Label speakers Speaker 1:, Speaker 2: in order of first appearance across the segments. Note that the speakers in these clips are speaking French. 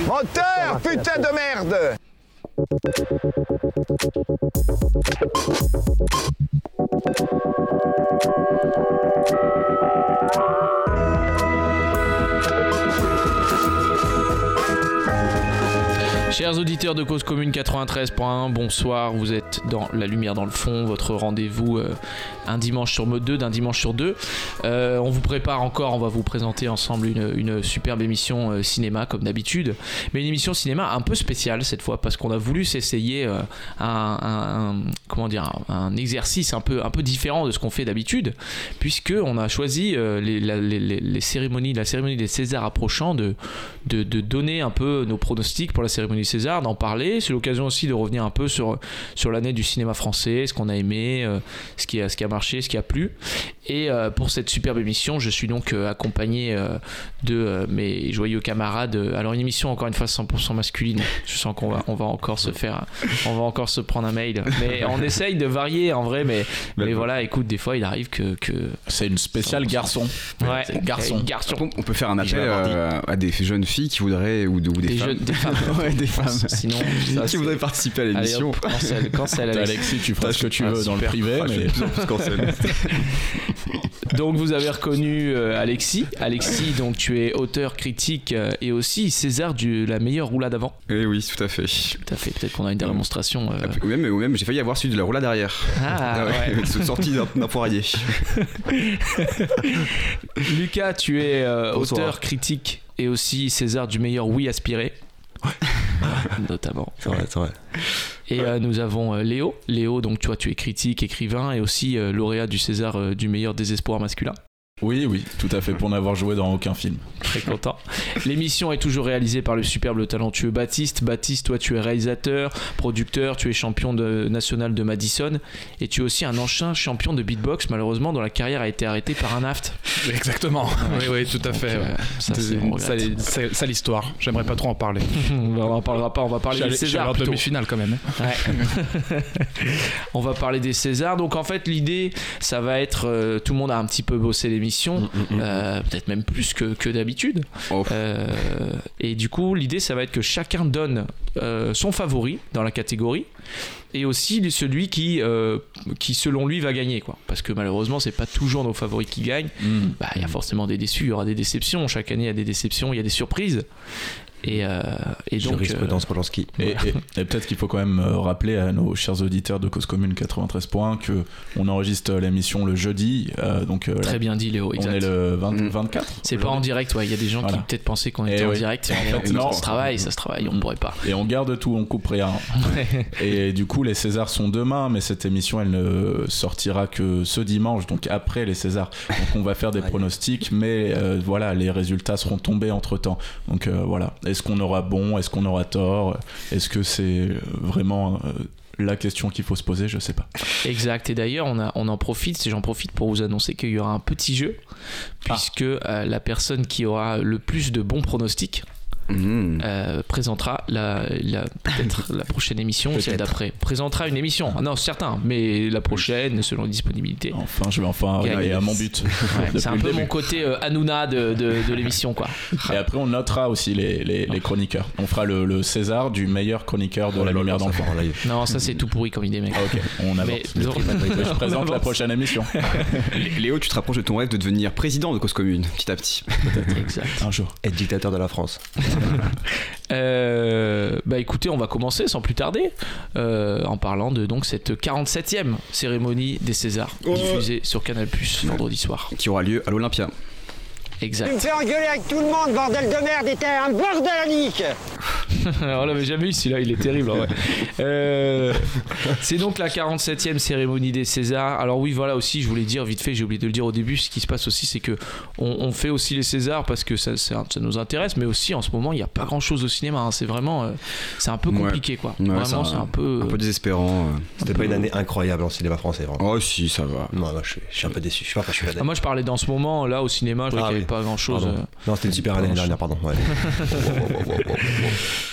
Speaker 1: Moteur, Oh, putain de merde
Speaker 2: Chers auditeurs de Cause Commune 93.1, bonsoir, vous êtes dans La Lumière dans le fond, votre rendez-vous euh, un dimanche sur mode 2, d'un dimanche sur deux. Euh, on vous prépare encore, on va vous présenter ensemble une, une superbe émission euh, cinéma comme d'habitude, mais une émission cinéma un peu spéciale cette fois parce qu'on a voulu s'essayer euh, un, un- un- comment dire un, un exercice un peu un peu différent de ce qu'on fait d'habitude puisque on a choisi euh, les, la- les- les- les cérémonies la cérémonie des Césars approchant de, de de donner un peu nos pronostics pour la cérémonie César, d'en parler. C'est l'occasion aussi de revenir un peu sur sur l'année du cinéma français, ce qu'on a aimé, euh, ce qui a ce qui a marché, ce qui a plu. Et euh, pour cette superbe émission, je suis donc euh, accompagné euh, de euh, mes joyeux camarades. Alors une émission encore une fois 100% masculine. Je sens qu'on va, on va encore se faire, on va encore se prendre un mail. Mais on essaye de varier en vrai. Mais, mais voilà, écoute, des fois il arrive que, que...
Speaker 3: C'est une spéciale garçon.
Speaker 2: Ouais,
Speaker 3: c'est garçon.
Speaker 2: euh, garçon.
Speaker 4: On peut faire un
Speaker 3: Je
Speaker 4: appel
Speaker 3: vais avoir
Speaker 4: euh, à des jeunes filles qui voudraient ou, de- ou des,
Speaker 2: Des
Speaker 4: femmes.
Speaker 2: jeunes- des femmes.
Speaker 4: ouais, des femmes.
Speaker 2: Sinon, ça,
Speaker 4: qui
Speaker 2: c'est-
Speaker 4: voudraient participer à
Speaker 2: Allez,
Speaker 4: l'émission.
Speaker 2: hop, cancel, cancel, Alex.
Speaker 3: Alexis, tu feras
Speaker 4: Ah,
Speaker 3: ce que tu
Speaker 4: ah,
Speaker 3: veux dans le
Speaker 4: super.
Speaker 3: privé,
Speaker 5: Eh,
Speaker 4: Ah, je suis
Speaker 3: mais
Speaker 4: de plus en plus cancel.
Speaker 2: Donc vous avez reconnu euh, Alexis. Alexis, donc tu es auteur, critique euh, et aussi César du la meilleure roulade avant.
Speaker 4: Eh oui, tout à fait.
Speaker 2: Tout à fait. Peut-être qu'on a une démonstration. euh.
Speaker 4: Ou même, ou même j'ai failli avoir celui de la roulade arrière.
Speaker 2: Ah,
Speaker 4: Ah ouais,
Speaker 2: ouais.
Speaker 4: sorti d'un d'un poirier.
Speaker 2: Lucas, tu es euh,
Speaker 4: Bonsoir.
Speaker 2: auteur, critique et aussi César du meilleur oui aspiré. Notamment.
Speaker 5: C'est vrai, c'est vrai.
Speaker 2: Et euh, nous avons euh, Léo. Léo, donc toi, tu es critique, écrivain et aussi euh, lauréat du César euh, du meilleur désespoir masculin.
Speaker 3: oui, oui, tout à fait, pour n'avoir joué dans aucun film.
Speaker 2: Très content. L'émission est toujours réalisée par le superbe, le talentueux Baptiste. Baptiste, toi, tu es réalisateur, producteur, tu es champion de- national de Madison et tu es aussi un ancien champion de beatbox, malheureusement, dont la carrière a été arrêtée par un aft.
Speaker 6: Exactement. Oui, oui, tout à fait.
Speaker 2: Donc, euh, ça, c'est- on
Speaker 6: ça,
Speaker 2: regrette.
Speaker 6: c'est- ça, l'histoire. J'aimerais pas trop en parler.
Speaker 2: on en parlera pas, on va parler
Speaker 6: J'ai-
Speaker 2: de
Speaker 6: j'ai
Speaker 2: César.
Speaker 6: leur
Speaker 2: plutôt.
Speaker 6: demi-finale quand même. hein.
Speaker 2: Ouais. On va parler des Césars. Donc en fait, l'idée, ça va être euh, tout le monde a un petit peu bossé
Speaker 3: Mm,
Speaker 2: l'émission, euh, peut-être même plus que, que d'habitude.
Speaker 4: Oh.
Speaker 2: Euh, et du coup, l'idée, ça va être que chacun donne euh, son favori dans la catégorie et aussi celui qui, euh, qui selon lui, va gagner. Quoi. Parce que malheureusement, c'est pas toujours nos favoris qui gagnent. Bah, Il y a
Speaker 3: Mm.
Speaker 2: forcément des déçus, il y aura des déceptions. Chaque année, il y a des déceptions, il y a des surprises. Et, euh, et
Speaker 5: Je
Speaker 2: donc.
Speaker 5: risque
Speaker 2: euh,
Speaker 5: dans ce Polanski.
Speaker 3: Et, et- et peut-être qu'il faut quand même euh, rappeler à nos chers auditeurs de Cause Commune 93.1 que on enregistre euh, l'émission le jeudi, euh, donc euh,
Speaker 2: Très
Speaker 3: là,
Speaker 2: bien dit Léo,
Speaker 3: on
Speaker 2: exact. Hmm.
Speaker 3: est le 20
Speaker 4: Mm.
Speaker 3: 24.
Speaker 2: C'est pas en direct, ouais. Il y a des gens
Speaker 3: Voilà.
Speaker 2: qui peut-être pensaient qu'on
Speaker 3: Eh
Speaker 2: était en
Speaker 3: oui.
Speaker 2: direct.
Speaker 3: En fait,
Speaker 2: non,
Speaker 3: non.
Speaker 2: ça se travaille, ça se travaille, on
Speaker 3: Mm.
Speaker 2: pourrait pas.
Speaker 3: Et on garde tout, on coupe rien. Et du coup, les Césars sont demain, mais cette émission, elle ne sortira que ce dimanche, donc après les Césars. Donc on va faire des
Speaker 5: Aïe.
Speaker 3: pronostics, mais euh, voilà, les résultats seront tombés entre temps. Donc euh, voilà, est-ce qu'on aura bon, est-ce qu'on aura tort, est-ce que c'est euh, vraiment euh, la question qu'il faut se poser, je sais pas.
Speaker 2: exact. Et d'ailleurs, on, a- on en profite, j'en profite pour vous annoncer qu'il y aura un petit jeu,
Speaker 3: Ah.
Speaker 2: puisque euh, la personne qui aura le plus de bons pronostics
Speaker 3: Mm.
Speaker 4: Mhm.
Speaker 2: euh, présentera la, la- peut-être la prochaine émission, ou celle d'après. Présentera une émission. Ah non, certain, mais la prochaine, selon les disponibilités.
Speaker 3: Enfin, je vais enfin
Speaker 2: Gagne.
Speaker 3: arriver à mon but.
Speaker 2: Ouais,
Speaker 3: Depuis
Speaker 2: c'est un
Speaker 3: le
Speaker 2: peu
Speaker 3: début.
Speaker 2: mon côté euh, Hanouna de, de- de l'émission, quoi.
Speaker 3: Et après, on notera aussi les, les, les chroniqueurs. On fera le, le César du meilleur chroniqueur de
Speaker 4: Oh
Speaker 3: la lumière dans le fond.
Speaker 5: en live.
Speaker 2: Non, ça c'est tout pourri comme idée, mec.
Speaker 3: Ah, ok, on avance.
Speaker 2: Mais non,
Speaker 3: Je présente la
Speaker 2: avance.
Speaker 3: prochaine émission.
Speaker 4: Lé- Léo, tu te rapproches de ton rêve de devenir président de Cause Commune, petit à petit.
Speaker 2: exact.
Speaker 3: Un jour.
Speaker 5: Être dictateur de la France.
Speaker 2: Euh, bah écoutez, on va commencer sans plus tarder euh, en parlant de donc cette 47e cérémonie des Césars
Speaker 4: Oh.
Speaker 2: diffusée sur Canal Plus vendredi soir.
Speaker 4: Qui aura lieu à l'Olympia.
Speaker 2: Exact.
Speaker 7: Tu me fais engueuler avec tout le monde, bordel de merde, et t'es un bordelique
Speaker 2: on l'avait jamais eu celui-là, il est terrible. en vrai. Euh, c'est donc la 47e cérémonie des Césars. Alors oui, voilà aussi, je voulais dire vite fait, j'ai oublié de le dire au début, ce qui se passe aussi, c'est que on, on fait aussi les Césars parce que ça, ça- ça nous intéresse, mais aussi en ce moment, il n'y a pas grand-chose au cinéma. hein. C'est vraiment, euh, c'est un peu
Speaker 4: Ouais.
Speaker 2: compliqué, quoi.
Speaker 4: Ouais,
Speaker 2: Vraiment, c'est
Speaker 4: c'est
Speaker 2: un,
Speaker 4: un-
Speaker 2: peu.
Speaker 4: Un peu désespérant. euh.
Speaker 5: C'était pas une année incroyable en cinéma français, vraiment.
Speaker 4: Oh si, ça va.
Speaker 5: Non, non, je suis, je suis un peu déçu. Je sais pas, je suis pas
Speaker 2: Ah, moi je parlais dans ce moment, là au cinéma, je
Speaker 5: Ah
Speaker 2: trouvais qu'il n'y
Speaker 5: oui.
Speaker 2: avait pas grand chose. euh.
Speaker 5: Pardon. Non, c'était une super
Speaker 2: Pardon,
Speaker 5: année
Speaker 2: je-
Speaker 5: dernière, pardon. ouais.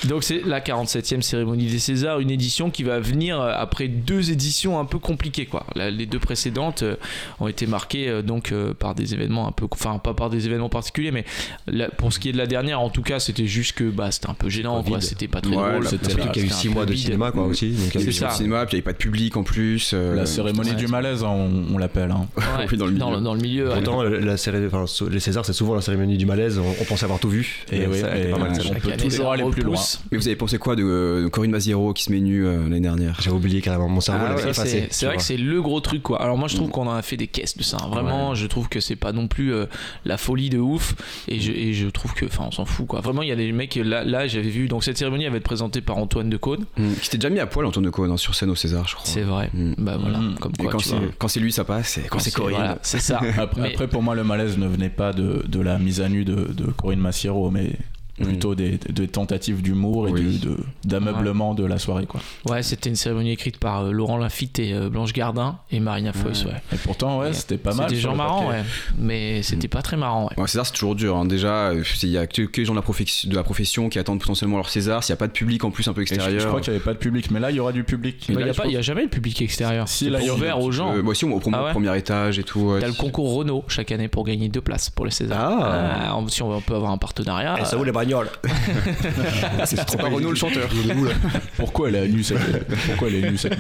Speaker 2: Donc c'est la 47e cérémonie des Césars, une édition qui va venir euh, après deux éditions un peu compliquées quoi. La- les deux précédentes euh, ont été marquées euh, donc euh, par des événements un peu, enfin pas par des événements particuliers, mais la- pour ce qui est de la dernière, en tout cas, c'était juste que bah c'était un peu gênant,
Speaker 5: Covid.
Speaker 2: quoi. C'était pas très
Speaker 4: Ouais,
Speaker 2: drôle.
Speaker 4: la-
Speaker 3: c'était
Speaker 2: Surtout
Speaker 3: la-
Speaker 5: Il y a eu
Speaker 2: c'était
Speaker 5: 6
Speaker 2: un
Speaker 5: mois
Speaker 2: peu
Speaker 5: de
Speaker 2: vide.
Speaker 5: cinéma, quoi, aussi. Donc, il y a eu-
Speaker 2: C'est ça.
Speaker 4: Au cinéma, puis il n'y avait pas de public en plus. euh,
Speaker 3: La cérémonie du malaise, hein, on, on l'appelle. hein.
Speaker 2: Ouais,
Speaker 4: Oui, dans le
Speaker 2: Dans,
Speaker 4: milieu.
Speaker 2: dans le milieu. ouais.
Speaker 5: Pourtant, la céré- enfin, les Césars, c'est souvent la cérémonie du malaise. On, on pense avoir tout vu.
Speaker 3: Et oui,
Speaker 5: ça, elle est
Speaker 3: et
Speaker 5: pas mal,
Speaker 3: on
Speaker 5: celle-là.
Speaker 2: Chaque
Speaker 3: peut
Speaker 2: année,
Speaker 3: toujours
Speaker 2: ça
Speaker 3: aller plus loin.
Speaker 2: repousse.
Speaker 4: Mais vous avez pensé quoi de, euh, de Corinne Maziero qui se met nue euh, l'année dernière
Speaker 5: J'ai oublié carrément. Mon cerveau
Speaker 4: Ah
Speaker 5: l'avait
Speaker 2: Ça,
Speaker 5: effacé.
Speaker 2: c'est c'est vrai que c'est le gros truc quoi. Alors moi je trouve qu'on en a fait des caisses de ça. hein. Vraiment, je trouve que c'est pas non plus euh, la folie de ouf et je, et je trouve que enfin on s'en fout quoi. Vraiment il y a des mecs là là j'avais vu donc cette cérémonie elle va être présentée par Antoine de Caunes.
Speaker 4: Mm. Qui s'était déjà mis à poil Antoine de Caunes hein, sur scène au César, je crois.
Speaker 2: C'est vrai.
Speaker 4: Mm.
Speaker 2: Bah voilà,
Speaker 3: Mm.
Speaker 2: comme
Speaker 4: Et
Speaker 2: quoi
Speaker 4: quand
Speaker 2: tu vois.
Speaker 4: c'est- quand c'est lui, ça passe. Et quand, c'est Corinne.
Speaker 2: voilà, c'est ça.
Speaker 3: Après,
Speaker 2: Mais-
Speaker 3: après, pour moi, le malaise ne venait pas de, de la mise à nu de, de Corinne Massiero, mais plutôt des, des tentatives d'humour et
Speaker 4: Mhm. Oui.
Speaker 3: du- de- d'ameublement de la soirée. Quoi.
Speaker 2: Ouais, c'était une cérémonie écrite par euh, Laurent Lafitte et euh, Blanche Gardin et Marina Foïs, ouais.
Speaker 3: Et pourtant, ouais,
Speaker 2: Et
Speaker 3: c'était pas
Speaker 2: C'est
Speaker 3: mal.
Speaker 2: des
Speaker 3: sur
Speaker 2: gens
Speaker 3: le
Speaker 2: marrants,
Speaker 3: papier.
Speaker 2: ouais. Mais c'était pas très marrant, ouais.
Speaker 4: Ouais, César, c'est toujours dur. hein. Déjà, euh, il y a que, que les gens de la, profex- de la profession qui attendent potentiellement leur César. S'il n'y a pas de public en plus un peu
Speaker 3: Et je-
Speaker 4: extérieur.
Speaker 3: je, crois qu'il n'y avait pas de public, mais là, il y aura du public.
Speaker 2: Il
Speaker 4: Mais là, je
Speaker 2: n'y Bah, a, jamais de public extérieur.
Speaker 3: Si,
Speaker 2: C'est
Speaker 3: là, il y a-
Speaker 2: ouvert aux gens.
Speaker 4: Euh, moi aussi, au, au premier,
Speaker 2: Ah ouais
Speaker 4: premier étage et tout. ouais.
Speaker 2: T'as le concours Renault chaque année pour gagner deux places pour les César.
Speaker 4: Ah.
Speaker 2: si on peut avoir un partenariat.
Speaker 5: Eh, ça
Speaker 2: euh,
Speaker 5: où les bagnoles
Speaker 4: C'est trop pas Renaud le chanteur.
Speaker 3: Pourquoi elle est nue cette Pourquoi elle est nue cette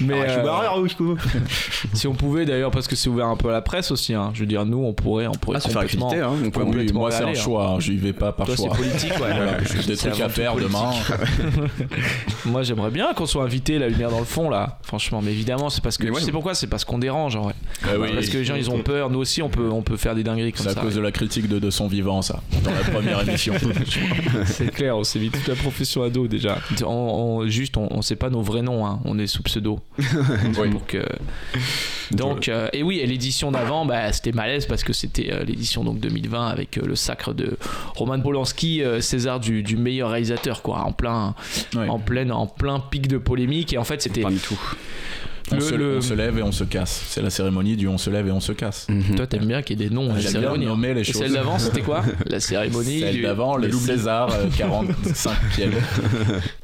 Speaker 2: mais,
Speaker 5: Je suis
Speaker 2: euh,
Speaker 5: barreur ou je peux
Speaker 2: si on pouvait d'ailleurs, parce que c'est ouvert un peu à la presse aussi. hein. Je veux dire, nous, on pourrait, on pourrait
Speaker 4: Ah, se faire
Speaker 2: complètement.
Speaker 4: accréditer. Hein. On peut-
Speaker 2: Ouais,
Speaker 3: Oui,
Speaker 2: complètement
Speaker 3: moi, c'est un
Speaker 2: aller, hein.
Speaker 3: choix. hein, J'y vais pas par
Speaker 2: Toi, c'est
Speaker 3: choix.
Speaker 2: politique, ouais.
Speaker 3: Voilà, j'ai des trucs à faire demain.
Speaker 2: Moi, j'aimerais bien qu'on soit invité, la lumière dans le fond, là. Franchement, mais évidemment, c'est parce que.
Speaker 4: Mais ouais.
Speaker 2: Tu sais pourquoi C'est parce qu'on dérange, en vrai.
Speaker 3: Eh oui.
Speaker 2: parce que les gens, ils ont peur. Nous aussi, on peut, on peut faire des dingueries comme
Speaker 3: C'est à
Speaker 2: ça.
Speaker 3: cause de la critique de De son vivant, ça, dans la première émission.
Speaker 2: C'est clair, on s'est mis toute la profession à dos déjà. On, on- juste, on, on sait pas nos vrais noms, hein. on est sous pseudo. Donc, euh, donc euh, et oui, et l'édition d'avant, bah, c'était malaise parce que c'était euh, l'édition donc 2020 avec euh, le sacre de Roman Polanski, euh, César du, du meilleur réalisateur, quoi, en plein,
Speaker 3: Ouais.
Speaker 2: en plein, en plein pic de polémique. Et en fait, c'était
Speaker 4: Parmi tout.
Speaker 3: on,
Speaker 2: le-
Speaker 3: se,
Speaker 2: le-
Speaker 3: on se lève et on se casse. C'est la cérémonie du on se lève et on se casse.
Speaker 2: Mm-hmm. Toi, t'aimes bien qu'il y ait des noms à la
Speaker 3: Ah, J'aime bien
Speaker 2: cérémonie. hein.
Speaker 3: nommer les
Speaker 2: Et
Speaker 3: choses.
Speaker 2: celle d'avant, c'était quoi La cérémonie
Speaker 3: Celle
Speaker 2: du-
Speaker 3: d'avant,
Speaker 2: de
Speaker 3: les euh,
Speaker 2: l'oubli.
Speaker 3: César 45e.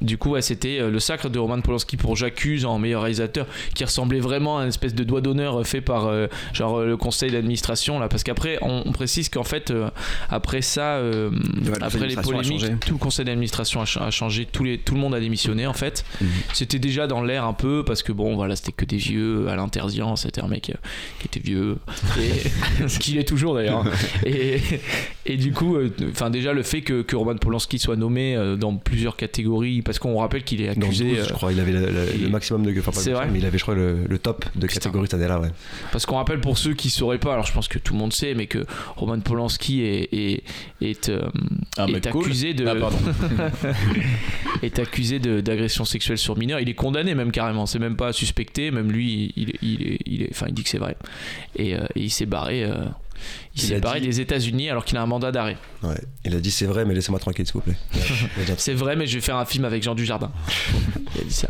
Speaker 2: Du coup, ouais, c'était euh, le sacre de Roman Polanski pour J'accuse en meilleur réalisateur, qui ressemblait vraiment à une espèce de doigt d'honneur euh, fait par euh, genre euh, le conseil d'administration là, parce qu'après on, on précise qu'en fait euh, après ça, euh,
Speaker 4: Ouais, le
Speaker 2: après
Speaker 4: conseil
Speaker 2: les
Speaker 4: d'administration a
Speaker 2: polémiques,
Speaker 4: changé.
Speaker 2: tout le conseil d'administration a, cha- a changé, tout, les, tout le monde a démissionné en fait.
Speaker 4: Mhm.
Speaker 2: C'était déjà dans l'air un peu parce que bon voilà c'était que des vieux, Alain Terzian c'était un mec euh, qui était vieux, et, ce qu'il est toujours d'ailleurs. Et, et du coup, euh, enfin déjà le fait que, que Roman Polanski soit nommé euh, dans plusieurs catégories, parce qu'on rappelle qu'il est
Speaker 5: Dans le
Speaker 2: accusé,
Speaker 5: 12, je
Speaker 2: euh,
Speaker 5: crois, il avait la- la-
Speaker 2: il-
Speaker 5: le maximum de. Enfin, pas
Speaker 2: C'est
Speaker 5: le maximum,
Speaker 2: vrai.
Speaker 5: Mais il avait, je crois, le, le top de catégorie cette année-là, ouais.
Speaker 2: parce qu'on rappelle pour ceux qui sauraient pas, alors je pense que tout le monde sait, mais que Roman Polanski est, est, est, euh,
Speaker 3: Un
Speaker 2: est
Speaker 3: mec cool.
Speaker 2: accusé de
Speaker 3: Ah, pardon.
Speaker 2: est accusé de- d'agression sexuelle sur mineur. Il est condamné même carrément, c'est même pas suspecté, même lui il, il, est, il est, enfin il dit que c'est vrai et, euh, et il s'est barré, euh, il
Speaker 5: Il
Speaker 2: s'est
Speaker 5: a
Speaker 2: barré
Speaker 5: dit-
Speaker 2: des États-Unis alors qu'il a un mandat d'arrêt.
Speaker 5: Ouais. Il a dit c'est vrai, mais laissez-moi tranquille, s'il vous plaît. Il a dit,
Speaker 2: C'est vrai, mais je vais faire un film avec Jean Dujardin. il a dit ça.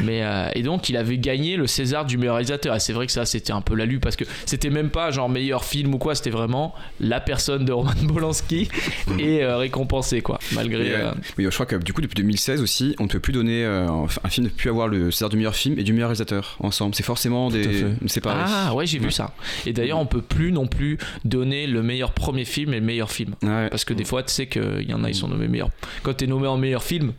Speaker 2: Mais, euh, et donc, il avait gagné le César du meilleur réalisateur. Et c'est vrai que ça, c'était un peu la lue parce que c'était même pas genre meilleur film ou quoi, c'était vraiment la personne de Roman Polanski et euh, récompensé, quoi. Malgré.
Speaker 4: Mais, euh,
Speaker 2: euh,
Speaker 4: oui, je crois que du coup, depuis 2016 aussi, on ne peut plus donner euh, un film, ne peut plus avoir le César du meilleur film et du meilleur réalisateur ensemble. C'est forcément des. C'est pareil.
Speaker 2: Ah ouais, j'ai vu ça. Et d'ailleurs, on peut plus non plus donner le meilleur premier film et le meilleur film.
Speaker 4: Ouais.
Speaker 2: Ah, Parce que des fois, tu sais qu'il y en a, ils sont nommés meilleurs. Quand t'es nommé en meilleur film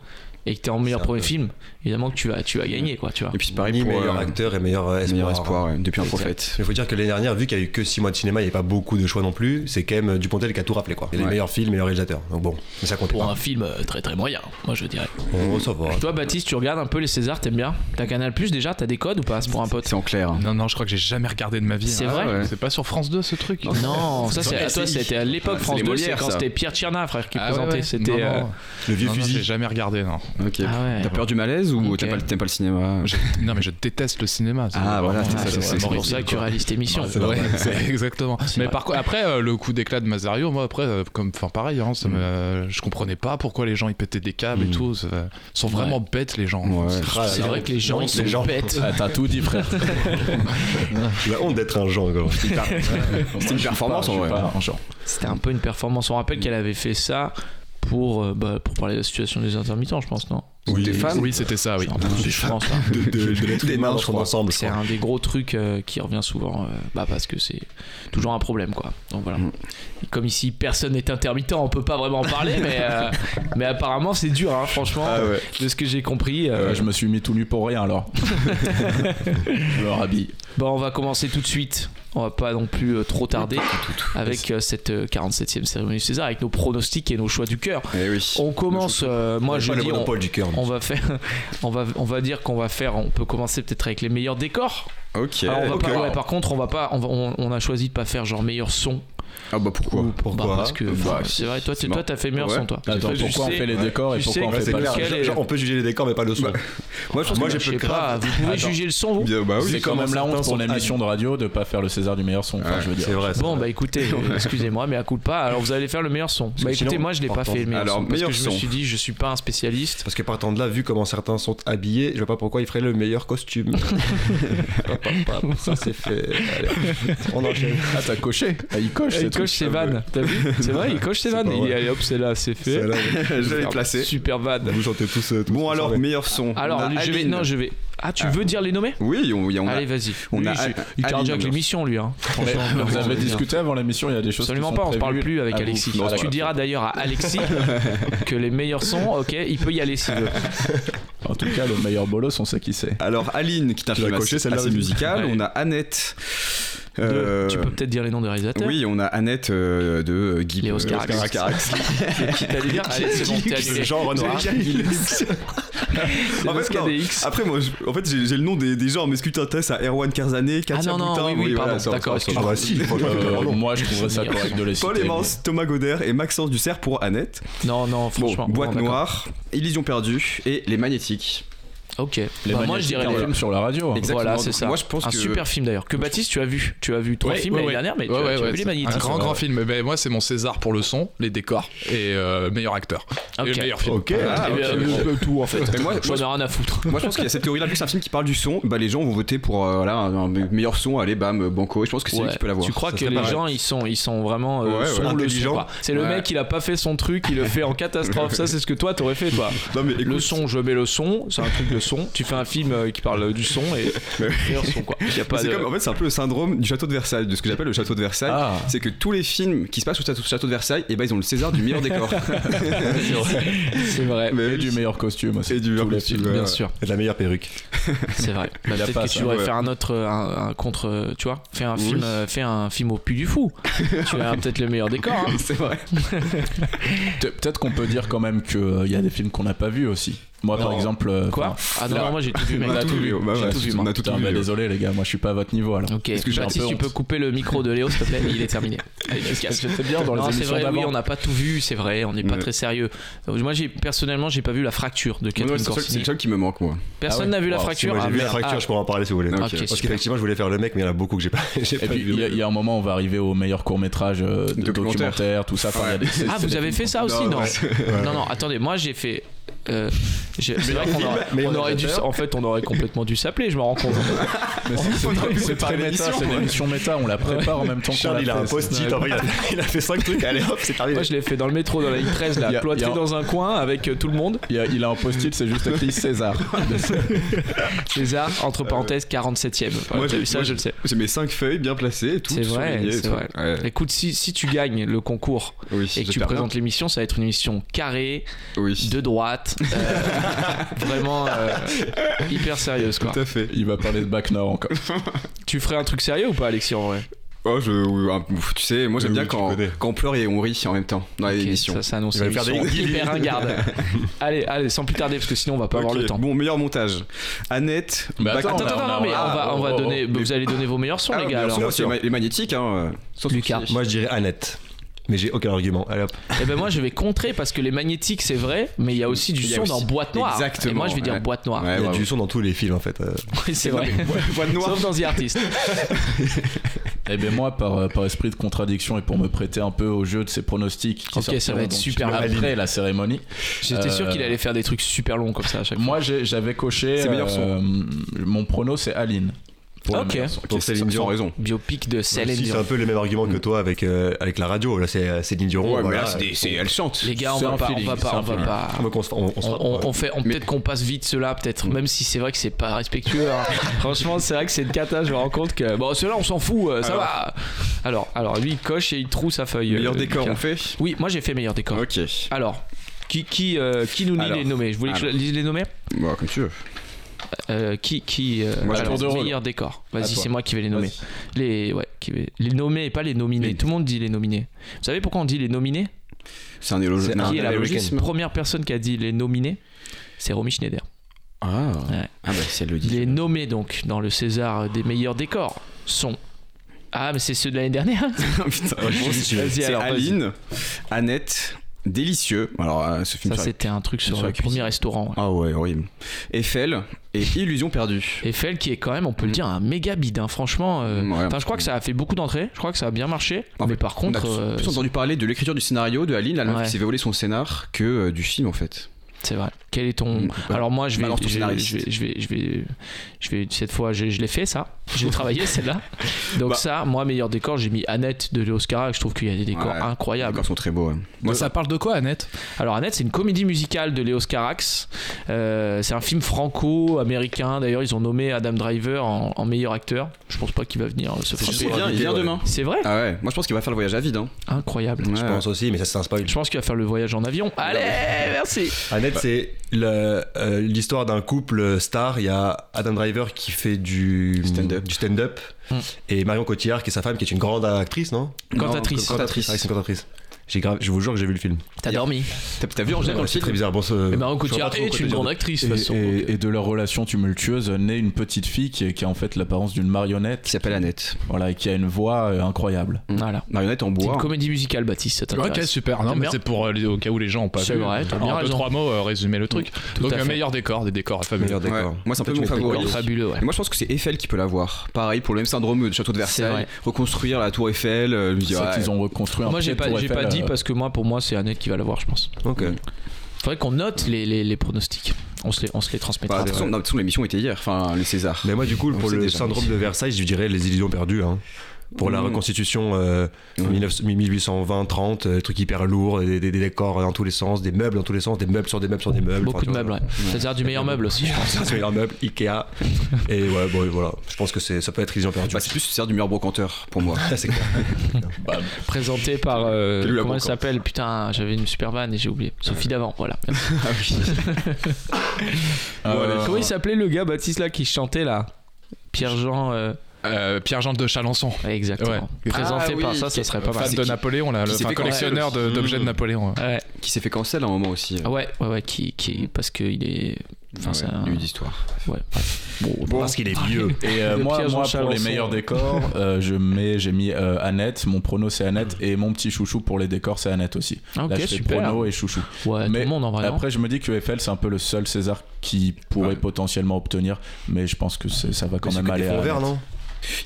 Speaker 2: et que t'es en meilleur
Speaker 5: C'est un
Speaker 2: premier
Speaker 5: peu-
Speaker 2: film, évidemment que tu vas, tu vas gagner, quoi, tu vois.
Speaker 4: Et puis c'est pareil
Speaker 5: ni
Speaker 4: pour.
Speaker 5: meilleur
Speaker 4: euh,
Speaker 5: acteur et meilleur euh, espoir.
Speaker 4: Meilleur espoir, ouais,
Speaker 2: hein.
Speaker 4: depuis un prophète.
Speaker 5: Il faut dire que l'année dernière, vu qu'il y a eu que 6 mois de cinéma, il n'y avait pas beaucoup de choix non plus. C'est quand même euh, Dupontel qui a tout rappelé, quoi. Et les
Speaker 4: Ouais.
Speaker 5: meilleurs films, meilleurs réalisateurs. Donc bon, mais ça compte
Speaker 2: Pour
Speaker 5: pas.
Speaker 2: un film euh, très très moyen, moi je dirais.
Speaker 5: On s'en va.
Speaker 2: Toi, Baptiste, tu regardes un peu les Césars, t'aimes bien T'as Canal Plus déjà T'as des codes ou pas C'est pour un pote
Speaker 4: C'est en clair. hein.
Speaker 6: Non, non, je crois que j'ai jamais regardé de ma vie.
Speaker 2: C'est
Speaker 6: Ah
Speaker 2: vrai
Speaker 6: ouais. C'est pas sur France 2 ce truc
Speaker 2: Non, ça c'est à toi, c'était à l'époque
Speaker 4: Ouais, c'est
Speaker 2: France
Speaker 4: les
Speaker 2: 2, c'est
Speaker 4: Molières,
Speaker 2: quand
Speaker 4: ça.
Speaker 2: c'était Pierre Tcherna, frère, qui
Speaker 6: Ah ouais,
Speaker 2: présentait.
Speaker 6: ouais.
Speaker 2: C'était.
Speaker 6: Non, non.
Speaker 2: euh,
Speaker 5: Le vieux
Speaker 6: Non, non, j'ai
Speaker 5: fusil.
Speaker 6: jamais regardé, non.
Speaker 4: Ok.
Speaker 2: Ah ouais.
Speaker 4: T'as peur du malaise ou
Speaker 2: Ok.
Speaker 4: t'aimes pas, le- t'aimes pas le cinéma
Speaker 6: Je- non, mais je déteste le cinéma. c'est
Speaker 4: Ah, voilà,
Speaker 6: vraiment-
Speaker 4: c'est ça,
Speaker 2: ah,
Speaker 4: c'est-
Speaker 2: C'est pour
Speaker 6: horrible,
Speaker 2: ça que tu
Speaker 6: quoi.
Speaker 2: réalises tes missions.
Speaker 6: Non, c'est vrai, c'est exactement. Mais par contre, après euh, le coup d'éclat de Mazario, moi après, euh, comme, enfin pareil, hein, ça me-
Speaker 4: Mm.
Speaker 6: euh, je comprenais pas pourquoi les gens ils pétaient des câbles et tout. ça- Ils sont vraiment bêtes les gens.
Speaker 4: Ouais.
Speaker 2: C'est
Speaker 5: Ah,
Speaker 2: vrai que les gens
Speaker 5: non,
Speaker 2: ils sont
Speaker 5: les gens.
Speaker 2: bêtes.
Speaker 3: Ah, T'as tout dit, frère.
Speaker 5: Tu as honte d'être un genre, gros.
Speaker 3: Moi, je suis
Speaker 4: performance,
Speaker 3: pas-
Speaker 4: en
Speaker 3: je suis
Speaker 4: vrai.
Speaker 3: pas un genre.
Speaker 2: C'était un peu une performance. On rappelle qu'elle avait fait ça pour, euh, bah, pour parler de la situation des intermittents, je pense, non
Speaker 5: Oui.
Speaker 2: C'était-
Speaker 5: Des
Speaker 4: femmes
Speaker 6: Oui, c'était ça, Ah oui.
Speaker 2: c'est un peu- je pense, hein.
Speaker 5: de, de, de la
Speaker 4: Des
Speaker 5: Tour de Main,
Speaker 4: marches,
Speaker 5: je crois,
Speaker 4: quoi.
Speaker 5: ensemble, je
Speaker 2: C'est
Speaker 5: crois.
Speaker 2: un des gros trucs euh, qui revient souvent, euh, bah, parce que c'est toujours un problème, quoi. Donc voilà.
Speaker 4: Mm.
Speaker 2: Et comme ici personne n'est intermittent, on peut pas vraiment en parler, mais, euh, mais apparemment c'est dur, hein, franchement,
Speaker 4: Ah ouais.
Speaker 2: de ce que j'ai compris. euh,
Speaker 3: Euh, je me suis mis tout nu pour rien alors. je me rhabille.
Speaker 2: Bon, on va commencer tout de suite. On va pas non plus euh, trop tarder avec euh, cette euh, 47e cérémonie du César, avec nos pronostics et nos choix du cœur.
Speaker 4: Eh oui.
Speaker 2: On commence. euh, moi,
Speaker 5: Pas
Speaker 2: je
Speaker 5: le
Speaker 2: dis, on,
Speaker 5: monopole du cœur.
Speaker 2: on va faire. On va, on va dire qu'on va faire. On peut commencer peut-être avec les meilleurs décors.
Speaker 4: Ok.
Speaker 2: Alors, Ah, on va
Speaker 4: Ok.
Speaker 2: pas- ouais, par contre, on va pas. On, va- on- on a choisi de pas faire genre meilleur son.
Speaker 4: Ah bah pourquoi
Speaker 2: Ou-
Speaker 5: Pourquoi
Speaker 2: bah, Parce que
Speaker 4: Bah,
Speaker 2: enfin,
Speaker 4: si,
Speaker 2: c'est vrai. Toi,
Speaker 4: c'est
Speaker 2: t'es- toi,
Speaker 4: marrant.
Speaker 2: t'as fait meilleur
Speaker 4: Ouais.
Speaker 2: son, toi.
Speaker 3: Attends,
Speaker 2: Tu
Speaker 3: pourquoi on
Speaker 2: sais-
Speaker 3: fait les décors et
Speaker 2: tu
Speaker 3: pourquoi
Speaker 2: sais
Speaker 3: on
Speaker 2: que
Speaker 3: fait
Speaker 5: C'est
Speaker 3: pas
Speaker 2: lequel
Speaker 5: clair,
Speaker 3: le
Speaker 2: lequel
Speaker 5: genre,
Speaker 2: est-
Speaker 5: genre, on peut juger les décors mais pas le son.
Speaker 4: Bah, Moi je pense
Speaker 2: Moi,
Speaker 4: que
Speaker 2: je sais pas. Vous pouvez juger le son. vous
Speaker 4: Bah oui.
Speaker 3: Ah C'est quand même la honte pour une émission de radio de pas faire le César du meilleur son. Enfin,
Speaker 4: Ouais,
Speaker 3: je veux dire.
Speaker 5: C'est vrai.
Speaker 2: Bon bah écoutez, euh, excusez-moi, mais à coup de pas. Alors vous allez faire le meilleur son.
Speaker 5: que
Speaker 2: Bah écoutez,
Speaker 5: sinon,
Speaker 2: moi je l'ai pas
Speaker 5: pardon.
Speaker 2: fait le meilleur
Speaker 4: Alors,
Speaker 2: son parce
Speaker 4: meilleur
Speaker 2: que je me
Speaker 4: son.
Speaker 2: suis dit je suis pas un spécialiste.
Speaker 5: Parce que partant de là, vu comment certains sont habillés, je vois pas pourquoi ils feraient le meilleur costume. Hop, hop, hop, ça c'est fait. Allez, on enchaîne.
Speaker 3: Ah, t'as coché Ah, Il coche,
Speaker 2: il
Speaker 3: c'est
Speaker 2: coche ses vannes, t'as vu C'est vrai, il coche ses
Speaker 5: C'est
Speaker 2: vannes.
Speaker 5: pas
Speaker 2: Il
Speaker 5: vrai.
Speaker 2: est allé, hop, c'est là, c'est fait.
Speaker 5: C'est là,
Speaker 4: J'avais placé.
Speaker 2: Super vanne.
Speaker 5: Vous chantez tous. euh, tous
Speaker 4: Bon
Speaker 5: ensemble.
Speaker 4: alors meilleur son.
Speaker 2: Alors
Speaker 4: On a
Speaker 2: je vais,
Speaker 4: Aline.
Speaker 2: non je vais. Ah tu veux dire les nommés
Speaker 4: Oui, on, on a-
Speaker 2: Allez vas-y.
Speaker 4: on
Speaker 2: Lui,
Speaker 4: a
Speaker 2: je-
Speaker 4: Al-
Speaker 2: il charge
Speaker 4: Aline
Speaker 2: avec
Speaker 4: Miller.
Speaker 2: l'émission lui. Hein. Franchement,
Speaker 3: Vous avez
Speaker 2: bien.
Speaker 3: discuté avant l'émission, il y a des choses. qui
Speaker 2: Absolument
Speaker 3: sont
Speaker 2: pas, on se parle
Speaker 3: prévues
Speaker 2: plus avec
Speaker 3: à vous.
Speaker 2: Alexis.
Speaker 3: Non, c'est
Speaker 2: tu
Speaker 3: pas
Speaker 2: diras d'ailleurs à Alexis que les meilleurs sons, ok, il peut y aller s'il veut.
Speaker 3: grave. En tout cas, le meilleur bolos, on sait qui c'est.
Speaker 4: Alors Aline qui t'a
Speaker 5: l'as
Speaker 4: fait
Speaker 5: coché,
Speaker 4: assez,
Speaker 5: celle-là,
Speaker 4: assez
Speaker 5: oui.
Speaker 4: musicale.
Speaker 2: Ouais.
Speaker 4: On a Annette.
Speaker 2: Deux.
Speaker 4: Euh,
Speaker 2: Tu peux peut-être dire les noms des réalisateurs.
Speaker 4: Oui, on a Annette euh, de euh, Guy
Speaker 2: Les
Speaker 4: euh,
Speaker 2: Oscar
Speaker 4: Oscar
Speaker 2: Axe.
Speaker 4: Axe.
Speaker 2: T'allais dire, allez, c'est bon, t'es annulé.
Speaker 5: Jean Renoir.
Speaker 2: C'est
Speaker 4: En fait, non. Ah,
Speaker 2: KDX.
Speaker 4: Après, moi, je- en fait, j'ai j'ai le nom des, des gens, mais ce que tu t'intéresses à Erwan Kerzané, Katia
Speaker 2: Ah non, non,
Speaker 4: Boutin,
Speaker 2: oui, oui, pardon,
Speaker 4: ça,
Speaker 2: d'accord,
Speaker 4: ça, ça,
Speaker 5: Ah
Speaker 4: ça.
Speaker 5: bah si, franchement,
Speaker 3: Euh,
Speaker 5: vraiment.
Speaker 3: moi, je trouverais ça
Speaker 2: Meilleur
Speaker 3: correct
Speaker 2: son.
Speaker 3: de les citer.
Speaker 4: Paul
Speaker 3: mais-
Speaker 4: Evans, Thomas Goder et Maxence Ducerre pour Annette.
Speaker 2: Non, non,
Speaker 4: Bon,
Speaker 2: franchement.
Speaker 4: Boîte
Speaker 2: bon, d'accord.
Speaker 4: Noire, Illusion Perdue et Les Magnétiques.
Speaker 2: Ok.
Speaker 3: Les
Speaker 2: Bah, moi, je
Speaker 3: magnétiques,
Speaker 2: dirais
Speaker 3: un
Speaker 2: les...
Speaker 3: film sur la radio.
Speaker 4: hein. Exactement.
Speaker 2: Voilà, c'est ça.
Speaker 4: Moi, je pense
Speaker 2: un
Speaker 4: que-
Speaker 2: super film d'ailleurs. Que Baptiste, tu as vu. Tu as vu trois
Speaker 6: Ouais,
Speaker 2: films
Speaker 6: ouais,
Speaker 2: l'année
Speaker 6: ouais.
Speaker 2: dernière, mais tu,
Speaker 6: Ouais,
Speaker 2: as,
Speaker 6: ouais,
Speaker 2: tu as
Speaker 6: ouais,
Speaker 2: vu les
Speaker 6: c'est
Speaker 2: magnétiques.
Speaker 6: Un grand, grand film. Ben, moi, c'est mon César pour le son, les décors et euh, meilleur acteur.
Speaker 2: Ok.
Speaker 6: Et le meilleur film.
Speaker 5: Ok.
Speaker 4: Ah,
Speaker 2: Eh bien,
Speaker 4: ok.
Speaker 2: le- le tout en fait.
Speaker 4: Mais moi,
Speaker 2: J'en
Speaker 4: moi,
Speaker 2: ai rien à foutre.
Speaker 4: Moi je pense qu'il y a cette théorie-là, vu que c'est un film qui parle du son, bah les gens vont voter pour euh, voilà, un me- meilleur son, allez bam, banco, et je pense que c'est
Speaker 2: Ouais.
Speaker 4: lui qui peut l'avoir.
Speaker 2: Tu crois
Speaker 4: Ça
Speaker 2: que
Speaker 4: serait
Speaker 2: les
Speaker 4: pas mal.
Speaker 2: gens ils sont ils sont vraiment euh,
Speaker 4: Ouais, ouais.
Speaker 2: sont le son,
Speaker 5: Intelligents.
Speaker 2: quoi. C'est le
Speaker 4: Ouais.
Speaker 2: mec il a pas fait son truc, il le fait en catastrophe. Ça c'est ce que toi t'aurais fait toi.
Speaker 4: Non mais
Speaker 2: Le
Speaker 4: écoute,
Speaker 2: son, je mets le son, c'est un truc de son. Tu fais un film euh, qui parle euh, du son et meilleur son quoi. Y a pas
Speaker 4: c'est
Speaker 2: de-
Speaker 4: comme- en fait c'est un peu le syndrome du château de Versailles, de ce que j'appelle le château de Versailles.
Speaker 3: Ah.
Speaker 4: C'est que tous les films qui se passent au château- château de Versailles, et bah ils ont le César du meilleur décor.
Speaker 2: C'est vrai.
Speaker 4: Mais-
Speaker 3: Et du meilleur costume aussi.
Speaker 4: Et du meilleur
Speaker 3: Tous les
Speaker 4: costume,
Speaker 3: films.
Speaker 4: ouais.
Speaker 5: euh,
Speaker 2: Bien sûr,
Speaker 5: Et de la meilleure perruque.
Speaker 2: c'est vrai. Bah,
Speaker 3: Il a
Speaker 2: Peut-être
Speaker 3: pas
Speaker 2: que
Speaker 3: ça,
Speaker 2: tu devrais
Speaker 4: ouais.
Speaker 2: faire un autre, euh, un, un contre, euh, tu vois, fais un
Speaker 4: Oui.
Speaker 2: film, euh, fais un film au puits du fou. tu as peut-être le meilleur décor. hein.
Speaker 4: c'est vrai.
Speaker 3: Pe- Peut-être qu'on peut dire quand même qu'il y a des films qu'on n'a pas vus aussi. Moi, par
Speaker 2: Non.
Speaker 3: exemple. euh,
Speaker 2: Quoi
Speaker 3: enfin,
Speaker 2: Ah non,
Speaker 3: Là.
Speaker 2: non, moi j'ai tout vu, mec.
Speaker 4: On a tout vu, bah
Speaker 2: J'ai
Speaker 4: ouais,
Speaker 2: tout vu,
Speaker 4: on
Speaker 2: moi.
Speaker 4: a tout
Speaker 3: putain,
Speaker 4: vu.
Speaker 3: bah, désolé les gars, moi je suis pas à votre niveau alors.
Speaker 2: Ok,
Speaker 4: Parce que j'ai un
Speaker 2: Baptiste,
Speaker 3: peu
Speaker 2: tu
Speaker 3: honte.
Speaker 2: peux couper le micro de Léo, s'il te plaît Ah, Il est terminé. Allez, tu casses.
Speaker 3: J'étais bien dans les
Speaker 2: Non, c'est
Speaker 3: émissions
Speaker 2: vrai, oui,
Speaker 3: d'avant.
Speaker 2: on n'a pas tout vu, c'est vrai, on n'est pas
Speaker 4: Ouais.
Speaker 2: très sérieux. Euh, Moi, j'ai personnellement, j'ai pas vu la fracture de
Speaker 4: Ouais,
Speaker 2: Catherine
Speaker 4: c'est le seul- c'est
Speaker 2: Corsini.
Speaker 4: le seul qui me manque moi.
Speaker 2: Personne
Speaker 3: Ah ouais.
Speaker 2: n'a vu la
Speaker 3: Wow,
Speaker 2: fracture.
Speaker 5: Moi j'ai
Speaker 2: Ah,
Speaker 5: vu la
Speaker 2: merde.
Speaker 5: fracture, je pourrais en parler si vous voulez.
Speaker 2: Ah, ok,
Speaker 5: Parce
Speaker 2: super.
Speaker 5: qu'effectivement, je voulais faire le mec, mais il y en a beaucoup que j'ai pas, j'ai
Speaker 3: Et
Speaker 5: pas
Speaker 3: puis
Speaker 5: vu.
Speaker 3: il y, a- il y a un moment, on va arriver au meilleur court métrage de
Speaker 4: Documentaire.
Speaker 3: documentaire, tout ça. Enfin, il y a des- c'est-
Speaker 2: Ah,
Speaker 3: c'est
Speaker 2: vous
Speaker 3: des
Speaker 2: avez
Speaker 3: films
Speaker 2: fait ça aussi
Speaker 4: Non,
Speaker 2: Non.
Speaker 4: ouais.
Speaker 2: Non, non, attendez, moi j'ai fait. euh, j'ai- c'est vrai qu'on aurait,
Speaker 5: mais
Speaker 2: on aurait dû. En fait, on aurait complètement dû s'appeler, je me rends compte.
Speaker 3: Mais c'est- c'est pas- C'est pas
Speaker 4: préparer
Speaker 3: méta,
Speaker 4: l'émission,
Speaker 3: c'est
Speaker 4: ouais.
Speaker 3: l'émission méta, on la prépare en même temps qu'on la
Speaker 5: Charles, il a un
Speaker 3: fait, c'est-
Speaker 5: post-it. en vrai, il a- Il a fait 5 trucs. Allez hop, c'est terminé.
Speaker 2: Moi, je l'ai fait dans le métro, dans la ligne 13, là,
Speaker 3: Y a-
Speaker 2: cloîtré
Speaker 3: y a-
Speaker 2: dans un coin avec euh, tout le monde.
Speaker 3: Il a, il a un post-it, c'est juste écrit César.
Speaker 2: César, entre parenthèses, 47 e
Speaker 4: Moi, j'ai-
Speaker 2: Ça,
Speaker 4: moi,
Speaker 2: je le sais.
Speaker 4: J'ai mes 5 feuilles bien placées et tout.
Speaker 2: C'est vrai,
Speaker 4: surlignées et
Speaker 2: c'est
Speaker 4: tout.
Speaker 2: vrai.
Speaker 4: Ouais.
Speaker 2: Écoute, si, si tu gagnes le concours
Speaker 4: Oui,
Speaker 2: et que tu
Speaker 4: j'espère
Speaker 2: présentes l'émission, ça va être une émission carrée,
Speaker 4: bien. Oui.
Speaker 2: de droite, euh, vraiment euh, hyper sérieuse quoi.
Speaker 4: Tout à fait.
Speaker 3: Il va parler de Bac Nord encore.
Speaker 2: Tu ferais un truc sérieux ou pas, Alexis, en vrai
Speaker 4: Oh, je, oui, ah, ouf, tu sais, moi j'aime
Speaker 5: Oui,
Speaker 4: bien
Speaker 5: oui, tu
Speaker 4: quand,
Speaker 5: connais.
Speaker 4: quand on pleure et on rit en même temps dans
Speaker 2: Ok,
Speaker 4: l'émission.
Speaker 2: Ça, ça annonce
Speaker 5: Il va
Speaker 2: une
Speaker 5: lui faire
Speaker 2: émission
Speaker 5: des guillis.
Speaker 2: hyper ringarde. allez, allez, sans plus tarder, parce que sinon on va pas avoir
Speaker 4: Ok,
Speaker 2: le temps.
Speaker 4: Bon, meilleur montage. Annette.
Speaker 3: Bah,
Speaker 4: Bac-
Speaker 3: attends,
Speaker 2: Attends,
Speaker 3: on a-
Speaker 2: attends,
Speaker 3: on a-
Speaker 2: non, mais on
Speaker 3: ah,
Speaker 2: va, on
Speaker 3: oh,
Speaker 2: va
Speaker 3: oh,
Speaker 2: donner.
Speaker 3: oh.
Speaker 2: Vous allez donner vos meilleurs sons,
Speaker 4: Ah,
Speaker 2: les
Speaker 4: bien
Speaker 2: gars. Alors,
Speaker 4: sûr, c'est ma- les magnétiques. Hein, euh, sans
Speaker 2: Lucas.
Speaker 4: souci.
Speaker 5: Moi je dirais Annette. Mais j'ai aucun argument. Allez hop.
Speaker 2: et ben moi, je vais contrer parce que les magnétiques, c'est vrai, mais il y a aussi du
Speaker 4: Il y a
Speaker 2: son
Speaker 4: aussi-
Speaker 2: dans boîte noire. Et
Speaker 4: Exactement,
Speaker 2: moi, je vais dire
Speaker 4: ouais.
Speaker 2: boîte noire.
Speaker 4: Ouais,
Speaker 5: Il y a
Speaker 4: bravo.
Speaker 5: du son dans tous les films en fait. euh.
Speaker 2: Oui, c'est vrai.
Speaker 4: Voix de noir.
Speaker 2: Sauf dans The Artist.
Speaker 3: Eh bien moi, par, euh, par esprit de contradiction et pour me prêter un peu au jeu de ces pronostics qui
Speaker 2: Ok, ça va
Speaker 3: sortiront
Speaker 2: être
Speaker 3: donc
Speaker 2: super
Speaker 3: après la cérémonie,
Speaker 2: J'étais sûr
Speaker 3: Euh,
Speaker 2: qu'il allait faire des trucs super longs comme ça à chaque fois.
Speaker 3: moi j'ai- j'avais coché
Speaker 4: C'est meilleur son.
Speaker 3: euh, mon prono c'est Aline.
Speaker 4: Pour la
Speaker 2: Ok.
Speaker 4: meilleure-
Speaker 2: Ok,
Speaker 4: Pour Céline Dion, raison.
Speaker 2: Biopic de
Speaker 4: Bah,
Speaker 2: Céline
Speaker 5: Si, c'est
Speaker 2: Dion.
Speaker 5: un peu le même argument que toi avec, euh, avec la radio. Là, c'est euh, Céline Dion.
Speaker 4: Ouais, mais
Speaker 5: voilà.
Speaker 4: là, c'est des- c'est- elle chante.
Speaker 2: Les gars, on
Speaker 3: C'est
Speaker 2: va
Speaker 3: un
Speaker 2: pas, on
Speaker 3: feeling,
Speaker 2: va
Speaker 3: c'est un
Speaker 2: pas, on va
Speaker 3: feeling.
Speaker 2: pas.
Speaker 5: Donc, on Ah, se- on- on se-
Speaker 2: On, on- on fait, on- peut-être qu'on passe vite cela, peut-être, même si c'est vrai que c'est pas respectueux. hein. Franchement, c'est vrai que c'est une cata. Je me rends compte que bon, cela on s'en fout, euh, ça
Speaker 4: Alors.
Speaker 2: va. Alors, alors lui il coche et il troue sa feuille.
Speaker 4: Meilleur
Speaker 2: euh,
Speaker 4: décor,
Speaker 2: Lucas.
Speaker 4: on fait
Speaker 2: Oui, moi j'ai fait meilleur décor.
Speaker 4: Ok.
Speaker 2: Alors, qui, qui, euh, qui nous dit
Speaker 4: Alors.
Speaker 2: les nommés Je voulais que je les- les nommais.
Speaker 4: Bon, bah, comme tu veux.
Speaker 2: Euh, qui, qui euh,
Speaker 4: Moi, je
Speaker 2: alors,
Speaker 4: tourne de rôle.
Speaker 2: meilleur décor
Speaker 3: À
Speaker 2: Vas-y,
Speaker 3: toi.
Speaker 2: c'est moi qui vais les nommer. Les ouais, qui vais- les nommer et pas les nominer.
Speaker 4: Oui.
Speaker 2: Tout le monde dit les nominés. Vous savez pourquoi on dit les nominés
Speaker 4: C'est un éloge.
Speaker 5: C'est
Speaker 4: non,
Speaker 2: Qui est
Speaker 4: un
Speaker 2: la
Speaker 4: élogisme.
Speaker 2: première personne qui a dit les nominés C'est Romy Schneider.
Speaker 4: Ah.
Speaker 2: Ouais.
Speaker 4: ah, bah, si elle le dit.
Speaker 2: Les nommés donc dans le César des meilleurs décors sont. Ah, mais c'est ceux de l'année dernière
Speaker 4: Oh, Putain, bon,
Speaker 2: Vas-y,
Speaker 4: c'est
Speaker 2: alors, vas-y.
Speaker 4: Aline, Annette, délicieux. Alors, euh, ce film
Speaker 2: Ça,
Speaker 4: sur la-
Speaker 2: c'était un truc sur,
Speaker 4: sur la
Speaker 2: le premier
Speaker 4: cuisine.
Speaker 2: restaurant. ouais.
Speaker 4: Ah ouais, horrible. Eiffel et Illusion perdue.
Speaker 2: Eiffel qui est quand même, on peut le dire, un méga bide, hein, franchement. euh,
Speaker 4: Mm. Ouais.
Speaker 2: Enfin, je crois que ça a fait beaucoup d'entrées, je crois que ça a bien marché.
Speaker 4: En
Speaker 2: mais
Speaker 4: fait,
Speaker 2: par contre,
Speaker 4: on a
Speaker 2: euh,
Speaker 4: plus entendu parler de l'écriture du scénario de Aline, la meuf
Speaker 2: Ouais.
Speaker 4: qui s'est fait voler son scénar, que euh, du film en fait.
Speaker 2: c'est vrai. Quel est ton.
Speaker 4: Mm, bah,
Speaker 2: Alors, moi, je vais.
Speaker 4: balance ton
Speaker 2: je, vais
Speaker 4: scénariste.
Speaker 2: je vais, je, vais, je, vais, je vais- Cette fois, je, je l'ai fait, ça. J'ai travaillé, celle-là. Donc,
Speaker 4: Bah.
Speaker 2: ça, moi, meilleur décor, j'ai mis Annette de Léoscara. Je trouve qu'il y a des décors
Speaker 4: Ouais. Les
Speaker 2: incroyables.
Speaker 4: décors sont très hein. beaux. ouais. Moi, ça.
Speaker 6: ça parle de quoi, Annette
Speaker 2: Alors Annette, c'est une comédie musicale de Léos Carax. Euh, c'est un film franco-américain. D'ailleurs, ils ont nommé Adam Driver en, en meilleur acteur. Je pense pas qu'il va venir euh, se
Speaker 4: Je sais
Speaker 2: frapper.
Speaker 4: bien, il vient demain.
Speaker 2: C'est vrai
Speaker 4: Ah ouais, moi je pense qu'il va faire le voyage à vide. Hein.
Speaker 2: Incroyable.
Speaker 4: Ouais.
Speaker 5: Je pense aussi, mais ça c'est un spoil.
Speaker 2: Je pense qu'il va faire le voyage en avion. Allez, merci.
Speaker 5: Annette, c'est le- euh, l'histoire d'un couple star. Il y a Adam Driver qui fait du
Speaker 4: Stand-up.
Speaker 5: du stand-up
Speaker 2: Mm.
Speaker 5: et Marion Cotillard qui est sa femme, qui est une grande actrice, non
Speaker 2: Cantatrice.
Speaker 4: Non, cantatrice.
Speaker 5: Ah, c'est une cantatrice. J'ai grave, je vous jure que j'ai vu le Eh ben, film.
Speaker 2: T'as dormi.
Speaker 4: T'as t'as vu en
Speaker 5: Ouais,
Speaker 4: général dans le
Speaker 5: c'est
Speaker 4: film
Speaker 5: très bizarre. Bon, ce-
Speaker 2: Mais Marion
Speaker 5: Euh, je vois pas
Speaker 2: Cotillard
Speaker 5: trop
Speaker 2: est
Speaker 5: quoi te
Speaker 2: une
Speaker 5: dire
Speaker 2: grande
Speaker 5: de-
Speaker 2: actrice.
Speaker 3: Et,
Speaker 2: de toute façon.
Speaker 3: et- et de leur relation tumultueuse naît une petite fille qui, est- qui a en fait l'apparence d'une marionnette.
Speaker 4: Qui s'appelle Annette.
Speaker 3: Voilà, et qui a une voix euh, incroyable.
Speaker 2: Voilà.
Speaker 4: Marionnette en
Speaker 2: C'est une
Speaker 4: bois.
Speaker 2: comédie musicale, Baptiste. Ça
Speaker 6: Ok,
Speaker 2: t'intéresse
Speaker 6: super. Non,
Speaker 2: T'aimes
Speaker 6: mais
Speaker 2: bien
Speaker 6: c'est pour euh, les- au cas où les gens ont pas
Speaker 2: C'est
Speaker 6: vu.
Speaker 2: vrai, t'as
Speaker 6: En
Speaker 2: bien
Speaker 6: deux,
Speaker 2: raison.
Speaker 6: trois mots, euh, résumer le truc.
Speaker 2: Tout
Speaker 6: Donc,
Speaker 2: à
Speaker 6: un
Speaker 2: fait.
Speaker 6: meilleur décor, des décors fabuleux.
Speaker 5: Meilleur décor.
Speaker 4: Ouais. Moi, c'est un peu
Speaker 5: Peut-être
Speaker 4: mon
Speaker 5: que
Speaker 4: favori.
Speaker 5: les
Speaker 2: Alors,
Speaker 5: décors-
Speaker 2: Fabuleux, ouais.
Speaker 4: Et Moi je pense que c'est Eiffel qui peut l'avoir. Pareil pour le même syndrome du château de Versailles.
Speaker 2: vrai.
Speaker 4: Reconstruire la tour Eiffel, euh, lui
Speaker 3: C'est
Speaker 4: dire.
Speaker 3: ça
Speaker 4: ouais,
Speaker 3: qu'ils ont reconstruit. un
Speaker 2: Moi,
Speaker 3: peu
Speaker 2: j'ai
Speaker 3: la
Speaker 2: pas,
Speaker 3: tour
Speaker 2: j'ai pas
Speaker 3: Eiffel, euh,
Speaker 2: dit parce que moi, pour moi, c'est Annette qui va l'avoir, je pense.
Speaker 5: Ok.
Speaker 2: Faudrait qu'on note les, les, les pronostics. On se les, on se les
Speaker 4: bah,
Speaker 2: transmettra.
Speaker 4: de toute façon, non, de toute façon, l'émission était hier, enfin les Césars.
Speaker 5: Mais moi, du coup,
Speaker 4: On
Speaker 5: pour
Speaker 4: sait
Speaker 5: le
Speaker 4: déjà.
Speaker 5: syndrome de Versailles, je dirais les illusions perdues. hein. Pour la
Speaker 4: Mm.
Speaker 5: reconstitution euh,
Speaker 4: Ouais.
Speaker 5: 1820-30, euh, des trucs hyper lourds, des, des- des décors dans tous les sens, des meubles dans tous les sens, des meubles sur des meubles sur des meubles.
Speaker 2: Beaucoup de meubles, ouais. C'est-à-dire du meilleur meuble aussi, je pense.
Speaker 5: C'est un meuble, Ikea. Et ouais, bon, et voilà. Je pense que c'est- ça peut être illusion perdue.
Speaker 4: Bah, c'est plus c'est du meilleur brocanteur pour moi.
Speaker 5: Ah, c'est clair.
Speaker 2: présenté par euh,
Speaker 4: Quel est la
Speaker 2: comment elle
Speaker 4: brocante
Speaker 2: s'appelle putain j'avais une super vanne et j'ai oublié Sophie d'avant voilà
Speaker 4: ah oui.
Speaker 3: euh,
Speaker 2: comment il s'appelait le gars Baptiste là qui chantait là Pierre Jean
Speaker 6: Euh, Pierre-Jean de Chalençon.
Speaker 2: exactement
Speaker 6: Ouais.
Speaker 2: présenté
Speaker 4: Ah
Speaker 2: par
Speaker 4: oui,
Speaker 2: ça ça
Speaker 4: qui-
Speaker 2: serait pas mal
Speaker 6: Fan de
Speaker 4: qui-
Speaker 6: Napoléon, là, le
Speaker 4: s'est
Speaker 6: enfin,
Speaker 4: fait
Speaker 6: collectionneur
Speaker 4: cancel.
Speaker 6: de- d'objets
Speaker 2: Hmm.
Speaker 6: de Napoléon.
Speaker 2: ouais
Speaker 4: qui s'est fait cancel à un moment aussi. euh.
Speaker 2: Ah ouais ouais, ouais, qui, qui parce que il est enfin
Speaker 4: Ouais,
Speaker 2: c'est un-
Speaker 4: il y a eu d'histoire.
Speaker 2: bon,
Speaker 5: Parce qu'il est vieux.
Speaker 3: Et euh,
Speaker 2: Le
Speaker 3: moi,
Speaker 2: Pierre Jean
Speaker 3: moi, pour les
Speaker 2: Chalençon.
Speaker 3: meilleurs décors, euh, je mets, j'ai mis euh, Annette. Mon prono c'est Annette et mon petit chouchou pour les décors c'est Annette aussi.
Speaker 2: Ah, ok
Speaker 3: Là, je fais
Speaker 2: super
Speaker 3: prono et chouchou.
Speaker 2: ouais tout
Speaker 3: Mais
Speaker 2: le monde en vrai hein. non
Speaker 3: Après, je me dis que Eiffel c'est un peu le seul César qui pourrait
Speaker 4: Ouais.
Speaker 3: potentiellement obtenir, mais je pense que c'est- ça va quand
Speaker 5: C'est
Speaker 3: même
Speaker 5: que des
Speaker 3: aller.
Speaker 5: fonds
Speaker 3: à
Speaker 5: verts,
Speaker 3: Annette.
Speaker 5: non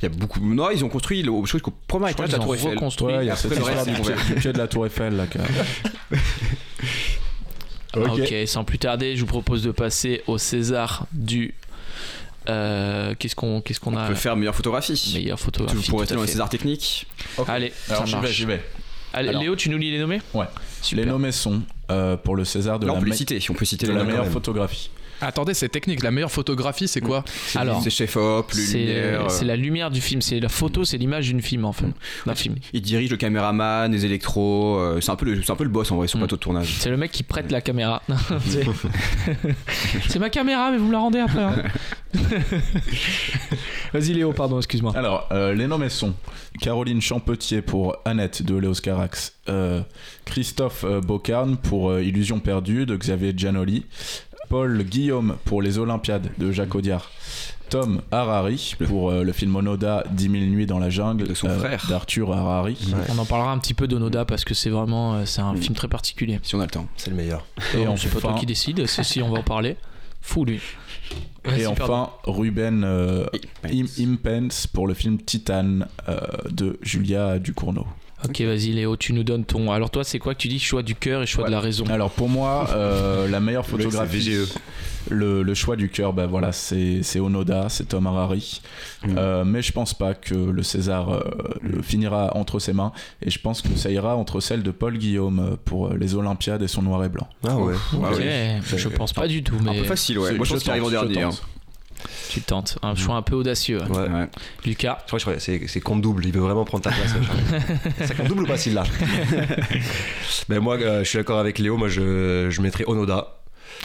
Speaker 4: Il y a beaucoup. Non, ils ont construit le je crois qu'au premier
Speaker 2: je crois
Speaker 4: étage de la
Speaker 2: qu'ils ont
Speaker 4: Tour Eiffel.
Speaker 2: reconstruit
Speaker 3: Ouais, il y a
Speaker 4: Après,
Speaker 3: cette
Speaker 4: le reste,
Speaker 3: histoire du
Speaker 4: c'est
Speaker 3: pied,
Speaker 4: ouvert.
Speaker 3: du pied de la Tour Eiffel là. qui a-
Speaker 2: Ah, ok sans plus tarder je vous propose de passer au César du euh, qu'est-ce qu'on qu'est-ce qu'on
Speaker 4: On
Speaker 2: a
Speaker 4: peut faire meilleure photographie.
Speaker 2: meilleure
Speaker 4: Tu
Speaker 2: photographie tout
Speaker 4: pourrais être
Speaker 2: à
Speaker 4: dans les
Speaker 2: fait.
Speaker 4: Césars techniques.
Speaker 2: allez ça
Speaker 3: Alors j'y vais,
Speaker 2: marche
Speaker 3: j'y vais.
Speaker 2: Allez,
Speaker 3: Alors.
Speaker 2: Léo tu nous lis les nommés
Speaker 3: Ouais.
Speaker 2: Super.
Speaker 3: Les nommés sont euh, pour le César de
Speaker 4: Là, on
Speaker 3: la,
Speaker 4: peut les
Speaker 3: me-
Speaker 4: citer. On peut citer
Speaker 3: de
Speaker 4: les
Speaker 3: la
Speaker 4: noms.
Speaker 3: meilleure
Speaker 5: même.
Speaker 3: photographie.
Speaker 6: Attendez, c'est technique. La meilleure photographie,
Speaker 2: Hmm.
Speaker 6: c'est quoi
Speaker 2: Alors,
Speaker 4: C'est chef op, le
Speaker 2: c'est
Speaker 3: euh.
Speaker 4: lumière.
Speaker 2: c'est la lumière du film, c'est la photo, c'est l'image d'une film
Speaker 3: Mm.
Speaker 2: enfin, d'un film.
Speaker 4: Il dirige le caméraman, les électros. euh, C'est un peu le, c'est un peu le boss en vrai sur
Speaker 2: Mm.
Speaker 4: le plateau de tournage.
Speaker 2: C'est le mec qui prête la caméra. C'est- c'est ma caméra, mais vous me la rendez après. hein. Vas-y Léo, pardon, excuse-moi.
Speaker 3: Alors, euh, les nommés sont Caroline Champetier pour Annette de Léos Carax, euh, Christophe euh, Bocarne pour euh, Illusion perdue de Xavier Giannoli, Paul Guillaume pour Les Olympiades de Jacques Audiard, Tom Harari pour euh, le film Onoda 10 000 nuits dans la jungle euh,
Speaker 4: De son frère.
Speaker 3: d'Arthur Harari,
Speaker 2: On en parlera un petit peu d'Onoda parce que c'est vraiment euh, c'est un
Speaker 4: Mm.
Speaker 2: film très particulier.
Speaker 4: Si on a le temps.
Speaker 5: C'est le meilleur.
Speaker 3: et
Speaker 2: Bon,
Speaker 3: enfin,
Speaker 2: c'est pas toi qui décide, c'est si on va en parler. Fou lui.
Speaker 3: et
Speaker 2: Vas-y,
Speaker 3: enfin,
Speaker 2: pardon.
Speaker 3: Ruben euh,
Speaker 4: Et-
Speaker 3: Im- Impens pour le film Titan euh, de Julia Ducournau.
Speaker 2: Ok, vas-y Léo, tu nous donnes ton. Alors toi, c'est quoi que tu dis Choix du cœur et choix
Speaker 3: Ouais.
Speaker 2: de la raison.
Speaker 4: Ah
Speaker 3: Alors pour moi, euh, la meilleure
Speaker 4: Le mec, c'est
Speaker 3: photographie,
Speaker 4: VGE.
Speaker 3: le, le choix du cœur, bah voilà, c'est c'est Onoda, c'est Tom Harari.
Speaker 4: Mm.
Speaker 3: Euh, mais je pense pas que le César euh, le finira entre ses mains, et je pense que ça ira entre celle de Paul Guillaume euh, pour euh, les Olympiades et son noir et blanc.
Speaker 5: Ah ouais.
Speaker 4: Ah
Speaker 2: Ok,
Speaker 4: ouais.
Speaker 2: je pense pas du tout,
Speaker 4: Un
Speaker 2: mais
Speaker 4: peu facile, ouais.
Speaker 3: C'est-
Speaker 4: Moi, je pense
Speaker 3: tente,
Speaker 4: qu'il arrive en
Speaker 3: je
Speaker 4: dernier.
Speaker 3: tente.
Speaker 2: tu tentes. Un choix un peu audacieux.
Speaker 4: hein. Ouais.
Speaker 2: Lucas,
Speaker 5: Je crois que je- c'est, c'est compte double, il veut vraiment prendre ta place. hein, Charles. c'est compte double ou pas, là Ben moi, euh, je suis d'accord avec Léo, moi je, je mettrais Onoda.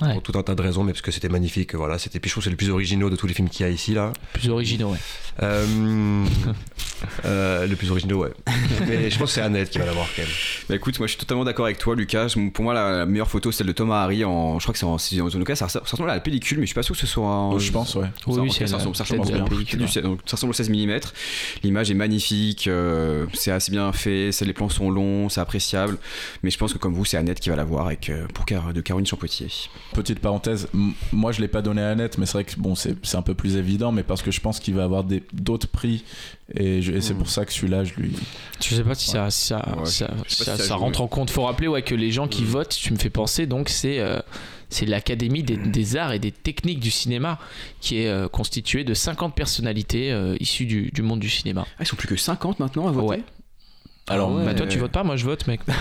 Speaker 2: Ouais.
Speaker 5: Pour tout un tas de raisons, mais parce que c'était magnifique, voilà. C'était puis je trouve que c'est le plus original de tous les films qu'il y a ici, là.
Speaker 2: plus originaux, ouais.
Speaker 5: Euh, euh, le plus original, ouais. Mais je pense que c'est Annette qui va l'avoir quand même.
Speaker 4: Bah écoute, moi je suis totalement d'accord avec toi, Lucas. Je- Pour moi, la, la meilleure photo, c'est celle de Thomas Harry. En, je crois que c'est en, c'est en tout cas, ça ressemble ça ressemble à la pellicule, mais je suis pas sûr que ce soit. En,
Speaker 3: Je pense, ouais.
Speaker 4: Ça,
Speaker 2: Oui,
Speaker 4: en tout cas,
Speaker 2: c'est
Speaker 4: ça
Speaker 2: la
Speaker 4: ressemble, ça
Speaker 2: tête
Speaker 4: ressemble
Speaker 2: de la
Speaker 4: bien.
Speaker 2: pellicule,
Speaker 4: Du-
Speaker 2: ouais.
Speaker 4: donc, ça ressemble au 16 mm. L'image est magnifique, euh, c'est assez bien fait, c'est- les plans sont longs, c'est appréciable. Mais je pense que comme vous, c'est Annette qui va l'avoir avec euh, pour Car- de Caroline Champetier.
Speaker 3: Petite parenthèse, m- moi je l'ai pas donné à Annette, mais c'est vrai que bon, c'est c'est un peu plus évident, mais parce que je pense qu'il va avoir des- d'autres prix, et, je- et
Speaker 4: Mm.
Speaker 3: c'est pour ça que celui-là, je lui.
Speaker 2: Je sais pas si ça, si ça,
Speaker 4: Ouais, je-
Speaker 2: ça,
Speaker 4: je sais pas
Speaker 2: ça-
Speaker 4: si ça
Speaker 2: ça
Speaker 4: joue, Mm.
Speaker 2: rentre en compte. Faut rappeler ouais, que les gens qui votent, tu me fais penser, donc c'est euh, c'est l'Académie des,
Speaker 4: Mm.
Speaker 2: des arts et des techniques du cinéma qui est euh, constituée de 50 personnalités euh, issues du, du monde du cinéma.
Speaker 4: Ah, ils sont plus que 50 maintenant à voter.
Speaker 2: Ouais.
Speaker 3: Alors,
Speaker 2: Bah, toi, tu votes pas, moi je vote, mec.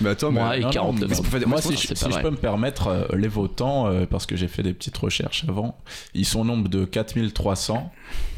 Speaker 4: Mais attends, mais-
Speaker 2: Moi
Speaker 3: Ah,
Speaker 2: et
Speaker 3: Non, non,
Speaker 2: 49.
Speaker 3: mais c'est pour faire-
Speaker 2: Non,
Speaker 3: Moi,
Speaker 2: c'est
Speaker 3: si,
Speaker 2: pas
Speaker 3: je, si
Speaker 2: vrai.
Speaker 3: je peux me permettre, euh, les votants, euh, parce que j'ai fait des petites recherches avant, ils sont au nombre de 4300.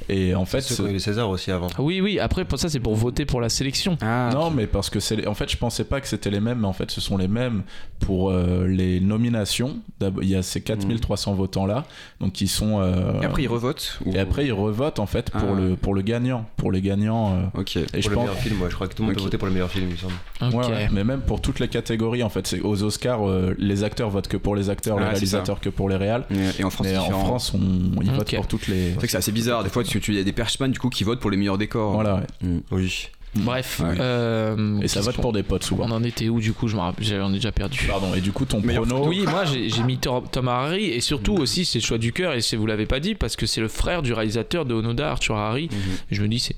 Speaker 3: Et en fait,
Speaker 5: Ceux qui ont eu les Césars aussi avant.
Speaker 2: Ah Oui, oui, après, pour ça, c'est pour voter pour la sélection.
Speaker 4: Ah,
Speaker 3: non, mais parce que c'est. les- En fait, je pensais pas que c'était les mêmes, mais en fait, ce sont les mêmes pour euh, les nominations. D'ab- Il y a ces 4300 votants-là, donc qui sont. euh,
Speaker 4: Et après, ils revotent ou-
Speaker 3: et après, ils revotent, en fait, pour,
Speaker 4: Ah.
Speaker 3: le, pour le gagnant. Pour les gagnants. euh,
Speaker 4: Ok.
Speaker 3: et
Speaker 5: Pour
Speaker 3: je
Speaker 5: le
Speaker 3: pense.
Speaker 5: meilleur film, ouais, je crois que tout le monde
Speaker 4: Ok.
Speaker 5: peut voter pour le meilleur film, il me semble.
Speaker 2: Ok.
Speaker 3: Ouais, ouais, mais même pour toutes les catégories, en fait. C'est- Aux Oscars, euh, les acteurs votent que pour les acteurs,
Speaker 4: Ah,
Speaker 3: les
Speaker 4: c'est ça.
Speaker 3: réalisateurs que pour les réals.
Speaker 4: Et, et en France,
Speaker 3: mais
Speaker 4: c'est
Speaker 3: en
Speaker 4: différent.
Speaker 3: France, on, ils votent
Speaker 2: Ok.
Speaker 3: pour toutes les.
Speaker 4: C'est vrai que c'est assez bizarre. Des fois, tu, tu- il y a des perchemans du coup qui votent pour les meilleurs décors. Mm.
Speaker 3: Voilà, ouais.
Speaker 5: Oui.
Speaker 2: Bref.
Speaker 4: Ouais.
Speaker 2: euh,
Speaker 3: et ça
Speaker 2: qu'est-ce
Speaker 3: vote
Speaker 2: qu'on-
Speaker 3: pour des potes
Speaker 2: On
Speaker 3: souvent.
Speaker 2: en était où du coup Je me rappelle, j'avais- on est déjà perdu.
Speaker 3: Pardon, et du coup, ton
Speaker 4: Meilleur
Speaker 3: prono.
Speaker 2: Oui, moi j'ai j'ai mis Thor- Tom Harari et surtout
Speaker 3: Mm.
Speaker 2: aussi c'est le choix du cœur et c'est vous l'avez pas dit parce que c'est le frère du réalisateur de Onoda, Arthur Harari.
Speaker 3: Mm-hmm.
Speaker 2: Je me dis c'est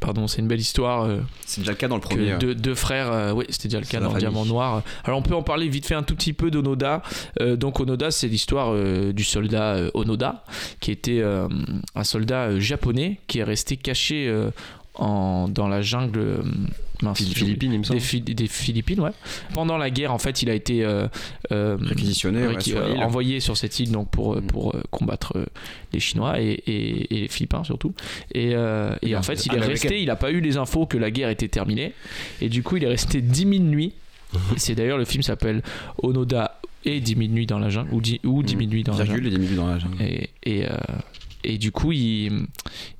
Speaker 2: pardon, c'est une belle histoire euh,
Speaker 4: C'est déjà le cas dans le
Speaker 2: que
Speaker 4: premier.
Speaker 2: deux, deux frères. euh, oui, c'était déjà le
Speaker 5: C'est
Speaker 2: cas
Speaker 5: la
Speaker 2: dans
Speaker 5: famille.
Speaker 2: Diamant Noir. Alors on peut en parler vite fait un tout petit peu d'Onoda. Euh, donc Onoda, c'est l'histoire euh, du soldat euh, Onoda qui était euh, un soldat euh, japonais qui est resté caché euh, en, dans la jungle. euh, mince, j'ai oublié.
Speaker 5: Philippines, il me
Speaker 2: Des,
Speaker 5: semble.
Speaker 2: Phil- des Philippines, ouais. Pendant la guerre, en fait, il a été euh, euh,
Speaker 4: Réquisitionné, ouais,
Speaker 2: réqui-
Speaker 4: sur
Speaker 2: euh,
Speaker 4: l'île.
Speaker 2: envoyé sur cette île donc pour, euh,
Speaker 4: Mm.
Speaker 2: pour euh, combattre euh, les Chinois et, et- et les Philippins surtout. Et, euh, et en fait, il est
Speaker 5: Américain.
Speaker 2: resté, il n'a pas eu les infos que la guerre était terminée. Et du coup, il est resté 10 000 nuits.
Speaker 4: Mhm.
Speaker 2: Et C'est d'ailleurs le film s'appelle Onoda et 10 000 nuits dans la jungle, ou 10, ou 10 000 nuits dans la jungle.
Speaker 4: Mm. Virgule et des minutes dans la jungle.
Speaker 2: Et, et, euh, et du coup, il,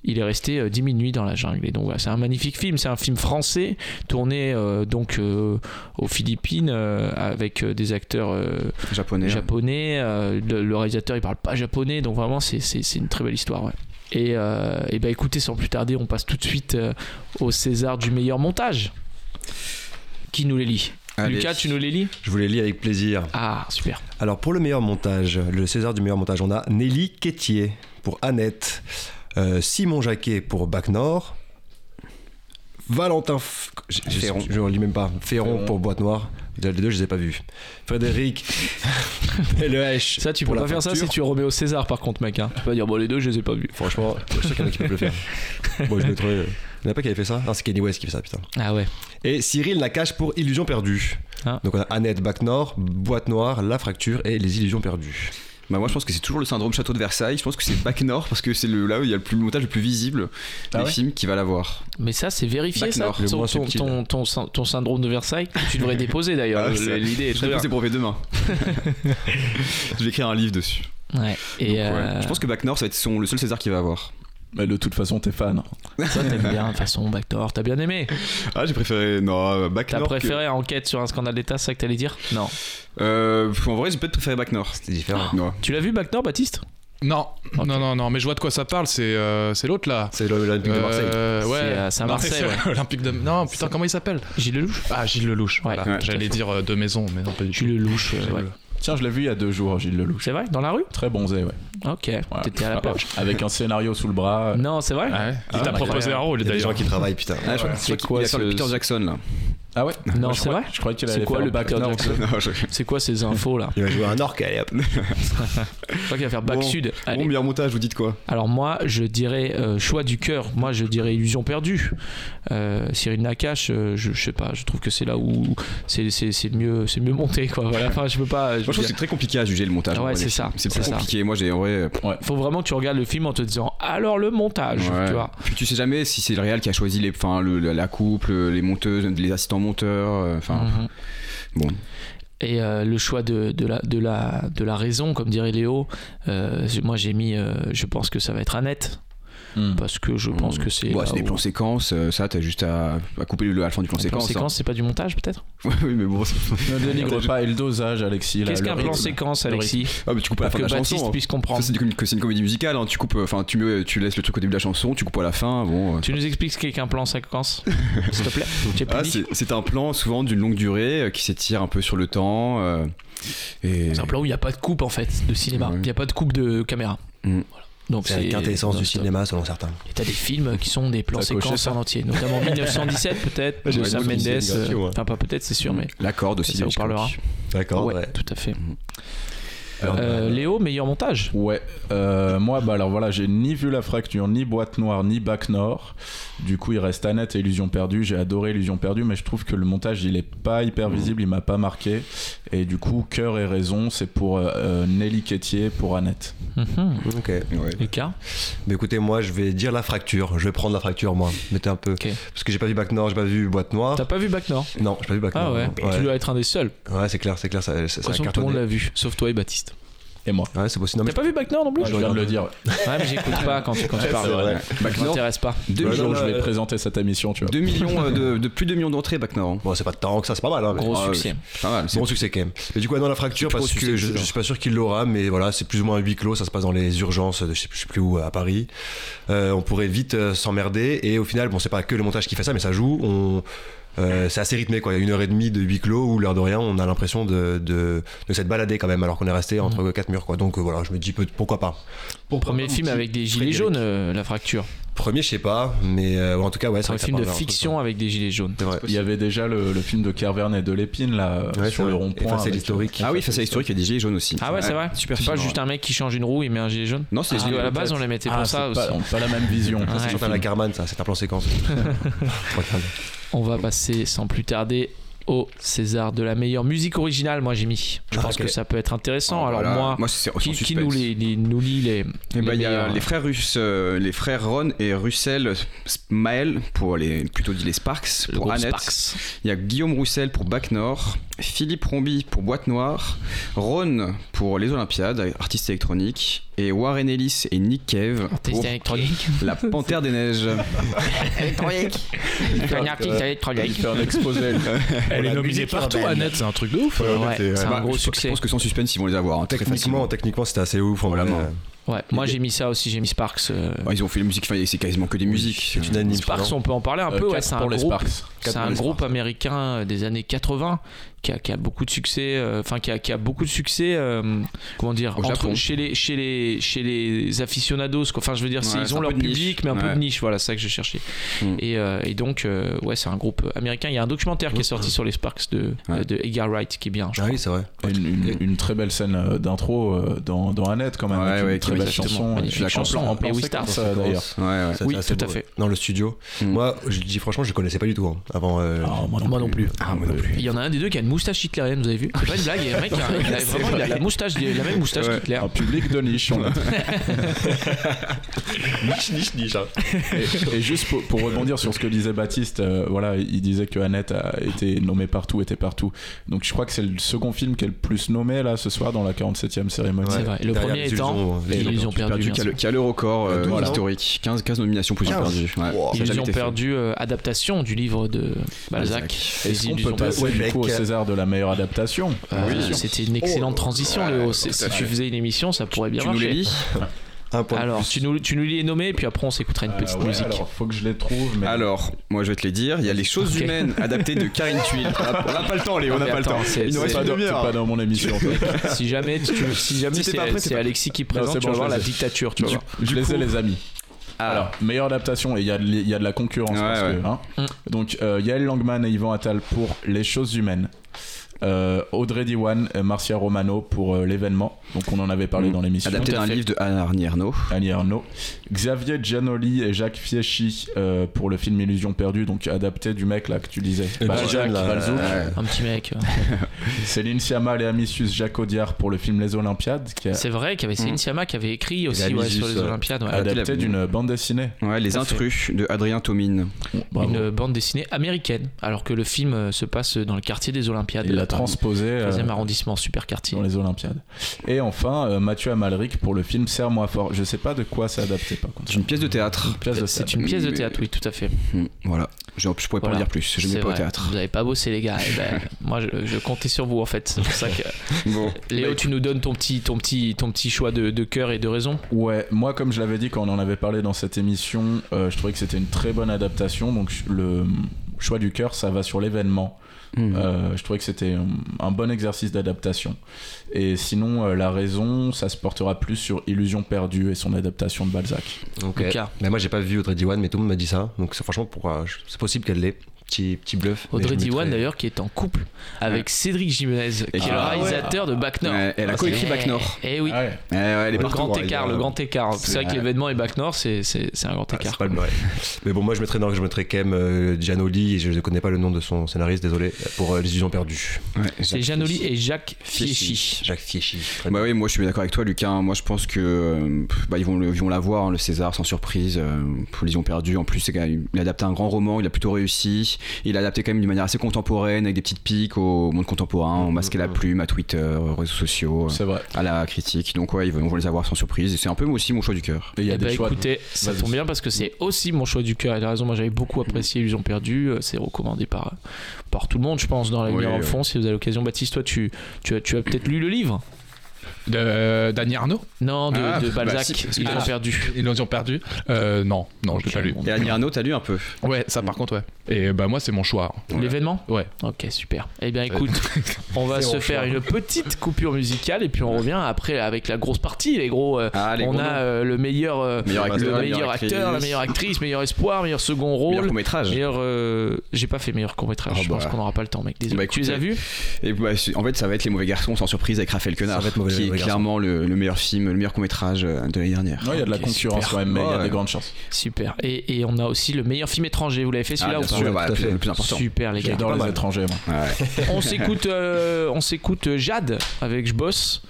Speaker 2: il est resté euh, 10 000 nuits dans la jungle. Et donc, voilà, c'est un magnifique film. C'est un film français tourné euh, donc euh, aux Philippines euh, avec euh, des acteurs euh,
Speaker 4: Japonais.
Speaker 2: japonais. euh, le, le réalisateur, il parle pas japonais. Donc, vraiment, c'est- c'est c'est une très belle histoire. ouais. Et, euh, et bah, écoutez, sans plus tarder, on passe tout de suite euh, au César du meilleur montage. Qui nous les lit
Speaker 4: Allez.
Speaker 2: Lucas, tu nous les lis
Speaker 5: Je vous les lis avec plaisir.
Speaker 2: Ah, super.
Speaker 5: Alors pour le meilleur montage, le César du meilleur montage, on a Nelly Quétier pour Annette, euh, Simon Jacquet pour Bac Nord, Valentin F- je- je-
Speaker 4: Ferron.
Speaker 5: Je ne lis même pas. Ferron,
Speaker 3: Ferron.
Speaker 5: pour Boîte Noire. Les deux, je les ai pas vus. Frédéric H.
Speaker 2: Ça, tu peux pas faire ça si tu remets au César, par contre, mec. hein. Tu peux pas dire, bon, les deux, je les ai pas vus.
Speaker 5: Franchement, je suis sûr qu'il y en a qui peuvent le faire. Moi, je l'ai trouvé. euh, Il n'y en a pas qui avait fait ça Non, c'est Kenny West qui fait ça, putain.
Speaker 2: Ah ouais.
Speaker 5: Et Cyril Nakache pour Illusion perdue.
Speaker 2: Ah.
Speaker 5: Donc on a Annette, Bac Nord, Boîte Noire, La Fracture et Les Illusions perdues.
Speaker 4: Bah moi je pense que c'est toujours le syndrome château de Versailles. Je pense que c'est Bac Nord parce que c'est le là où il y a le plus le montage le plus visible
Speaker 3: Ah
Speaker 4: des
Speaker 3: ouais
Speaker 4: films qui va l'avoir.
Speaker 2: Mais ça, c'est vérifié,
Speaker 4: Bac
Speaker 2: ça
Speaker 4: Nord,
Speaker 5: le
Speaker 2: ton,
Speaker 5: moins
Speaker 2: ton,
Speaker 5: subtil.
Speaker 2: ton, ton syn- ton syndrome de Versailles, que tu devrais déposer d'ailleurs.
Speaker 4: Ah,
Speaker 2: Le-
Speaker 4: c'est-
Speaker 2: L'idée est
Speaker 4: Je
Speaker 2: très
Speaker 4: vais
Speaker 2: bien.
Speaker 4: poser pour demain. je vais écrire un livre dessus.
Speaker 2: Ouais. Et
Speaker 4: Donc, ouais.
Speaker 2: euh,
Speaker 4: Je pense que Bac Nord ça va être son, le seul César qui va avoir.
Speaker 3: Mais de toute façon, t'es fan.
Speaker 2: toi, t'aimes bien, de toute façon, Backdoor, t'as bien aimé.
Speaker 4: Ah j'ai préféré non Bac
Speaker 2: T'as
Speaker 4: Nord. que-
Speaker 2: préféré enquête sur un scandale d'État, c'est ça que t'allais dire Non.
Speaker 4: Euh, en vrai j'ai peut-être préféré Bac Nord. C'était différent.
Speaker 2: Tu l'as vu, Backdoor, Baptiste
Speaker 6: Non, non, non, non, mais je vois de quoi ça parle. C'est euh, c'est l'autre là.
Speaker 5: C'est l'Olympique de Marseille.
Speaker 6: Euh, ouais.
Speaker 2: C'est, euh, c'est à
Speaker 6: Non,
Speaker 2: Marseille,
Speaker 6: c'est
Speaker 2: ouais.
Speaker 6: Olympique de. Non, putain, comment il s'appelle
Speaker 2: Gilles Lelouch
Speaker 6: Ah, Gilles Lelouch.
Speaker 2: Ouais,
Speaker 6: voilà.
Speaker 4: ouais, tout à
Speaker 6: J'allais dire euh, de maison, mais non pas du tout.
Speaker 2: Gilles Lelouch, euh,
Speaker 6: Gilles
Speaker 2: ouais.
Speaker 6: Lelouch.
Speaker 3: Tiens, je l'ai vu il y a deux jours, Gilles Lelouch.
Speaker 2: C'est vrai Dans la rue
Speaker 3: Très bonzé, ouais.
Speaker 2: Ok.
Speaker 3: Voilà.
Speaker 2: T'étais à la plage
Speaker 3: Avec un scénario sous le bras.
Speaker 2: Non, c'est vrai
Speaker 6: Ouais.
Speaker 3: Ah,
Speaker 6: Il t'a
Speaker 3: ouais.
Speaker 6: proposé un rôle
Speaker 5: Il y a des gens
Speaker 6: d'ailleurs.
Speaker 5: qui travaillent, putain.
Speaker 4: Ah, je crois-
Speaker 2: C'est
Speaker 4: je crois
Speaker 2: quoi
Speaker 4: qu'il est sur le
Speaker 2: ce-
Speaker 4: Peter Jackson là
Speaker 3: Ah ouais
Speaker 2: Non,
Speaker 3: Je
Speaker 2: c'est
Speaker 3: crois-
Speaker 2: vrai
Speaker 3: Je croyais qu'il
Speaker 2: C'est
Speaker 3: allait
Speaker 2: quoi,
Speaker 3: faire
Speaker 2: le
Speaker 3: Back
Speaker 2: Peter
Speaker 3: North.
Speaker 2: Jackson
Speaker 4: Non, je-
Speaker 2: C'est quoi ces infos là
Speaker 5: Il va jouer un orc, allez hop.
Speaker 2: Je crois qu'il va faire Back
Speaker 4: Bon.
Speaker 2: Sud. Allez.
Speaker 4: Bon, meilleur montage, vous dites quoi
Speaker 2: Alors moi, je dirais euh, choix du cœur. Moi, je dirais illusion perdue. Euh, Cyril Nakache, euh, je, je sais pas. Je trouve que c'est là où c'est c'est c'est le mieux, c'est le mieux monté quoi. Voilà. Enfin, je peux pas. je veux
Speaker 4: Moi, je trouve que
Speaker 2: dire,
Speaker 4: c'est très compliqué à juger le montage.
Speaker 2: Ouais,
Speaker 4: en vrai,
Speaker 2: c'est
Speaker 4: les
Speaker 2: ça,
Speaker 4: films. C'est
Speaker 2: c'est
Speaker 4: très
Speaker 2: ça.
Speaker 4: compliqué. Moi, j'ai en vrai.
Speaker 2: faut vraiment que tu regardes le film en te disant alors le montage,
Speaker 4: Ouais.
Speaker 2: tu vois.
Speaker 4: Puis tu sais jamais si c'est le réel qui a choisi les, enfin, le- la- la couple, les monteuses, les assistants monteurs. euh, Enfin,
Speaker 2: Mhm.
Speaker 4: bon.
Speaker 2: Et euh, le choix de, de, la, de, la, de la raison, comme dirait Léo, euh, moi j'ai mis, euh, je pense que ça va être Annette,
Speaker 3: Hmm.
Speaker 2: parce que je pense que c'est.
Speaker 4: Ouais,
Speaker 2: là
Speaker 4: Mmh. Bah, c'est des
Speaker 2: où-
Speaker 4: plans séquences. euh, Ça, t'as juste à, à couper le, à la fin du plan
Speaker 2: Un plan
Speaker 4: séquence. hein.
Speaker 2: séquence, c'est pas du montage peut-être
Speaker 4: oui, mais bon. c'est-
Speaker 3: Ne dénigre pas et le dosage, Alexis. là,
Speaker 2: Qu'est-ce
Speaker 3: le
Speaker 2: qu'un plan
Speaker 3: rythme.
Speaker 2: séquence,
Speaker 4: Le
Speaker 2: Alexis
Speaker 4: Ah, mais tu coupes à la
Speaker 2: Pour
Speaker 4: fin
Speaker 2: que
Speaker 4: de la
Speaker 2: Baptiste
Speaker 4: chanson. hein.
Speaker 2: puisse
Speaker 4: Ça,
Speaker 2: comprendre.
Speaker 4: c'est du- que c'est une comédie musicale. hein. Tu coupes, euh, enfin, tu mets, tu laisses le truc au début de la chanson, tu coupes à la fin. Bon. euh,
Speaker 2: Tu nous expliques ce qu'est qu'un plan séquence S'il te plaît. J'ai pas
Speaker 4: Ah,
Speaker 2: dit.
Speaker 4: c'est c'est un plan souvent d'une longue durée euh, qui s'étire un peu sur le temps. euh, et...
Speaker 2: C'est un plan où il n'y a pas de coupe en fait de cinéma.
Speaker 4: Ouais.
Speaker 2: Il n'y a pas de coupe de caméra.
Speaker 4: Mm.
Speaker 2: Voilà. Donc
Speaker 5: C'est la quintessence du
Speaker 2: non-stop.
Speaker 5: cinéma, selon certains.
Speaker 2: Et t'as des films qui sont des plans
Speaker 3: T'as coché
Speaker 2: séquences
Speaker 3: ça.
Speaker 2: en entier, notamment 1917 peut-être,
Speaker 5: J'ai
Speaker 2: de Sam
Speaker 5: vu
Speaker 2: Mendes.
Speaker 5: ce qu'il disait,
Speaker 2: euh,
Speaker 5: ouais.
Speaker 2: Enfin pas peut-être, c'est sûr, mais
Speaker 4: La corde aussi.
Speaker 2: ça vous
Speaker 4: Hitchcock.
Speaker 2: parlera.
Speaker 5: D'accord,
Speaker 2: ouais, tout à fait.
Speaker 3: Alors,
Speaker 2: Euh, Léo, meilleur montage.
Speaker 3: Ouais, euh, moi, bah alors voilà, j'ai ni vu la fracture, ni boîte noire, ni bac nord. Du coup, il reste Annette et Illusion perdue. J'ai adoré Illusion perdue, mais je trouve que le montage, il est pas hyper visible, il m'a pas marqué. Et du coup, cœur et raison, c'est pour euh, euh, Nelly Quétier, pour Annette.
Speaker 2: Mhm.
Speaker 5: Ok.
Speaker 4: Ouais.
Speaker 2: Lucas,
Speaker 5: Mais écoutez, moi, je vais dire la fracture. Je vais prendre la fracture, moi. Mettez un peu.
Speaker 2: Ok.
Speaker 5: Parce que j'ai pas vu Bac Nord, j'ai pas vu Boîte Noire.
Speaker 2: t'as pas vu Bac Nord
Speaker 5: Non, j'ai pas vu Bac
Speaker 2: Ah
Speaker 5: Nord.
Speaker 2: ouais.
Speaker 5: Ouais,
Speaker 2: Tu dois être un des seuls. De
Speaker 5: Ouais, c'est clair, c'est clair. Ça, ça,
Speaker 2: toute
Speaker 5: ça a
Speaker 2: façon, tout le
Speaker 5: cartonné.
Speaker 2: monde l'a vu, sauf toi et Baptiste.
Speaker 3: Et moi.
Speaker 5: Ouais, c'est possible. Non, mais
Speaker 2: T'as pas vu Bac Nord non plus
Speaker 3: je viens de le dire.
Speaker 2: Ouais, mais j'écoute pas quand tu, quand tu parles.
Speaker 5: vrai.
Speaker 2: Je m'intéresse pas.
Speaker 4: Deux
Speaker 3: Le jour
Speaker 4: millions,
Speaker 3: où je vais
Speaker 5: euh,
Speaker 3: présenter cette émission, tu vois.
Speaker 4: 2 millions euh, de, de plus de 2 millions d'entrées, Bac Nord. hein.
Speaker 5: Bon, c'est pas tant que ça, c'est pas mal. Hein, mais-
Speaker 2: Gros
Speaker 4: Ah,
Speaker 2: succès.
Speaker 4: Pas mal.
Speaker 5: Bon succès quand même. Mais du coup, ouais, non, la fracture,
Speaker 4: C'est plus
Speaker 5: parce
Speaker 4: gros
Speaker 5: que
Speaker 4: succès,
Speaker 5: je,
Speaker 4: c'est
Speaker 5: je suis pas sûr qu'il l'aura, mais voilà, c'est plus ou moins à huis clos, ça se passe dans les urgences, de, je, sais, plus- je sais plus où, à Paris. Euh, on pourrait vite euh, s'emmerder, et au final, bon, c'est pas que le montage qui fait ça, mais ça joue. On, euh, c'est assez rythmé, quoi. Il y a une heure et demie de huis clos où, l'heure de rien, on a l'impression de, de, de s'être baladé quand même, alors qu'on est resté entre quatre murs, quoi. Donc euh, voilà, je me dis, peut- pourquoi pas.
Speaker 2: Premier film avec des gilets
Speaker 5: Frédéric.
Speaker 2: jaunes, euh, La Fracture.
Speaker 5: Premier, je sais pas, mais euh, en tout cas, ouais, c'est
Speaker 2: C'est un
Speaker 5: vrai que ça
Speaker 2: film de
Speaker 5: parle un peu,
Speaker 2: fiction
Speaker 5: quoi.
Speaker 2: avec des gilets jaunes.
Speaker 5: C'est vrai.
Speaker 3: Il y avait déjà le, le film de Kervern et de Lépine, là, euh,
Speaker 5: Ouais,
Speaker 3: sur le
Speaker 5: c'est vrai. Et
Speaker 3: rond-point.
Speaker 5: face à
Speaker 3: avec- euh,
Speaker 5: l'historique.
Speaker 4: Ah oui, face à l'historique, il y a des gilets jaunes aussi.
Speaker 2: Ah ouais, c'est vrai
Speaker 4: Super
Speaker 2: C'est pas
Speaker 4: film,
Speaker 2: juste
Speaker 4: ouais.
Speaker 2: un mec qui change une roue, il met un gilet jaune
Speaker 4: Non,
Speaker 2: Ah,
Speaker 4: c'est les
Speaker 2: à
Speaker 4: gilets
Speaker 2: la
Speaker 4: jaunes.
Speaker 2: base, on les mettait
Speaker 3: Ah,
Speaker 2: pour ça
Speaker 3: c'est
Speaker 2: aussi. Ah,
Speaker 3: pas, pas la même vision.
Speaker 2: Ouais.
Speaker 3: Ça, c'est
Speaker 5: C'est
Speaker 3: un
Speaker 5: un la
Speaker 3: film.
Speaker 5: Carman, ça, c'est un plan séquence. Regarde.
Speaker 2: On va passer sans plus tarder au César de la meilleure musique originale, moi j'ai mis. Je
Speaker 5: Ah,
Speaker 2: pense
Speaker 5: ok.
Speaker 2: que ça peut être intéressant.
Speaker 4: Oh,
Speaker 2: Alors
Speaker 4: voilà.
Speaker 2: moi,
Speaker 4: c'est c'est
Speaker 2: qui, qui
Speaker 4: en suspense.
Speaker 2: nous, les, les- nous lit les.
Speaker 4: Eh ben,
Speaker 2: les
Speaker 4: il y a
Speaker 2: meilleurs,
Speaker 4: les
Speaker 2: hein.
Speaker 4: frères russes, euh, les frères Ron et Russell Mael pour les plutôt dit les Sparks
Speaker 2: le
Speaker 4: pour
Speaker 2: groupe
Speaker 4: Annette.
Speaker 2: Sparks.
Speaker 4: Il y a Guillaume Roussel pour Bac Nord, Philippe Rombi pour Boîte Noire, Ron pour les Olympiades, artiste électronique, et Warren Ellis et Nick Cave
Speaker 2: Artiste
Speaker 4: pour
Speaker 2: électronique.
Speaker 4: La Panthère des Neiges.
Speaker 2: Il fait un
Speaker 4: Euh,
Speaker 2: artiste
Speaker 3: Il
Speaker 2: électronique.
Speaker 3: fait un exposé.
Speaker 6: Elle est nominée
Speaker 5: musique
Speaker 6: partout,
Speaker 5: urbaine.
Speaker 6: Annette, hein. c'est un truc de ouf.
Speaker 2: Ouais, c'est un
Speaker 4: Bah,
Speaker 2: gros
Speaker 4: je- Je
Speaker 2: succès.
Speaker 4: pense que sans suspense, ils vont les avoir. hein, très
Speaker 5: Techniquement,
Speaker 4: facilement.
Speaker 5: techniquement c'était assez ouf. en vrai.
Speaker 4: Vraiment.
Speaker 2: Ouais, moi j'ai mis ça aussi, j'ai mis Sparks. euh,
Speaker 4: Ouais, ils ont fait la musique, enfin, c'est quasiment que des musiques.
Speaker 5: C'est unanime.
Speaker 2: Sparks,
Speaker 5: finalement.
Speaker 2: on peut en parler un
Speaker 3: Euh,
Speaker 2: peu. Ouais,
Speaker 3: quatre
Speaker 2: c'est un
Speaker 3: pour les
Speaker 2: groupe,
Speaker 3: Sparks.
Speaker 2: c'est
Speaker 5: Quatre
Speaker 2: un
Speaker 5: pour les
Speaker 2: groupe américain euh, des années 80 qui a, qui a beaucoup de succès, euh, enfin qui, a, qui a beaucoup de succès, euh, comment dire,
Speaker 4: Au
Speaker 2: entre-
Speaker 4: Japon.
Speaker 2: chez les chez les chez les aficionados. Quoi. Enfin, je veux dire, c'est-
Speaker 4: Ouais,
Speaker 2: ils
Speaker 4: c'est
Speaker 2: ont
Speaker 4: un
Speaker 2: leur
Speaker 4: peu de niche.
Speaker 2: public, mais un peu
Speaker 4: Ouais.
Speaker 2: de niche. Voilà, c'est ça que je cherchais.
Speaker 4: Mm.
Speaker 2: Et, euh, et donc, euh, ouais, c'est un groupe américain. Il y a un documentaire qui est sorti sur les Sparks de
Speaker 4: Ouais.
Speaker 2: de Edgar Wright qui est bien. je
Speaker 5: Ah oui, c'est vrai.
Speaker 3: Et Une, une- une très belle scène euh, d'intro euh, dans, dans Annette, quand même.
Speaker 4: Ouais,
Speaker 3: avec une
Speaker 4: ouais,
Speaker 3: très belle
Speaker 2: exactement.
Speaker 3: chanson.
Speaker 2: Magnifique
Speaker 3: Et-
Speaker 2: chanson.
Speaker 3: en plan
Speaker 2: Et We
Speaker 3: séquence,
Speaker 2: Start.
Speaker 3: euh, d'ailleurs.
Speaker 4: Ouais, ouais.
Speaker 5: Ça,
Speaker 2: Oui,
Speaker 5: c'est assez
Speaker 2: tout à
Speaker 5: beau.
Speaker 2: fait. Hmm.
Speaker 5: Dans le studio.
Speaker 4: Mm.
Speaker 5: Moi, je dis franchement, je connaissais pas du tout. hein, avant. euh,
Speaker 3: Ah, moi non
Speaker 2: Moi non plus.
Speaker 4: Ah, moi non plus.
Speaker 2: Il y en a un des deux qui a une moustache hitlérienne, vous avez vu C'est pas une blague, il y a un mec qui a, il a vraiment il a la, moustache, la même moustache
Speaker 4: Ouais.
Speaker 2: qu'Hitler.
Speaker 3: Un public de niche. on a- et, et juste pour, pour rebondir sur ce que disait Baptiste, euh, voilà, il disait que Annette a été nommée partout, était partout. Donc je crois que c'est le second film qui est le plus nommé là ce soir dans la 47e cérémonie.
Speaker 2: C'est vrai. Le
Speaker 5: Derrière
Speaker 2: premier
Speaker 5: les illusions,
Speaker 2: étant
Speaker 5: les
Speaker 2: Illusion
Speaker 5: illusions
Speaker 2: perdue,
Speaker 4: Perdu, hein,
Speaker 2: bien
Speaker 4: qui, a
Speaker 2: sûr.
Speaker 4: le, qui a le record euh,
Speaker 3: Voilà.
Speaker 4: historique 15, 15 nominations pour
Speaker 5: 15.
Speaker 4: perdu ouais.
Speaker 5: Wow.
Speaker 4: Ça a jamais
Speaker 2: Illusion
Speaker 4: été fait.
Speaker 2: perdue, euh, adaptation du livre de Balzac. Les
Speaker 3: Est-ce qu'on
Speaker 2: Illusions
Speaker 3: peut
Speaker 2: perdues.
Speaker 3: passer du
Speaker 5: Welbeck.
Speaker 3: coup au César de la meilleure adaptation
Speaker 2: Euh,
Speaker 4: Oui, bien sûr.
Speaker 2: C'était une excellente transition,
Speaker 4: Ouais,
Speaker 2: Léo.
Speaker 4: tout
Speaker 2: C'est-
Speaker 4: à
Speaker 2: Si
Speaker 4: fait.
Speaker 2: tu faisais une émission, ça pourrait bien
Speaker 4: Tu nous
Speaker 2: marcher.
Speaker 4: les lis
Speaker 5: Un point. de
Speaker 2: Alors,
Speaker 5: plus.
Speaker 2: tu nous, tu nous lis les nommés, puis après on s'écoutera une petite
Speaker 3: Euh, ouais,
Speaker 2: musique.
Speaker 3: alors, faut que je les trouve, mais.
Speaker 4: Alors, moi je vais te les dire, il y a les choses
Speaker 2: Ok.
Speaker 4: humaines adaptées de Karine Tuile. On a- on n'a pas le temps, Léo, on n'a
Speaker 2: Mais
Speaker 4: pas le
Speaker 2: attends,
Speaker 4: temps.
Speaker 2: c'est-
Speaker 4: Il nous
Speaker 2: c'est-
Speaker 4: reste
Speaker 3: c'est pas,
Speaker 4: une
Speaker 3: dans, c'est
Speaker 4: demi-heure.
Speaker 3: pas dans mon émission. toi.
Speaker 2: si jamais, tu- si jamais
Speaker 4: Si t'es
Speaker 2: c'est
Speaker 4: pas prêt, t'es
Speaker 2: c'est
Speaker 4: pas-
Speaker 2: Alexis qui
Speaker 3: c'est
Speaker 2: présente, tu
Speaker 3: bon,
Speaker 2: vas
Speaker 3: je
Speaker 2: voir la
Speaker 3: les ai.
Speaker 2: dictature, tu
Speaker 3: Du-
Speaker 2: vois.
Speaker 3: je les ai, les amis.
Speaker 4: Alors,
Speaker 3: Alors, meilleure adaptation, et il y, a de- il y a de la concurrence.
Speaker 4: Ah. Ouais,
Speaker 3: parce que,
Speaker 4: ouais.
Speaker 3: hein.
Speaker 5: Mm.
Speaker 3: Donc, euh, Yael Langman et Yvan Attal pour Les choses humaines. Euh, Audrey Diwan et Marcia Romano pour euh, L'événement. Donc, on en avait parlé
Speaker 4: Mm.
Speaker 3: dans l'émission.
Speaker 4: adapté
Speaker 2: Tout à
Speaker 4: d'un
Speaker 2: fait.
Speaker 4: livre de Anna Arnie Ernaux.
Speaker 3: Ali Arnaud. Xavier Giannoli et Jacques Fieschi euh, pour le film Illusion perdue, donc adapté du mec là que tu disais. Bah,
Speaker 5: Et
Speaker 3: Balzac,
Speaker 5: Petit jeune, là.
Speaker 3: Balzouk.
Speaker 4: Ouais.
Speaker 2: Un petit mec. euh.
Speaker 3: Céline Sciamma et Amicius Jacques Audiard pour le film Les Olympiades, qui est
Speaker 2: C'est vrai qu'il y avait Céline
Speaker 4: Mm.
Speaker 2: Siama qui avait écrit aussi
Speaker 5: la
Speaker 2: ouais,
Speaker 5: musique,
Speaker 2: sur les
Speaker 5: euh,
Speaker 2: Olympiades. ouais.
Speaker 4: la-
Speaker 3: adapté d'une bande dessinée.
Speaker 4: Ouais, Les
Speaker 2: Tout à fait.
Speaker 4: Intrus de Adrien Tomine.
Speaker 3: Bravo.
Speaker 2: Une bande dessinée américaine, alors que le film euh, se passe dans le quartier des
Speaker 5: Ah,
Speaker 2: Olympiades.
Speaker 3: Il l'a
Speaker 2: Par-
Speaker 3: transposé euh,
Speaker 2: 13e arrondissement, super quartier.
Speaker 3: dans les Olympiades. Et enfin, euh, Mathieu Amalric pour le film Serre-moi fort. Je sais pas de quoi c'est adapté par contre.
Speaker 4: C'est une pièce de théâtre.
Speaker 3: pièce de
Speaker 2: C'est
Speaker 3: théâtre.
Speaker 2: une pièce de
Speaker 4: Mais-
Speaker 2: théâtre, oui, tout à fait.
Speaker 4: Hmm, Voilà, je, je pourrais pas
Speaker 2: Voilà.
Speaker 4: en dire plus, je n'ai
Speaker 2: C'est
Speaker 4: pas au
Speaker 2: vrai.
Speaker 4: théâtre.
Speaker 2: Vous avez pas bossé, les gars. Eh ben, moi, je, je comptais sur vous, en fait. C'est pour ça que.
Speaker 4: Bon.
Speaker 2: Léo, tu nous donnes ton petit, ton petit, ton petit choix de, de cœur et de raison.
Speaker 3: Ouais, moi comme je l'avais dit quand on en avait parlé dans cette émission, euh, je trouvais que c'était une très bonne adaptation. Donc le choix du cœur, ça va sur l'événement.
Speaker 4: Hmm.
Speaker 3: Euh, je trouvais que c'était un, un bon exercice d'adaptation. Et sinon, euh, la raison, ça se portera plus sur Illusion perdue et son adaptation de Balzac.
Speaker 5: Ok.
Speaker 2: Lucas.
Speaker 5: Mais moi j'ai pas vu Audrey Diwan, mais tout le monde m'a dit ça. Donc c'est- franchement, pourquoi je- C'est possible qu'elle l'ait. Petit, petit bluff. mais
Speaker 2: Audrey
Speaker 5: je mettrai-
Speaker 2: Diwan, d'ailleurs, qui est en couple avec Cédric Jiménez, qui est le
Speaker 4: Ah ouais.
Speaker 2: réalisateur de Bac Nord.
Speaker 4: Ouais, elle a
Speaker 2: Ah,
Speaker 4: coécrit
Speaker 2: c'est-
Speaker 4: Bac Nord.
Speaker 2: Eh oui.
Speaker 3: Ah ouais.
Speaker 4: Ouais, ouais, elle est
Speaker 2: le
Speaker 4: partout,
Speaker 2: grand
Speaker 4: ouais,
Speaker 2: écart,
Speaker 4: il y a-
Speaker 2: le grand écart. C'est vrai que
Speaker 4: Ouais.
Speaker 2: l'événement et Bac Nord, c'est c'est- c'est un grand
Speaker 5: Ah,
Speaker 2: écart.
Speaker 5: c'est pas le ouais. Mais bon, moi je mettrais, non, je mettrais quand même euh, Giannoli, et je ne connais pas le nom de son scénariste, désolé, pour euh, Les Illusions Perdues.
Speaker 4: Ouais,
Speaker 2: C'est
Speaker 4: Jacques
Speaker 2: Janoli
Speaker 4: Fieschi.
Speaker 2: et Jacques Fieschi.
Speaker 5: Jacques Fieschi. Très
Speaker 4: Bah oui, moi je suis d'accord avec toi, Lucas. Moi je pense que euh, pff, bah, ils, vont le, ils vont la voir, hein, le César, sans surprise. euh, pff, ils ont perdu. En plus, c'est quand même- il a adapté un grand roman, il a plutôt réussi. Il a adapté quand même d'une manière assez contemporaine, avec des petites piques au monde contemporain, au masque et la plume, à Twitter, aux réseaux sociaux, euh,
Speaker 3: C'est vrai.
Speaker 4: à la critique. Donc ouais, ils vont, on va les avoir sans surprise. Et c'est un peu moi aussi mon choix du cœur.
Speaker 3: Et il y a
Speaker 2: Eh
Speaker 3: des
Speaker 2: ben,
Speaker 3: choix.
Speaker 2: écoutez, ça
Speaker 3: Vas-y.
Speaker 2: tombe bien parce que c'est aussi mon choix du cœur et la raison. Moi, j'avais beaucoup
Speaker 4: Mm-hmm.
Speaker 2: apprécié Ils ont perdu. Euh, C'est recommandé par, par tout le monde, je pense, dans la
Speaker 4: Oui,
Speaker 2: lumière en
Speaker 4: oui.
Speaker 2: fond. Si vous avez l'occasion, Baptiste, toi, tu, tu as, tu as peut-être lu le livre
Speaker 6: De Dany Arnaud
Speaker 2: Non, de,
Speaker 4: Ah,
Speaker 2: de
Speaker 4: bah
Speaker 2: Balzac.
Speaker 4: si, parce que
Speaker 2: Ils
Speaker 6: j'ai-
Speaker 2: ont perdu.
Speaker 6: Ils l'ont perdu Euh, Non, non, je l'ai pas lu.
Speaker 4: Et Annie Arnaud, t'as lu un peu
Speaker 6: Ouais, ça par contre, ouais. Et bah moi, c'est mon choix.
Speaker 2: L'événement
Speaker 6: Ouais.
Speaker 2: Ok, super. Eh bien, écoute, on va se faire une petite coupure musicale et puis on revient après avec la grosse partie, les gros. euh,
Speaker 4: Ah, les
Speaker 2: on
Speaker 4: gros
Speaker 2: a
Speaker 4: noms.
Speaker 2: euh, le meilleur, euh,
Speaker 4: Meilleur
Speaker 2: le
Speaker 4: acteur,
Speaker 2: meilleur
Speaker 4: meilleure
Speaker 2: acteur, la
Speaker 4: actrice.
Speaker 2: meilleure actrice, meilleur espoir, meilleur second rôle.
Speaker 4: Meilleur court-métrage.
Speaker 2: Meilleur. euh, J'ai pas fait meilleur court-métrage,
Speaker 4: Ah
Speaker 2: je
Speaker 4: bah.
Speaker 2: pense qu'on n'aura pas le temps, mec. Désolé.
Speaker 4: Bah,
Speaker 2: tu les as vus
Speaker 4: Et bah, c'est- en fait, ça va être Les Mauvais Garçons, sans surprise, avec Raphaël Quenard,
Speaker 5: va être Mauvais-
Speaker 4: qui est
Speaker 5: Mauvais Garçons.
Speaker 4: clairement le, le meilleur film, le meilleur court-métrage euh, de l'année dernière.
Speaker 3: Non, il y a de la
Speaker 2: Ok,
Speaker 3: concurrence
Speaker 4: super.
Speaker 3: quand même, mais il y a
Speaker 4: Ouais.
Speaker 3: des grandes chances.
Speaker 2: Super. Et, et on a aussi le meilleur film étranger. Vous l'avez fait
Speaker 4: Ah,
Speaker 2: celui-là
Speaker 4: bien
Speaker 2: ou pas
Speaker 4: sûr,
Speaker 5: Ouais,
Speaker 4: bah,
Speaker 5: tout à
Speaker 4: le plus-
Speaker 5: fait.
Speaker 4: le plus important.
Speaker 2: Super, les gars.
Speaker 3: J'adore les étrangers, moi.
Speaker 4: Ouais.
Speaker 2: on s'écoute euh, on s'écoute Jade avec je bosse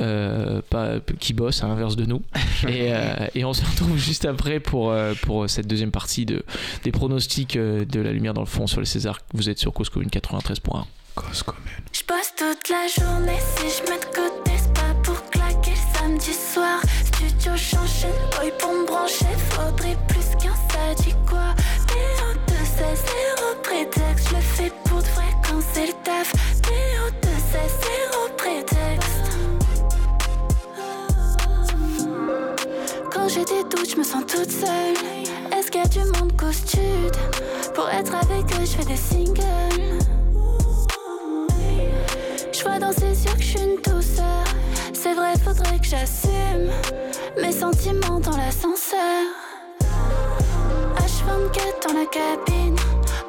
Speaker 2: euh, pas qui bosse à l'inverse de nous et, euh, et on se retrouve juste après pour, euh, pour cette deuxième partie de, des pronostics euh, de la lumière dans le fond sur les Césars vous êtes sur Cause Commune 93.1
Speaker 8: Je bosse toute la journée si je mets de côté, c'est pas pour claquer le samedi soir. Studio j'enchaîne, boy pour me brancher, faudrait plus qu'un ça dit quoi. PO de 16, zéro prétexte, je le fais pour de vrai quand c'est le taf. PO de 16, zéro prétexte. Quand j'ai des doutes, je me sens toute seule. Est-ce qu'il y a du monde costume Pour être avec eux, je fais des singles. Je vois dans ses yeux que je suis une douceur. C'est vrai, faudrait que j'assume mes sentiments dans l'ascenseur. H24 dans la cabine,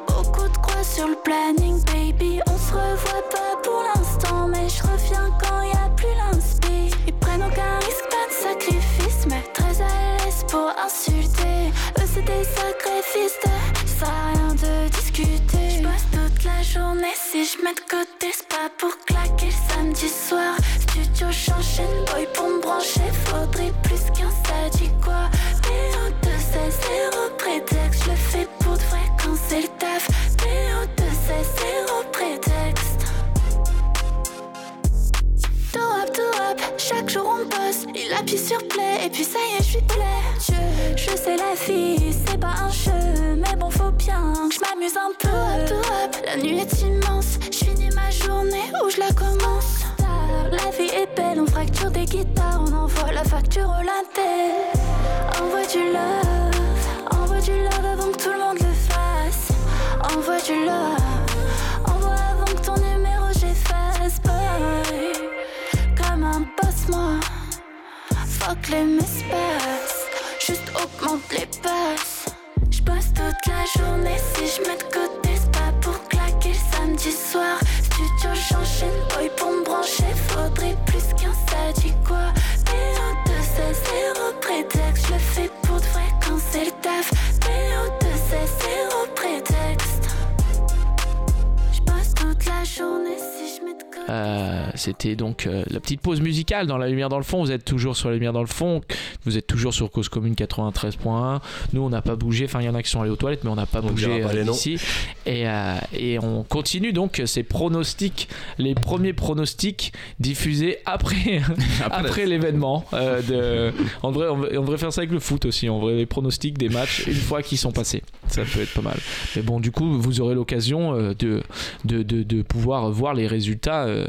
Speaker 8: beaucoup de croix sur le planning, baby. On se revoit pas pour l'instant, mais je reviens quand y a plus l'inspi. Ils prennent aucun risque, pas de sacrifice, mais très à l'aise pour insulter. Eux, c'est des sacrés fils de. Ça sert à rien de discuter. Je bosse toute la journée si je mets de côté, c'est pas pour claquer le samedi soir. Studio j'enchaîne, boy pour me brancher, faudrait plus qu'un ça dit quoi. PO de 16, zéro prétexte, je le fais pour de vrai quand c'est le taf. PO de 16, zéro prétexte. Tout up, tout up, chaque jour on bosse. Il appuie sur play et puis ça y est, je suis play. Je, je sais la fille, c'est pas un jeu, mais bon, faut bien que je m'amuse un peu. Tout up, tout up, la nuit est immense. Je finis ma journée où je la commence. La vie est belle, on fera fracture des guitares, on envoie la facture au laté. Envoie du love, envoie du love avant que tout le monde le fasse. Envoie du love, envoie avant que ton numéro j'efface. Boy, comme un boss, moi, fuck les m'espaces. Juste augmente les passes. Je bosse toute la journée si je mets de côté, c'est pas pour claquer le samedi soir. Studio, j'enchaîne, boy, pour me brancher, faudrait plus qu'un ça dit quoi. 0 zéro prétexte, je le fais pour de vrai quand c'est le taf. 0 zéro prétexte. Je bosse toute la journée si je mets de côté.
Speaker 2: Euh, C'était donc euh, la petite pause musicale dans La Lumière dans le fond. Vous êtes toujours sur La Lumière dans le fond. Vous êtes toujours sur Cause Commune 93.1. Nous, on n'a pas bougé. Enfin, il y en a qui sont allés aux toilettes, mais on n'a pas bougé
Speaker 5: dira pas
Speaker 2: euh,
Speaker 5: les noms.
Speaker 2: d'ici. Et, euh, et on continue donc ces pronostics, les premiers pronostics diffusés après, après l'événement. euh, de... en vrai, on va- on devrait, faire ça avec le foot aussi. En vrai, les pronostics des matchs une fois qu'ils sont passés. Ça peut être pas mal. Mais bon, du coup, vous aurez l'occasion euh, de, de, de, de pouvoir voir les résultats euh,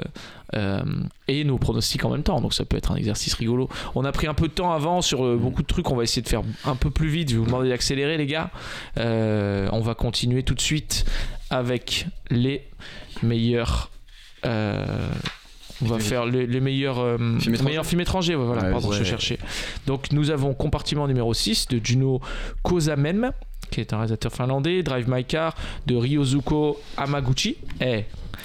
Speaker 2: euh, et nos pronostics en même temps. Donc ça peut être un exercice rigolo. On a pris un peu de temps avant sur euh, beaucoup de trucs. On va essayer de faire un peu plus vite. Je vais vous demander d'accélérer, les gars. Euh, on va continuer tout de suite avec les meilleurs. euh, on va
Speaker 4: Films
Speaker 2: faire les, les meilleurs, euh,
Speaker 4: Films étrangers.
Speaker 2: meilleurs films étrangers. ouais, Voilà,
Speaker 4: Ouais,
Speaker 2: pardon,
Speaker 4: ouais.
Speaker 2: je cherchais. Donc nous avons compartiment numéro 6 de Juno Kozamen, qui est un réalisateur finlandais, Drive My Car de Ryozuko Hamaguchi. Eh,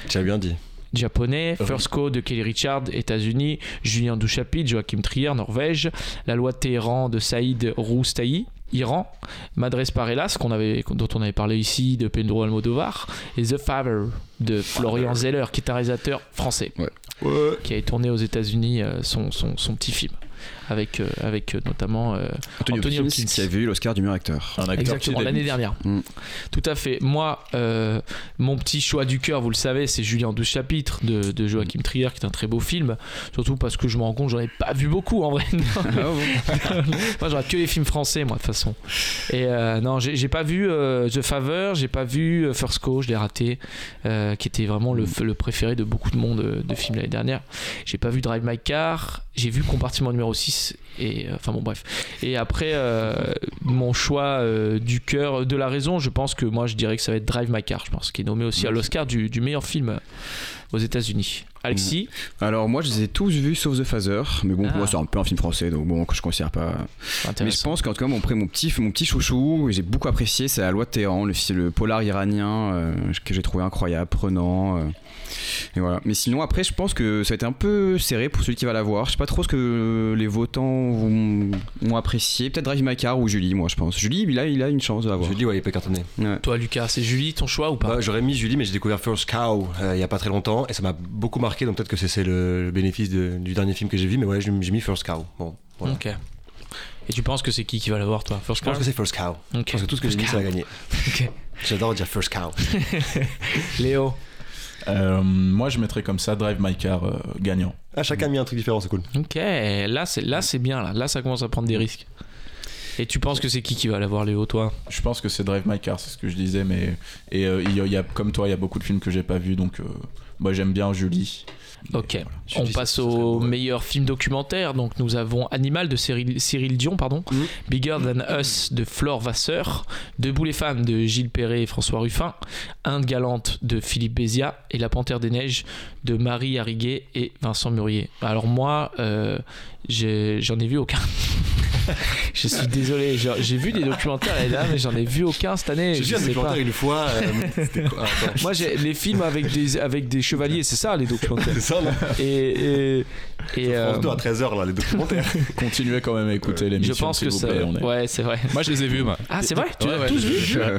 Speaker 5: Tu as bien dit.
Speaker 4: Ah
Speaker 2: japonais, First Code de Kelly Richard, États-Unis, Julien Douchapit, Joachim Trier, Norvège, La loi de Téhéran de Saïd Roustahi, Iran, Madres par Hélas, qu'on avait, dont on avait parlé ici, de Pedro Almodovar, et The Father de Florian Zeller, qui est un réalisateur français, qui avait tourné aux États-Unis euh, son, son, son petit film, avec, euh, avec euh, notamment euh,
Speaker 4: Anthony,
Speaker 2: Anthony
Speaker 4: Hopkins,
Speaker 2: Hopkins.
Speaker 4: qui avait eu l'Oscar du meilleur acteur.
Speaker 3: Un acteur
Speaker 2: Exactement,
Speaker 3: qui
Speaker 2: l'année
Speaker 3: débute.
Speaker 2: dernière.
Speaker 4: Mm.
Speaker 2: Tout à fait. Moi, euh, mon petit choix du cœur, vous le savez, c'est Julien 12 chapitres de, de Joachim Trier, qui est un très beau film. Surtout parce que je me rends compte, j'en ai pas vu beaucoup en vrai. moi, j'aurais que les films français, moi, de toute façon. Et euh, non, j'ai j'ai pas vu euh, The Favor, j'ai pas vu euh, First Co, je l'ai raté, euh, qui était vraiment le, le préféré de beaucoup de monde euh, de films l'année dernière. J'ai pas vu Drive My Car, j'ai vu Compartiment numéro 6, et euh, enfin bon, bref. Et après, euh, mon choix euh, du cœur, de la raison, je pense que moi je dirais que ça va être Drive My Car, je pense, qui est nommé aussi à l'Oscar du, du meilleur film euh, aux États-Unis.
Speaker 4: Mm.
Speaker 2: Alexis,
Speaker 4: Alors moi je les ai tous vus sauf The Phaser, mais bon
Speaker 2: Ah.
Speaker 4: pour moi c'est un peu un film français donc bon que je considère pas. Mais je
Speaker 2: intéressant.
Speaker 4: pense qu'en tout cas mon, pré- mon petit mon petit chouchou et j'ai beaucoup apprécié c'est la loi de Téhéran, le, fi- le polar iranien euh, que j'ai trouvé incroyable, prenant. euh, et voilà. Mais sinon après je pense que ça va être un peu serré pour celui qui va la voir. Je sais pas trop ce que les votants vont, ont apprécié. Peut-être Drive My Car ou Julie moi je pense. Julie il a il a une chance de la voir.
Speaker 5: Julie, ouais, il peut cartonner.
Speaker 4: Ouais.
Speaker 2: Toi, Lucas, c'est Julie ton choix ou pas
Speaker 5: Bah, J'aurais mis Julie, mais j'ai découvert First Cow euh, il y a pas très longtemps et ça m'a beaucoup marqué. Donc peut-être que c'est- c'est le, le bénéfice de- du dernier film que j'ai vu, mais ouais, j'ai j'ai mis First Cow. Bon,
Speaker 4: Bah,
Speaker 5: voilà.
Speaker 2: Ok. Et tu penses que c'est qui qui va l'avoir, toi First
Speaker 5: Je
Speaker 4: Hein
Speaker 5: pense
Speaker 2: Class
Speaker 5: que c'est First Cow.
Speaker 2: Ok.
Speaker 5: Je pense que tout ce que j'ai
Speaker 2: First
Speaker 5: mis, ça va gagner.
Speaker 2: Ok.
Speaker 5: J'adore dire First Cow.
Speaker 2: Léo.
Speaker 3: Euh, moi, je mettrais comme ça Drive My Car euh, gagnant.
Speaker 5: Ah, chacun a mis un truc différent, c'est cool.
Speaker 2: Ok, là c'est là c'est bien là. Là ça commence à prendre des risques. Et tu penses que c'est qui qui va l'avoir Léo toi
Speaker 3: Je pense que c'est Drive My Car, c'est ce que je disais, mais et euh, il y a- il y a, comme toi, il y a beaucoup de films que j'ai pas vus, donc euh, moi j'aime bien Julie. Mais
Speaker 2: Ok.
Speaker 3: voilà.
Speaker 2: On
Speaker 5: dis,
Speaker 2: passe
Speaker 5: ça serait
Speaker 2: au
Speaker 5: beau, ouais.
Speaker 2: meilleur film documentaire. Donc nous avons Animal de Cyril, Cyril Dion, pardon,
Speaker 5: Mm.
Speaker 2: Bigger Than Us de Flore Vasseur, Debout les femmes de Gilles Perret et François Ruffin, Inde galante de Philippe Bézia et La Panthère des Neiges de Marie Harriguet et Vincent Murier. Alors moi, euh, j'ai- j'en ai, vu aucun. je suis désolé, j'ai j'ai vu des documentaires l'année dernière, mais j'en ai vu aucun cette année.
Speaker 5: J'ai
Speaker 2: je
Speaker 5: vu un
Speaker 2: sais pas.
Speaker 5: documentaire une fois. euh, C'était quoi Attends.
Speaker 2: Moi, j'ai les films avec des, avec des chevaliers, c'est ça les documentaires.
Speaker 5: C'est ça, là
Speaker 2: Et, et, et, euh,
Speaker 5: On se doit à 13h, là, les documentaires.
Speaker 3: Continuez quand même à écouter
Speaker 2: Je
Speaker 3: l'émission.
Speaker 2: pense
Speaker 3: s'il
Speaker 2: que
Speaker 3: vous
Speaker 2: ça.
Speaker 3: plaît, on est-
Speaker 2: Ouais, c'est vrai.
Speaker 6: Moi, je les ai vus, moi.
Speaker 2: Ah, c'est vrai Tu
Speaker 6: Ouais,
Speaker 2: as
Speaker 6: ouais.
Speaker 2: tous vu
Speaker 4: Euh,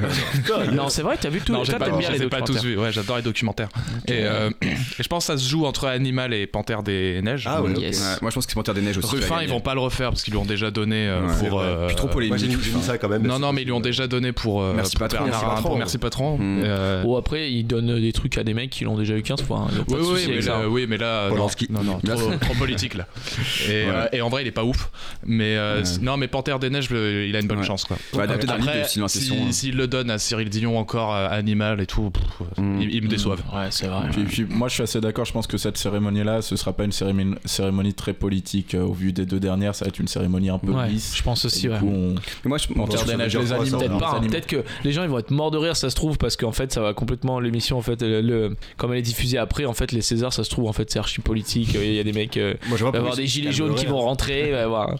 Speaker 2: Non, c'est vrai, t'as vu tous
Speaker 6: non, j'ai
Speaker 2: Toi,
Speaker 6: pas,
Speaker 2: t'aimes bien
Speaker 6: je
Speaker 2: les
Speaker 6: les ai pas tous
Speaker 2: documentaires.
Speaker 6: vus. Ouais, j'adore les documentaires. Et, euh, et je pense que ça se joue entre Animal et Panthère des Neiges.
Speaker 5: Ah ouais,
Speaker 2: Yes.
Speaker 4: Ouais, moi je pense que c'est Panthère des Neiges aussi.
Speaker 6: Ruffin, ils vont pas le refaire parce qu'ils lui ont déjà donné euh,
Speaker 4: Ouais.
Speaker 5: C'est
Speaker 6: pour.
Speaker 5: vrai.
Speaker 6: euh,
Speaker 4: Puis trop
Speaker 5: Moi,
Speaker 4: polémique.
Speaker 5: j'ai mis j'ai mis ça quand même.
Speaker 6: Non, non, mais ils lui ont déjà donné pour. euh,
Speaker 4: Merci
Speaker 6: pour
Speaker 4: patron,
Speaker 6: Bernard
Speaker 4: merci
Speaker 6: Arnault,
Speaker 4: patron.
Speaker 6: merci patron.
Speaker 4: Mm.
Speaker 6: Euh,
Speaker 2: Bon, après, ils donnent des trucs à des mecs qui l'ont déjà eu 15 fois. hein. Y a pas
Speaker 6: Oui,
Speaker 2: de
Speaker 6: oui,
Speaker 2: souci
Speaker 6: mais
Speaker 2: avec ça.
Speaker 6: là, oui, mais là, non,
Speaker 5: Polanski.
Speaker 6: non, non, trop, trop politique là. Et,
Speaker 4: Ouais.
Speaker 6: euh, et en vrai, il est pas ouf. Mais euh,
Speaker 4: Ouais.
Speaker 6: c- non, mais Panthère des Neiges, euh, il a une bonne
Speaker 4: Ouais. Ah,
Speaker 6: chance quoi.
Speaker 4: Ouais, adapté d'un livre de
Speaker 6: Après,
Speaker 4: Sylvain
Speaker 6: si-
Speaker 4: Tesson,
Speaker 6: s'il
Speaker 4: hein.
Speaker 6: le donne à Cyril Dion encore, euh, Animal et tout, pff,
Speaker 4: Mm.
Speaker 6: ils, ils me déçoivent.
Speaker 2: Mmh. Ouais, c'est vrai.
Speaker 3: Puis, puis moi je suis assez d'accord, je pense que cette cérémonie-là, ce sera pas une cérémonie, cérémonie très politique. euh, au vu des deux dernières, ça va être une cérémonie un peu
Speaker 2: Ouais,
Speaker 3: lisse.
Speaker 2: je pense aussi,
Speaker 3: Et du
Speaker 2: ouais.
Speaker 3: coup, on-
Speaker 4: Mais moi, je,
Speaker 3: on
Speaker 4: je-
Speaker 3: perd des neiges, les
Speaker 5: quoi,
Speaker 3: animaux,
Speaker 5: ça,
Speaker 3: on perd
Speaker 2: Peut-être pas,
Speaker 3: des
Speaker 2: hein.
Speaker 3: animaux.
Speaker 2: peut-être que les gens ils vont être morts de rire, ça se trouve, parce qu'en fait ça va complètement l'émission en fait, le, le- comme elle est diffusée après, en fait les Césars ça se trouve en fait c'est archi politique, il y a des mecs, euh,
Speaker 5: Moi, je vois
Speaker 2: il va y avoir des gilets jaunes qui vont rentrer, il va y avoir-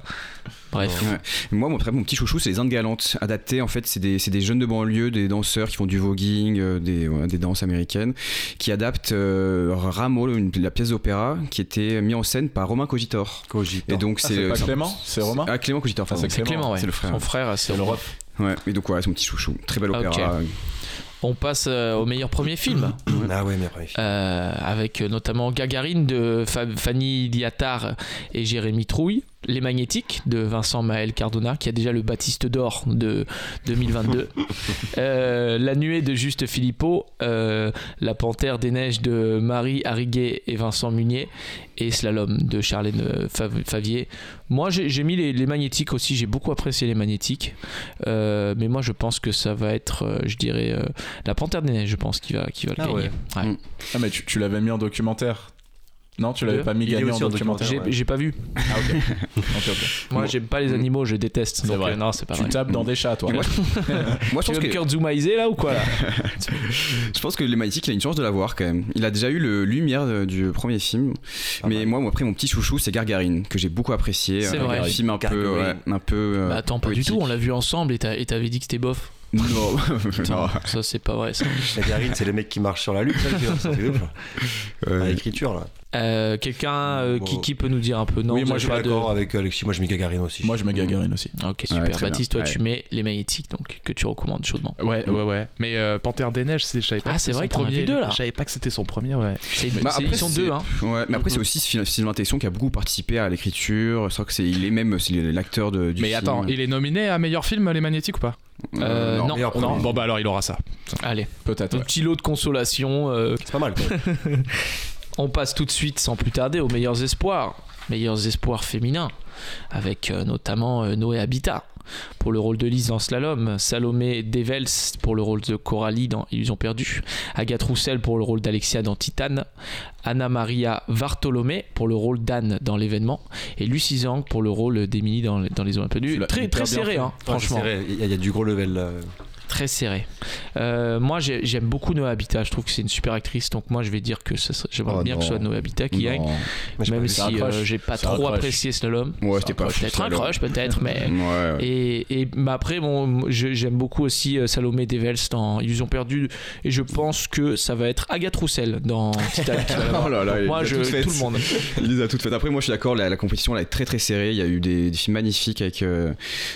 Speaker 2: Bref.
Speaker 4: Ouais. Moi, mon, très- mon petit chouchou, c'est les Indes galantes. Adaptées, en fait, c'est des, c'est des jeunes de banlieue, des danseurs qui font du voguing, euh, des, ouais, des danses américaines, qui adaptent euh, Rameau, une- la pièce d'opéra, qui était mise en scène par Romain Cogitor. Et donc,
Speaker 3: Ah,
Speaker 4: c'est.
Speaker 3: c'est
Speaker 4: euh,
Speaker 3: pas
Speaker 4: c'est un-
Speaker 3: Clément C'est Romain
Speaker 4: Ah, Clément Cogitor,
Speaker 3: Ah,
Speaker 4: pardon.
Speaker 3: c'est
Speaker 2: C'est Clément, ouais.
Speaker 4: C'est le frère.
Speaker 2: Son frère, c'est
Speaker 3: Europe.
Speaker 4: Ouais. Et donc, ouais, c'est mon petit chouchou. Très belle
Speaker 2: Ah,
Speaker 4: opéra.
Speaker 2: On passe euh, au meilleur premier film,
Speaker 5: Ah ouais, mais après.
Speaker 2: euh, avec euh, notamment Gagarine de Fa- Fanny Liattard et Jérémy Trouille, Les Magnétiques de Vincent Maël Cardona, qui a déjà le Baptiste d'Or de 2022, Euh, La Nuée de Juste Philippot, euh, La Panthère des Neiges de Marie Harriguet et Vincent Munier, et Slalom de Charlène euh, Fav- Favier. Moi, j'ai j'ai mis les, les Magnétiques aussi, j'ai beaucoup apprécié Les Magnétiques, Euh, mais moi, je pense que ça va être, euh, je dirais, euh, La Panthère des Neiges, je pense, qui va, qui va le
Speaker 5: Ah
Speaker 2: gagner.
Speaker 5: ouais.
Speaker 2: Ouais.
Speaker 4: Mm.
Speaker 3: Ah, mais tu, tu l'avais mis en documentaire Non, tu l'avais
Speaker 2: Il
Speaker 3: pas mis
Speaker 5: est
Speaker 3: gagné en
Speaker 5: aussi en
Speaker 3: documentaire.
Speaker 2: J'ai
Speaker 5: ouais.
Speaker 2: j'ai pas vu.
Speaker 3: Ah, ok. Ok, ok.
Speaker 2: Moi,
Speaker 4: Bon.
Speaker 2: j'aime pas les animaux, je déteste.
Speaker 3: C'est
Speaker 2: Donc,
Speaker 3: vrai.
Speaker 2: euh, non, c'est pas
Speaker 3: Tu
Speaker 2: vrai.
Speaker 3: tapes dans des chats, toi.
Speaker 4: Mais moi, Moi, je
Speaker 2: Tu
Speaker 4: pense
Speaker 2: veux
Speaker 4: que.
Speaker 2: le cœur zoomaïsé là ou quoi là
Speaker 4: Je pense que les Magnétiques, il a une chance de l'avoir quand même. Il a déjà eu le Lumière euh, du premier film. mais moi, moi, après, mon petit chouchou, c'est Gargarine, que j'ai beaucoup apprécié.
Speaker 2: C'est
Speaker 4: Euh,
Speaker 2: vrai.
Speaker 4: Un film un peu. ouais,
Speaker 5: Gargarine.
Speaker 4: un peu euh,
Speaker 2: Bah, Attends, pas
Speaker 4: poétique.
Speaker 2: du tout, on l'a vu ensemble et t'as- et t'avais dit que c'était bof.
Speaker 4: Non, non.
Speaker 2: Ça, c'est pas vrai. ça.
Speaker 5: La Garine, c'est les mecs qui marchent sur la lune, ça, le pire, ça, c'est ouf. hein.
Speaker 4: Euh,
Speaker 5: À L'écriture, là.
Speaker 2: Euh, Quelqu'un euh, qui,
Speaker 5: Bon.
Speaker 2: qui peut nous dire un peu Non,
Speaker 5: oui, moi,
Speaker 2: vous
Speaker 5: je suis
Speaker 2: avez pas de-
Speaker 5: d'accord avec Alexis. Moi, je mets Gagarine aussi.
Speaker 3: Moi, je mets Gagarine aussi.
Speaker 2: Ok, super.
Speaker 4: très
Speaker 2: Baptiste, toi,
Speaker 4: bien.
Speaker 2: tu mets les magnétiques, donc que tu recommandes chaudement.
Speaker 6: Ouais, ouais, ouais. Mais euh, Panthère des Neiges, c'est- je savais pas.
Speaker 2: Ah,
Speaker 6: que
Speaker 2: c'est
Speaker 6: c'était
Speaker 2: vrai
Speaker 6: son
Speaker 2: que t'en as
Speaker 6: premier.
Speaker 2: fait deux, là.
Speaker 6: Je savais pas que c'était son premier, ouais.
Speaker 2: C'est-
Speaker 4: Bah,
Speaker 2: c'est- Ils
Speaker 4: après,
Speaker 2: sont
Speaker 4: c'est-
Speaker 2: deux, hein.
Speaker 4: Ouais, mais après, c'est aussi Syl- Sylvain Tesson qui a beaucoup participé à l'écriture. Je crois que c'est. Il est même. C'est l'acteur de- du
Speaker 6: Mais
Speaker 4: film.
Speaker 6: attends, il est nominé à meilleur film, Les Magnétiques ou pas
Speaker 4: Euh,
Speaker 2: Euh, non.
Speaker 5: meilleur
Speaker 6: Non,
Speaker 5: premier.
Speaker 6: bon bah alors il aura ça.
Speaker 2: Allez,
Speaker 3: Peut-être.
Speaker 2: un
Speaker 3: ouais.
Speaker 2: petit lot de consolation. euh,
Speaker 5: C'est pas mal. quoi.
Speaker 2: On passe tout de suite, sans plus tarder, aux meilleurs espoirs. Meilleurs espoirs féminins, avec euh, notamment euh, Noé Habitat pour le rôle de Lise dans Slalom, Salomé Devels pour le rôle de Coralie dans Illusion perdue, Agathe Roussel pour le rôle d'Alexia dans Titane, Anna Maria Vartolomé pour le rôle d'Anne dans l'événement, et Lucie Zang pour le rôle d'Émilie dans, dans Les Oies
Speaker 3: Tu
Speaker 2: perdues.
Speaker 3: l'as
Speaker 2: Très,
Speaker 3: hyper
Speaker 2: très
Speaker 3: bien
Speaker 2: serré,
Speaker 3: fait.
Speaker 2: hein, franchement.
Speaker 5: C'est vrai, Il y, a- il y a du gros level. euh, là.
Speaker 2: Très serré. Euh, moi, j'ai- j'aime beaucoup Noé Habitat. Je trouve que c'est une super actrice. Donc, moi, je vais dire que ça serait- j'aimerais
Speaker 5: Oh
Speaker 2: bien que ce soit
Speaker 5: non.
Speaker 2: Noé Habitat qui gagne.
Speaker 4: non.
Speaker 5: Mais j'ai pas
Speaker 2: Même
Speaker 5: vu
Speaker 2: si
Speaker 5: ça.
Speaker 3: un crush.
Speaker 2: euh, j'ai pas
Speaker 3: C'est un
Speaker 2: trop
Speaker 3: crush.
Speaker 2: apprécié Slalom.
Speaker 4: Ouais,
Speaker 2: C'est
Speaker 4: c'était
Speaker 2: un
Speaker 4: pas
Speaker 2: crush,
Speaker 4: fou.
Speaker 2: Peut-être un crush, peut-être, mais.
Speaker 4: Bah, Ouais.
Speaker 2: Et, et- mais après, bon, je- j'aime beaucoup aussi euh, Salomé Devels dans Ils ont perdu, et je pense que ça va être Agathe Roussel dans Titanic. qui va l'avoir.
Speaker 4: Oh là là, il
Speaker 2: Moi,
Speaker 4: les a
Speaker 2: je,
Speaker 4: toutes faites.
Speaker 2: tout le monde.
Speaker 4: Il les a toutes faites. Après, moi, je suis d'accord, la, la compétition, elle est très très serrée. Il y a eu des, des films magnifiques avec, euh,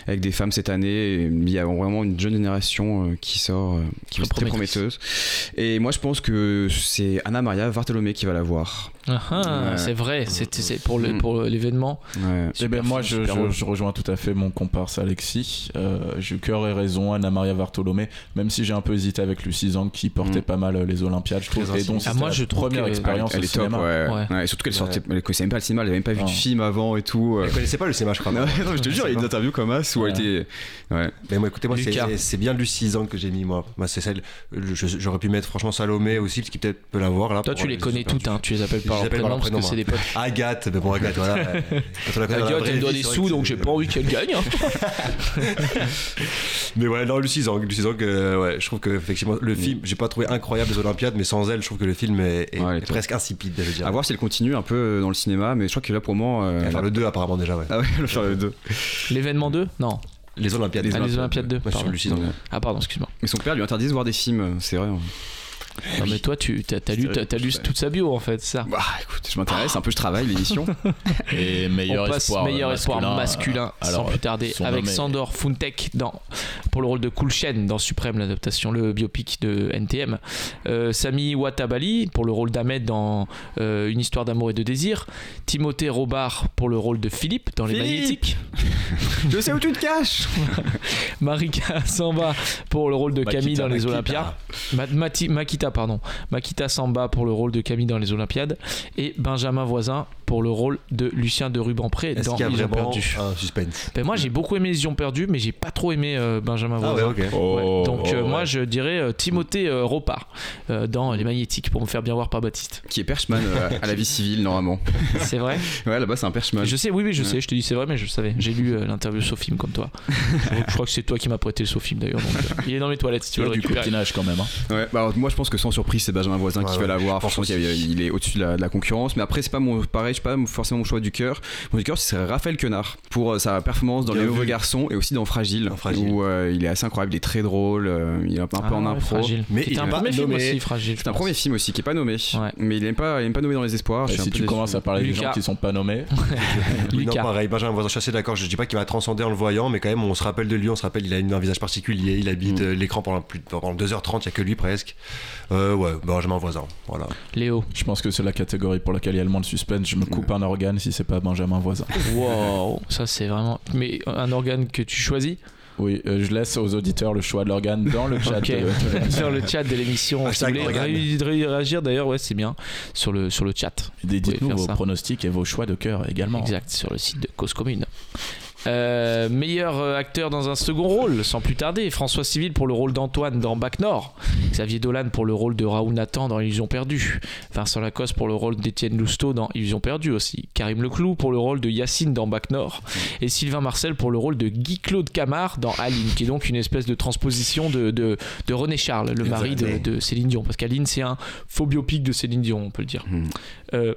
Speaker 4: avec des femmes cette année. Et Il y a vraiment une jeune génération euh, qui sort, euh, qui
Speaker 2: Très
Speaker 4: est très
Speaker 2: prometteuse.
Speaker 4: prometteuse. Et moi, je pense que c'est Anna Maria Bartolomé qui va la voir.
Speaker 2: Ah, ah,
Speaker 4: Ouais.
Speaker 2: C'est vrai, c'est c'est pour le-
Speaker 4: Mm.
Speaker 2: pour l'événement.
Speaker 4: Ouais.
Speaker 3: Eh ben
Speaker 2: Super
Speaker 3: moi, je,
Speaker 2: film, super
Speaker 3: je-
Speaker 2: rôle.
Speaker 3: je rejoins tout à fait mon comparse Alexis. Euh, J'ai eu cœur et raison, Anna Maria Vartolomé, même si j'ai un peu hésité avec Lucie Zang qui portait
Speaker 4: Mm.
Speaker 3: pas mal euh, les Olympiades, je trouve.
Speaker 5: Très
Speaker 3: Et donc,
Speaker 5: intimiste.
Speaker 2: Ah,
Speaker 3: c'était
Speaker 2: moi,
Speaker 3: la
Speaker 2: je trouve
Speaker 3: première
Speaker 2: que-
Speaker 3: expérience
Speaker 4: elle
Speaker 3: au
Speaker 4: est top,
Speaker 3: cinéma.
Speaker 4: ouais.
Speaker 2: Ouais.
Speaker 4: Ouais, et surtout qu'elle
Speaker 5: Ouais.
Speaker 4: sortait, elle connaissait même pas le cinéma, elle avait même pas vu
Speaker 3: Non.
Speaker 4: de film avant et tout. euh.
Speaker 5: Je connaissais pas le cinéma, je crois.
Speaker 4: Non, non, je te jure, il y a une interview comme As où elle était. Ouais.
Speaker 5: Mais moi, écoutez, moi, c'est-
Speaker 2: Lucas.
Speaker 5: c'est- c'est bien Lucie Zang que j'ai mis, moi. Moi, c'est celle. je- je- J'aurais pu mettre, franchement, Salomé aussi, parce qu'il peut-être peut l'avoir, là.
Speaker 2: Toi,
Speaker 5: pour-
Speaker 2: tu les connais toutes, hein, tu les appelles par leur
Speaker 5: Je les appelle
Speaker 2: prénom
Speaker 5: par leur
Speaker 2: parce que
Speaker 5: prénom,
Speaker 2: c'est
Speaker 5: hein.
Speaker 2: des potes.
Speaker 5: Agathe, mais bon, Agathe, voilà. euh, quand on la connaît dans la
Speaker 2: Agathe,
Speaker 5: vraie
Speaker 2: elle me doit
Speaker 5: vie,
Speaker 2: des
Speaker 5: c'est vrai
Speaker 2: sous,
Speaker 5: que
Speaker 2: donc
Speaker 5: c'est-
Speaker 2: j'ai pas envie qu'elle gagne. hein.
Speaker 5: Mais ouais, non, Lucie Zang, Lucie Zang, euh, ouais, je trouve que, effectivement,
Speaker 2: Mm.
Speaker 5: le film, j'ai pas trouvé incroyable les Olympiades, mais sans elle, je trouve que le film est, est-
Speaker 4: Ouais, elle est
Speaker 5: est
Speaker 4: top.
Speaker 5: presque insipide, je veux dire.
Speaker 4: À voir si elle continue un peu euh, dans le cinéma, mais je crois que là pour moi. euh,
Speaker 5: Elle va faire le 2, apparemment, déjà, ouais.
Speaker 4: Ah ouais, elle va faire le deux.
Speaker 2: L'événement 2 Non.
Speaker 5: Les Olympiades.
Speaker 2: Ah, les Olympiades 2.
Speaker 5: Moi, sur Lucie Zang.
Speaker 2: Ah, pardon, excuse-moi.
Speaker 4: Mais son père lui interdit de voir des films, c'est vrai. hein.
Speaker 2: Non, mais toi, tu t'as t'as lu, t'as- t'as lu toute sa bio en fait, c'est ça.
Speaker 4: Bah écoute, je m'intéresse, un peu je travaille l'émission.
Speaker 3: Et meilleur
Speaker 2: on passe
Speaker 3: espoir.
Speaker 2: meilleur
Speaker 3: masculin,
Speaker 2: espoir masculin
Speaker 3: euh,
Speaker 2: sans
Speaker 3: alors,
Speaker 2: plus tarder
Speaker 3: son
Speaker 2: avec
Speaker 3: nom est-
Speaker 2: Sandor Funtek dans, pour le rôle de Kulchen dans Suprême l'adaptation le biopic de NTM Euh, Sami Watabali pour le rôle d'Ahmed dans euh, Une histoire d'amour et de désir Timothée Robard pour le rôle de Philippe dans Les
Speaker 4: Philippe
Speaker 2: Magnétiques
Speaker 4: Je sais où tu te caches
Speaker 2: Marika Samba pour le rôle de
Speaker 4: Makita,
Speaker 2: Camille dans les
Speaker 4: Makita.
Speaker 2: Olympiades. Ma- Mati- Makita, pardon. Makita Samba pour le rôle de Camille dans les Olympiades. Et Benjamin Voisin pour le rôle de Lucien de Rubempré
Speaker 5: Est-ce
Speaker 2: dans
Speaker 5: qu'il y a
Speaker 2: Ils ont
Speaker 5: vraiment Ah.
Speaker 2: perdu.
Speaker 5: un suspense
Speaker 2: Ben moi j'ai beaucoup aimé Les Ont perdu, mais j'ai pas trop aimé euh, Benjamin
Speaker 5: Ah
Speaker 2: Voisin.
Speaker 5: ouais,
Speaker 2: Ouais,
Speaker 5: ok.
Speaker 3: Oh,
Speaker 2: donc euh,
Speaker 3: oh,
Speaker 2: moi
Speaker 3: ouais.
Speaker 2: je dirais euh, Timothée euh, Ropard euh, dans Les Magnétiques pour me faire bien voir par Baptiste.
Speaker 4: Qui est perchman euh, à la vie civile, normalement.
Speaker 2: C'est vrai
Speaker 4: Ouais, là-bas, c'est un perchman.
Speaker 2: Je sais, oui, oui, je sais, je te dis c'est vrai, mais je le savais. J'ai lu euh, l'interview de Sofim comme toi. je crois que c'est toi qui m'as prêté le Sofim d'ailleurs. donc, euh, il est dans mes toilettes si
Speaker 3: Tu
Speaker 2: tu veux le
Speaker 3: vois, du
Speaker 2: récupérer.
Speaker 3: copinage quand même. hein.
Speaker 4: Ouais, bah alors, moi je pense que sans surprise c'est Benjamin Voisin qui
Speaker 5: Ouais,
Speaker 4: va
Speaker 5: ouais,
Speaker 4: l'avoir.
Speaker 5: je pense
Speaker 4: Franchement, il, y a-
Speaker 5: aussi.
Speaker 4: il est au-dessus de la, de la concurrence. Mais après, c'est pas mon pareil, je sais pas forcément mon choix du cœur. Mon du cœur, ce serait Raphaël Quenard pour euh, sa performance dans
Speaker 5: Bien
Speaker 4: Les
Speaker 5: vu.
Speaker 4: Nouveaux Garçons et aussi dans Fragile,
Speaker 5: Dans Fragile.
Speaker 4: où euh, il est assez incroyable, il est très drôle, euh, il est un peu
Speaker 2: Ah,
Speaker 4: en
Speaker 2: ouais,
Speaker 4: impro.
Speaker 2: Fragile.
Speaker 5: Mais
Speaker 2: Qui
Speaker 5: il
Speaker 2: était un
Speaker 5: est pas
Speaker 2: premier film
Speaker 5: nommé.
Speaker 2: aussi, fragile. je
Speaker 4: C'est un
Speaker 2: pense.
Speaker 4: premier film aussi qui est pas nommé,
Speaker 2: Ouais.
Speaker 4: mais il aime pas, il aime pas nommé dans les espoirs. je suis
Speaker 3: Bah, si
Speaker 4: un peu
Speaker 3: tu
Speaker 4: déçu.
Speaker 3: commences à parler des
Speaker 2: Lucas.
Speaker 3: gens qui sont pas nommés,
Speaker 5: Non,
Speaker 2: Lucas.
Speaker 5: pareil, Benjamin Voisin, je suis assez d'accord. Je dis pas qu'il m'a transcendé en le voyant, mais quand même, on se rappelle de lui, on se rappelle, il a une- un visage particulier, il habite euh, l'écran pendant, plus, de- pendant 2h30, il y a que lui presque. Euh, ouais, Benjamin Voisin, voilà.
Speaker 2: Léo.
Speaker 3: je pense que c'est la catégorie pour laquelle il y a le moins de suspense. Je me coupe un organe si c'est pas Benjamin Voisin.
Speaker 2: Wow, ça c'est vraiment. Mais un organe que tu choisis
Speaker 3: Oui, euh, je laisse aux auditeurs le choix de l'organe dans le chat.
Speaker 2: Ok.
Speaker 3: euh,
Speaker 2: sur le chat de l'émission. Si vous
Speaker 5: Hashtag
Speaker 2: voulez
Speaker 5: organe.
Speaker 2: ré- ré- réagir d'ailleurs, ouais, c'est bien sur le sur le chat.
Speaker 3: des- Dites-nous
Speaker 2: faire
Speaker 3: vos
Speaker 2: ça.
Speaker 3: pronostics et vos choix de cœur également.
Speaker 2: Exact, sur le site de Cause Commune. Euh, meilleur euh, acteur dans un second rôle, sans plus tarder. François Civil pour le rôle d'Antoine dans Bac Nord. Xavier Dolan pour le rôle de Raoul Nathan dans Illusion Perdue. Vincent Lacoste pour le rôle d'Étienne Lousteau dans Illusion Perdue aussi. Karim Leclou pour le rôle de Yacine dans Bac Nord. Et Sylvain Marcel pour le rôle de Guy-Claude Camard dans Aline, qui est donc une espèce de transposition de, de, de René Charles, le mari de, de Céline Dion. Parce qu'Aline, c'est un faux biopic de Céline Dion, on peut le dire.
Speaker 4: Hmm.
Speaker 2: Euh,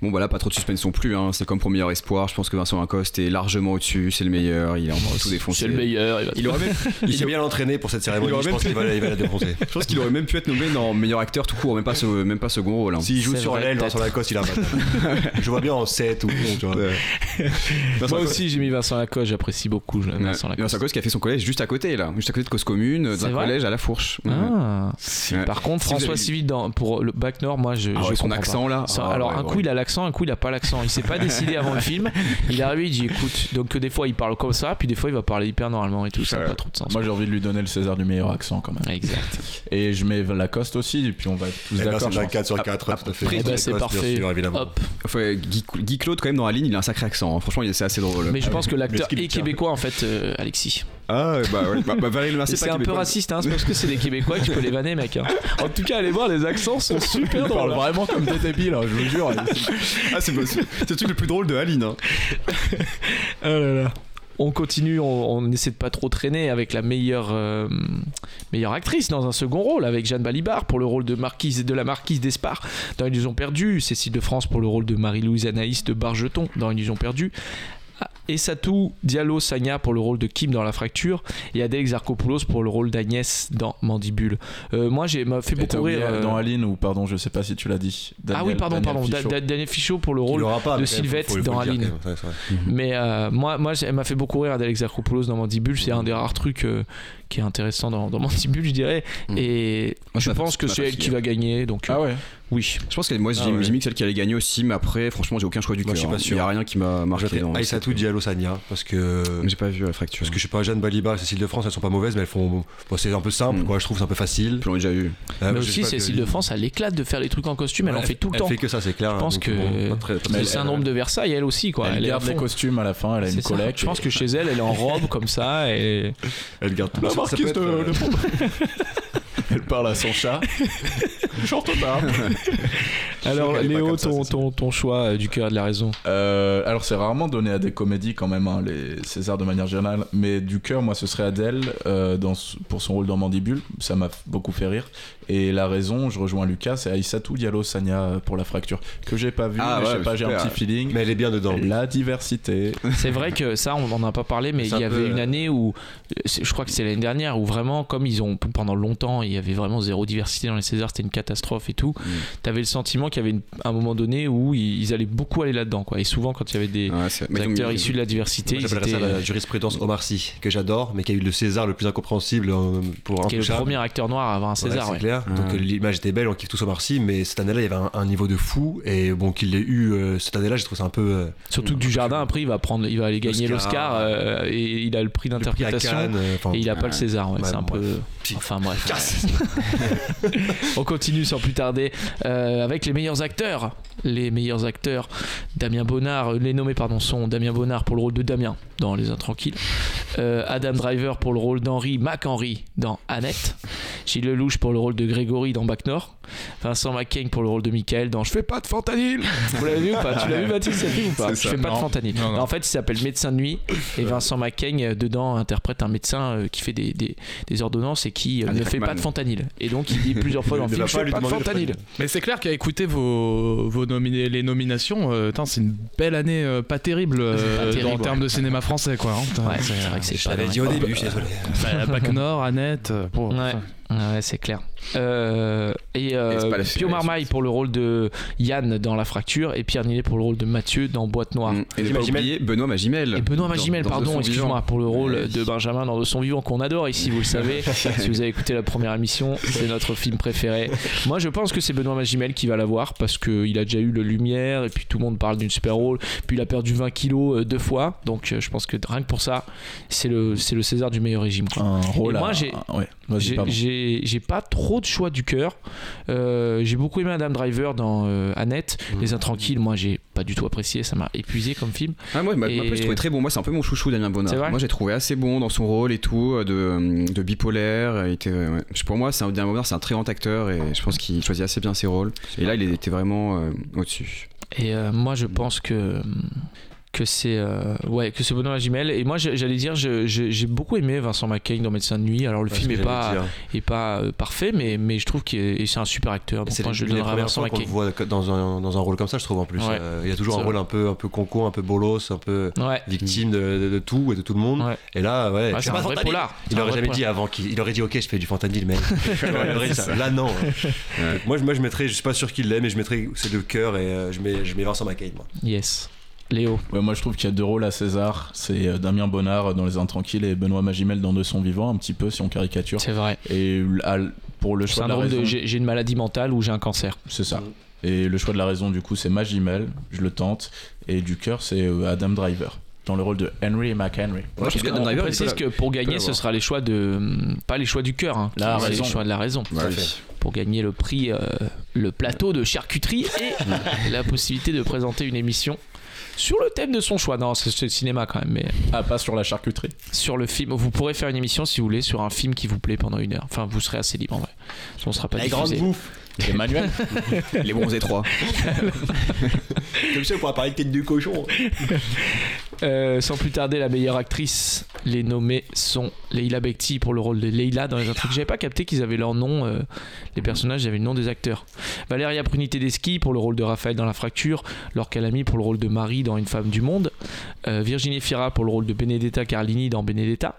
Speaker 4: Bon, bah là, pas trop de suspense non plus. hein. C'est comme pour meilleur espoir. Je pense que Vincent Lacoste est largement au-dessus. C'est le meilleur. Il est en tout défoncé.
Speaker 2: c'est le meilleur. il va-
Speaker 4: Il aurait même-
Speaker 5: Il s'est bien entraîné pour cette cérémonie,
Speaker 4: aurait
Speaker 5: je
Speaker 4: même
Speaker 5: pense qu'il va, la- il va la défoncer.
Speaker 4: je pense qu'il aurait même pu être nommé dans meilleur acteur tout court, même pas, ce- même pas second rôle. hein.
Speaker 5: S'il joue
Speaker 2: C'est
Speaker 5: sur
Speaker 2: vrai,
Speaker 5: l'aile, Vincent Lacoste, il a un bâtard. Je vois bien en 7 ou 11, tu vois. Eh ben,
Speaker 4: Vincent
Speaker 2: Moi
Speaker 4: Lacoste-
Speaker 2: aussi j'ai mis Vincent Lacoste, j'apprécie beaucoup je- Vincent
Speaker 4: Ouais. Vincent
Speaker 2: Lacoste.
Speaker 4: Lacoste qui a fait son collège juste à côté, là, juste à côté de Cause Commune,
Speaker 2: C'est
Speaker 4: d'un
Speaker 2: vrai
Speaker 4: collège à La Fourche. Ouais.
Speaker 2: Ah.
Speaker 4: Ouais.
Speaker 2: Par contre,
Speaker 4: Si vous
Speaker 2: François
Speaker 4: avez-
Speaker 2: Civil dans, pour le Bac Nord, moi je,
Speaker 4: Ah
Speaker 2: je
Speaker 4: ouais, son
Speaker 2: comprends pas.
Speaker 4: accent là.
Speaker 2: Ça-
Speaker 4: Ah
Speaker 2: alors
Speaker 4: ouais,
Speaker 2: un
Speaker 4: ouais.
Speaker 2: coup il a l'accent, un coup il a pas l'accent. Il s'est pas décidé avant le film. Il est arrivé, il dit écoute. Donc que des fois il parle comme ça, puis des fois il va parler hyper normalement et tout. Ça n'a
Speaker 4: Ouais.
Speaker 2: pas trop de sens.
Speaker 3: Moi j'ai envie de lui donner le César du meilleur accent quand même.
Speaker 2: Exact.
Speaker 3: Et je mets Lacoste aussi, et puis on va être tous
Speaker 5: Eh ben,
Speaker 3: d'accord.
Speaker 5: c'est
Speaker 3: je
Speaker 5: un
Speaker 3: pense.
Speaker 5: 4 sur
Speaker 4: Ah,
Speaker 5: 4,
Speaker 4: ah,
Speaker 5: tout à fait.
Speaker 4: après,
Speaker 5: Vincent
Speaker 2: bah, c'est
Speaker 5: Lacoste, bien
Speaker 2: parfait.
Speaker 5: sûr, évidemment.
Speaker 2: Hop.
Speaker 4: Enfin, Guy, Guy Claude, quand même, dans la ligne, il a un sacré accent. hein. Franchement, il- c'est assez drôle.
Speaker 2: Mais je pense que l'acteur
Speaker 5: ce qu'il
Speaker 2: est
Speaker 5: tient.
Speaker 2: québécois en fait, euh, Alexis.
Speaker 4: Ah, bah ouais. Bah, bah, Valérie Le Mercier,
Speaker 2: Et C'est
Speaker 4: pas
Speaker 2: un peu
Speaker 4: québécois.
Speaker 2: raciste, hein. C'est parce que c'est des Québécois qui peut les vanner, mec. hein. En tout cas, allez voir, les accents sont super
Speaker 3: Il parle
Speaker 2: drôles.
Speaker 3: vraiment comme des débiles, hein, je vous jure.
Speaker 4: Ah, c'est possible. C'est le truc le plus drôle de Aline. hein.
Speaker 2: Oh là là. On continue, on, on essaie de pas trop traîner avec la meilleure, euh, meilleure actrice dans un second rôle, avec Jeanne Balibar pour le rôle de, marquise, de la marquise d'Espard dans Illusion perdue, Cécile de France pour le rôle de Marie-Louise Anaïs de Bargeton dans Illusion perdue, ah, et Satou Diallo Sagna pour le rôle de Kim dans La Fracture, et Adèle Exarchopoulos pour le rôle d'Agnès dans Mandibule. Euh, moi, j'ai m'a fait
Speaker 3: Et t'as
Speaker 2: beaucoup
Speaker 3: oublié,
Speaker 2: rire. euh,
Speaker 3: dans Aline, ou pardon, je sais pas si tu l'as dit.
Speaker 2: ah
Speaker 3: Daniel-
Speaker 2: oui, pardon,
Speaker 3: Daniel
Speaker 2: pardon. Da-
Speaker 3: Fichot.
Speaker 2: Da- Daniel Fichot pour le
Speaker 5: Il
Speaker 2: rôle
Speaker 5: l'aura pas,
Speaker 2: de
Speaker 5: mais quand même,
Speaker 2: Sylvette
Speaker 5: faut- faut
Speaker 2: dans
Speaker 5: le dire,
Speaker 2: Aline.
Speaker 5: quand même, ouais, c'est
Speaker 2: Mais euh, moi, moi, elle m'a fait beaucoup rire Adèle Exarchopoulos dans Mandibule. C'est un des rares trucs euh, qui est intéressant dans, dans Mandibule, je dirais.
Speaker 4: Mm.
Speaker 2: Et
Speaker 4: Moi,
Speaker 2: je
Speaker 4: ça m'a-
Speaker 2: pense
Speaker 4: ça
Speaker 2: que
Speaker 4: m'a
Speaker 2: c'est elle
Speaker 4: fatigué.
Speaker 2: qui va gagner. Donc, euh,
Speaker 3: Ah ouais.
Speaker 2: oui.
Speaker 4: Je pense que moi, j'ai
Speaker 3: Ah ouais.
Speaker 4: j'ai mis que celle qui allait gagner aussi, mais après, franchement, j'ai aucun choix du
Speaker 5: Moi,
Speaker 4: cœur.
Speaker 5: je suis pas
Speaker 4: hein.
Speaker 5: sûr.
Speaker 4: Il y a rien qui m'a
Speaker 5: vrai. Je Ah,
Speaker 4: marqué. dans-
Speaker 5: dirais Aïssatou Diallo Sagna, hein, parce que.
Speaker 4: Mais J'ai pas vu la fracture.
Speaker 5: Parce que je sais pas, Jeanne Baliba et Cécile de France, elles sont pas mauvaises, mais elles font. bon, c'est un peu simple,
Speaker 4: Mm.
Speaker 5: quoi, je trouve, c'est un peu facile.
Speaker 4: je l'ai déjà vu.
Speaker 5: Euh,
Speaker 2: Mais
Speaker 5: je sais
Speaker 2: aussi,
Speaker 5: pas,
Speaker 2: Cécile
Speaker 5: que-
Speaker 2: de France, elle éclate de faire les trucs en costume. Elle en
Speaker 5: Ouais,
Speaker 2: fait tout le
Speaker 5: Elle
Speaker 2: temps.
Speaker 5: fait que ça, c'est clair.
Speaker 2: Je pense
Speaker 5: donc,
Speaker 2: que
Speaker 5: bon, pas très- pas
Speaker 2: c'est
Speaker 5: très-
Speaker 2: le syndrome de Versailles, Bah, elle aussi. Quoi.
Speaker 3: Elle,
Speaker 2: est à
Speaker 3: garde les
Speaker 2: fond.
Speaker 3: costumes à la fin, elle a
Speaker 2: C'est
Speaker 3: une
Speaker 2: ça.
Speaker 3: collègue.
Speaker 2: Je pense que chez elle, elle est en robe comme ça. Et...
Speaker 5: Elle garde tout.
Speaker 3: La
Speaker 5: Ça peut
Speaker 3: marquise
Speaker 5: être,
Speaker 3: de-
Speaker 5: euh,
Speaker 3: de Elle parle à son chat. Chante pas.
Speaker 2: Alors,
Speaker 5: qu'elle est pas
Speaker 2: Léo,
Speaker 5: comme ça,
Speaker 2: ton,
Speaker 5: Cécile.
Speaker 2: ton, ton choix euh, du cœur et de la raison.
Speaker 3: Euh, alors c'est rarement donné à des comédies quand même, hein, les Césars de manière générale, mais du cœur, moi ce serait Adèle euh, dans, s- pour son rôle dans Mandibule, ça m'a f- beaucoup fait rire. Et la raison, je rejoins Lucas, c'est Aïssatou Diallo Sanya euh, pour la fracture, que j'ai pas vu,
Speaker 4: Ah
Speaker 3: mais je
Speaker 4: ouais,
Speaker 3: sais pas, j'ai un
Speaker 4: super.
Speaker 3: petit feeling.
Speaker 5: Mais elle est bien dedans.
Speaker 3: La diversité.
Speaker 2: C'est vrai que ça, on n'en a pas parlé, mais
Speaker 5: C'est
Speaker 2: il y
Speaker 5: un
Speaker 2: avait
Speaker 5: peu,
Speaker 2: une
Speaker 5: euh,
Speaker 2: année où, euh, c'est- je crois que c'est l'année dernière, où vraiment, comme
Speaker 5: Mm.
Speaker 2: ils ont, pendant longtemps, il y avait vraiment zéro diversité dans les Césars, c'était une catastrophe et tout, t'avais le sentiment qu'il y avait une- un moment donné où ils, ils allaient beaucoup aller là-dedans. quoi. Et souvent, quand il y avait des,
Speaker 5: Ah,
Speaker 4: Ouais, c'est-
Speaker 2: des
Speaker 4: mais donc,
Speaker 2: acteurs
Speaker 4: euh,
Speaker 2: issus de la diversité,
Speaker 5: Moi,
Speaker 2: ils
Speaker 5: J'appellerais
Speaker 2: étaient,
Speaker 5: ça la
Speaker 2: euh,
Speaker 5: jurisprudence Omar Sy, que j'adore, mais qui a eu le César le plus incompréhensible euh, pour un
Speaker 2: qui est le premier acteur noir à avoir un César.
Speaker 5: c'est
Speaker 2: ouais.
Speaker 5: clair. Donc
Speaker 4: Ouais.
Speaker 5: l'image était belle, on kiffe tous Omar Sy, mais cette année-là, il y avait un, un niveau de fou. Et bon, qu'il l'ait eu euh, cette année-là, j'ai trouvé ça un peu. euh,
Speaker 2: Surtout que Dujardin, après, il va, prendre, il va aller gagner l'Oscar
Speaker 5: L'Oscar.
Speaker 2: euh, et il a le prix
Speaker 5: le prix à
Speaker 2: d'interprétation.
Speaker 5: Cannes, euh, enfin,
Speaker 2: Et il a pas le César, ouais,
Speaker 5: Ouais,
Speaker 2: c'est un
Speaker 5: bon,
Speaker 2: peu.
Speaker 5: bref.
Speaker 2: Enfin bref. On continue sans plus tarder euh, avec les meilleurs acteurs. Les meilleurs acteurs, Damien Bonnard, euh, les nommés pardon sont Damien Bonnard pour le rôle de Damien dans Les Intranquilles, euh, Adam Driver pour le rôle d'Henri McHenry dans Annette, Gilles Lelouch pour le rôle de Grégory dans Bac Nord, Vincent McCain pour le rôle de Michael dans Je fais pas de fentanyl. Vous l'avez vu ou pas Tu l'as vu Mathilde cette film ou pas
Speaker 4: C'est
Speaker 2: Je
Speaker 4: ça.
Speaker 2: fais pas de
Speaker 6: Non.
Speaker 2: fentanyl.
Speaker 6: Non, non.
Speaker 2: En fait, il s'appelle Médecin de nuit et Vincent McCain euh, dedans interprète un médecin euh, qui fait des, des, des ordonnances et qui euh,
Speaker 4: Un
Speaker 2: ne fait
Speaker 4: Hackman.
Speaker 2: pas de fentanyl. Et donc il dit plusieurs fois dans le
Speaker 5: Il
Speaker 2: film
Speaker 5: ne va
Speaker 2: Je
Speaker 5: pas
Speaker 2: fais
Speaker 5: lui
Speaker 2: pas de
Speaker 5: demander de
Speaker 2: fentanyl.
Speaker 6: Mais c'est clair qu'à écouter vos, vos nomina- les nominations, euh, putain, c'est une belle année euh, pas terrible, euh,
Speaker 2: Pas terrible,
Speaker 6: en
Speaker 2: ouais.
Speaker 6: termes de cinéma français, quoi. hein. Putain,
Speaker 2: Ouais, c'est vrai que c'est
Speaker 5: Je
Speaker 2: pas
Speaker 5: l'avais
Speaker 2: dingue.
Speaker 5: dit au début, je suis désolé.
Speaker 6: Bah, Bac Nord, Annette. euh, bon,
Speaker 2: Ouais,
Speaker 6: enfin,
Speaker 2: ouais, c'est clair. Euh, et
Speaker 4: Et c'est
Speaker 2: euh,
Speaker 4: pas la-
Speaker 2: Pio Marmaille pour le rôle de Yann dans La Fracture et Pierre Ninet pour le rôle de Mathieu dans Boîte Noire.
Speaker 4: Mm. Et ne pas
Speaker 5: J'imagine-
Speaker 4: oublier Benoît Magimel.
Speaker 2: Et Benoît Magimel,
Speaker 4: Dans- dans De
Speaker 2: pardon,
Speaker 4: son
Speaker 2: excuse-moi,
Speaker 4: vivant.
Speaker 2: pour le rôle
Speaker 4: Ouais.
Speaker 2: de Benjamin dans De son vivant qu'on adore ici, vous le savez. si vous avez écouté la première émission, c'est notre film préféré. Moi, je pense que c'est Benoît Magimel qui va l'avoir parce qu'il a déjà eu le Lumière et puis tout le monde parle d'une super rôle. Puis il a perdu 20 kilos euh, deux fois, donc euh, je pense que rien que pour ça, c'est le, c'est le César du meilleur régime. quoi.
Speaker 3: Un rôle.
Speaker 2: Et moi,
Speaker 3: à-
Speaker 2: j'ai-
Speaker 3: Ouais,
Speaker 4: Ah,
Speaker 3: vas-y,
Speaker 2: J'ai-
Speaker 3: pardon.
Speaker 2: J'ai j'ai pas trop de choix du cœur. Euh, j'ai beaucoup aimé Adam Driver dans euh, Annette.
Speaker 4: Mmh.
Speaker 2: Les Intranquilles, moi j'ai pas du tout apprécié, ça m'a épuisé comme film.
Speaker 4: Ah, moi, ma- ma-
Speaker 2: Et-
Speaker 4: je trouvais très bon. Moi, c'est un peu mon chouchou, Damien
Speaker 2: C'est vrai
Speaker 4: Bonnard. Moi, j'ai trouvé assez bon dans son rôle et tout, euh, de, euh, de bipolaire. Il était, euh, ouais. Je- Pour moi, c'est un, Damien Bonnard, c'est un très grand acteur et je pense qu'il choisit assez bien ses rôles. Et là, il était vraiment euh, au-dessus.
Speaker 2: Et euh, moi je pense que que c'est euh, ouais que c'est Benoît Magimel et moi j'ai- j'allais dire je- je- j'ai beaucoup aimé Vincent McCain dans Médecin de nuit alors le film est pas est pas euh, parfait mais mais je trouve que c'est un super acteur donc
Speaker 5: C'est
Speaker 2: moi je le
Speaker 5: les
Speaker 2: donnerai à
Speaker 5: premières
Speaker 2: Vincent
Speaker 5: fois qu'on le
Speaker 2: McCain
Speaker 5: voit dans un, dans un rôle comme ça, je trouve en plus.
Speaker 2: Ouais.
Speaker 5: Euh, il y a toujours
Speaker 2: C'est
Speaker 5: un rôle un peu, un peu concon, un peu bolos, un peu
Speaker 2: ouais
Speaker 5: victime de, de- de tout et de tout le monde.
Speaker 2: Ouais.
Speaker 5: Et là, ouais,
Speaker 2: Ouais, c'est un vrai
Speaker 5: fentanyl.
Speaker 2: polar. C'est
Speaker 5: Il
Speaker 2: un
Speaker 5: aurait
Speaker 2: vrai
Speaker 5: jamais
Speaker 2: polar.
Speaker 5: dit avant qu'il il aurait dit ok je fais du fentanyl mais il aurait dit ça. là non. Donc, Moi je, moi je mettrais je suis pas sûr qu'il l'ait mais je mettrais c'est le cœur et euh, je mets je mets Vincent McCain moi.
Speaker 2: yes Léo
Speaker 3: Ouais, moi je trouve qu'il y a deux rôles à César, c'est euh, Damien Bonnard dans Les Intranquilles et Benoît Magimel dans De son vivant, un petit peu si on caricature.
Speaker 2: c'est vrai
Speaker 3: Et à- pour le choix de la
Speaker 2: syndrome de
Speaker 3: raison,
Speaker 2: j'ai j'ai une maladie mentale ou j'ai un cancer
Speaker 3: c'est ça. Et le choix de la raison du coup c'est Magimel, je le tente, et du cœur c'est euh, Adam Driver dans le rôle de Henry McHenry.
Speaker 4: Moi, je trouve que Adam
Speaker 2: On
Speaker 4: Driver, il
Speaker 2: précise
Speaker 4: peut-
Speaker 2: que pour gagner,
Speaker 4: l'avoir.
Speaker 2: ce sera les choix de. Pas les choix du cœur, hein,
Speaker 3: La
Speaker 2: qui- c'est
Speaker 3: raison.
Speaker 2: les choix de la raison.
Speaker 4: Ouais,
Speaker 5: à
Speaker 4: oui.
Speaker 5: fait.
Speaker 2: Pour gagner le prix, euh, le plateau de charcuterie et la possibilité de présenter une émission sur le thème de son choix. Non, c'est c'est le cinéma quand même, mais
Speaker 3: Ah, pas sur la charcuterie.
Speaker 2: sur le film. Vous pourrez faire une émission si vous voulez sur un film qui vous plaît pendant une heure. Enfin, vous serez assez libre en vrai. On sera pas diffusé.
Speaker 3: Emmanuel
Speaker 4: Les bronzés 3.
Speaker 5: Comme ça on pourra parler de tête de cochon.
Speaker 2: Euh, sans plus tarder, la meilleure actrice, les nommés sont Leila Bekti pour le rôle de Leila dans les intrigues. J'avais pas capté qu'ils avaient leur nom, euh, les personnages avaient le nom des acteurs. Valéria Bruni Tedeschi pour le rôle de Raphaël dans La Fracture, Laure Calami pour le rôle de Marie dans Une femme du monde, euh, Virginie Fira pour le rôle de Benedetta Carlini dans Benedetta,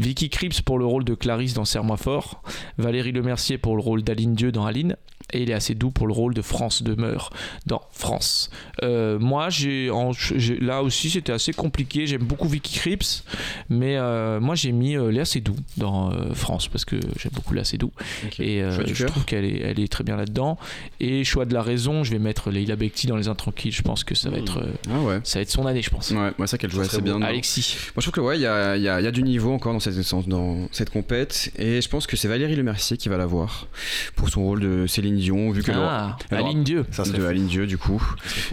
Speaker 2: Vicky Cripps pour le rôle de Clarisse dans Serre-moi fort, Valérie Lemercier pour le rôle d'Aline Dieu dans Aline, et il est assez doux pour le rôle de France Demeure dans France. Euh, moi, j'ai en- j'ai- là aussi, c'était assez compliqué. J'aime beaucoup Vicky Cripps, mais euh, moi, j'ai mis euh, Léa Seydoux dans euh, France parce que j'aime beaucoup Léa Seydoux et euh,
Speaker 4: Choix du
Speaker 2: je
Speaker 4: cœur.
Speaker 2: trouve qu'elle est, elle est très bien là-dedans. Et choix de la raison, je vais mettre Leila Bekti dans Les Intranquilles. Je pense que ça va être, euh,
Speaker 4: Ah ouais.
Speaker 2: ça va être son année, je pense.
Speaker 4: Ouais, moi, ça qu'elle joue assez bien. dedans.
Speaker 2: Alexis,
Speaker 4: Moi, je trouve que ouais, il y a, il y a- il y a du niveau encore dans cette, dans cette compète. Et je pense que c'est Valérie Lemercier qui va l'avoir pour son rôle de Céline Dion, vu que Laura-
Speaker 2: ah,
Speaker 4: alors-
Speaker 2: Aline Dieu.
Speaker 5: Ça
Speaker 4: de Aline Dieu du coup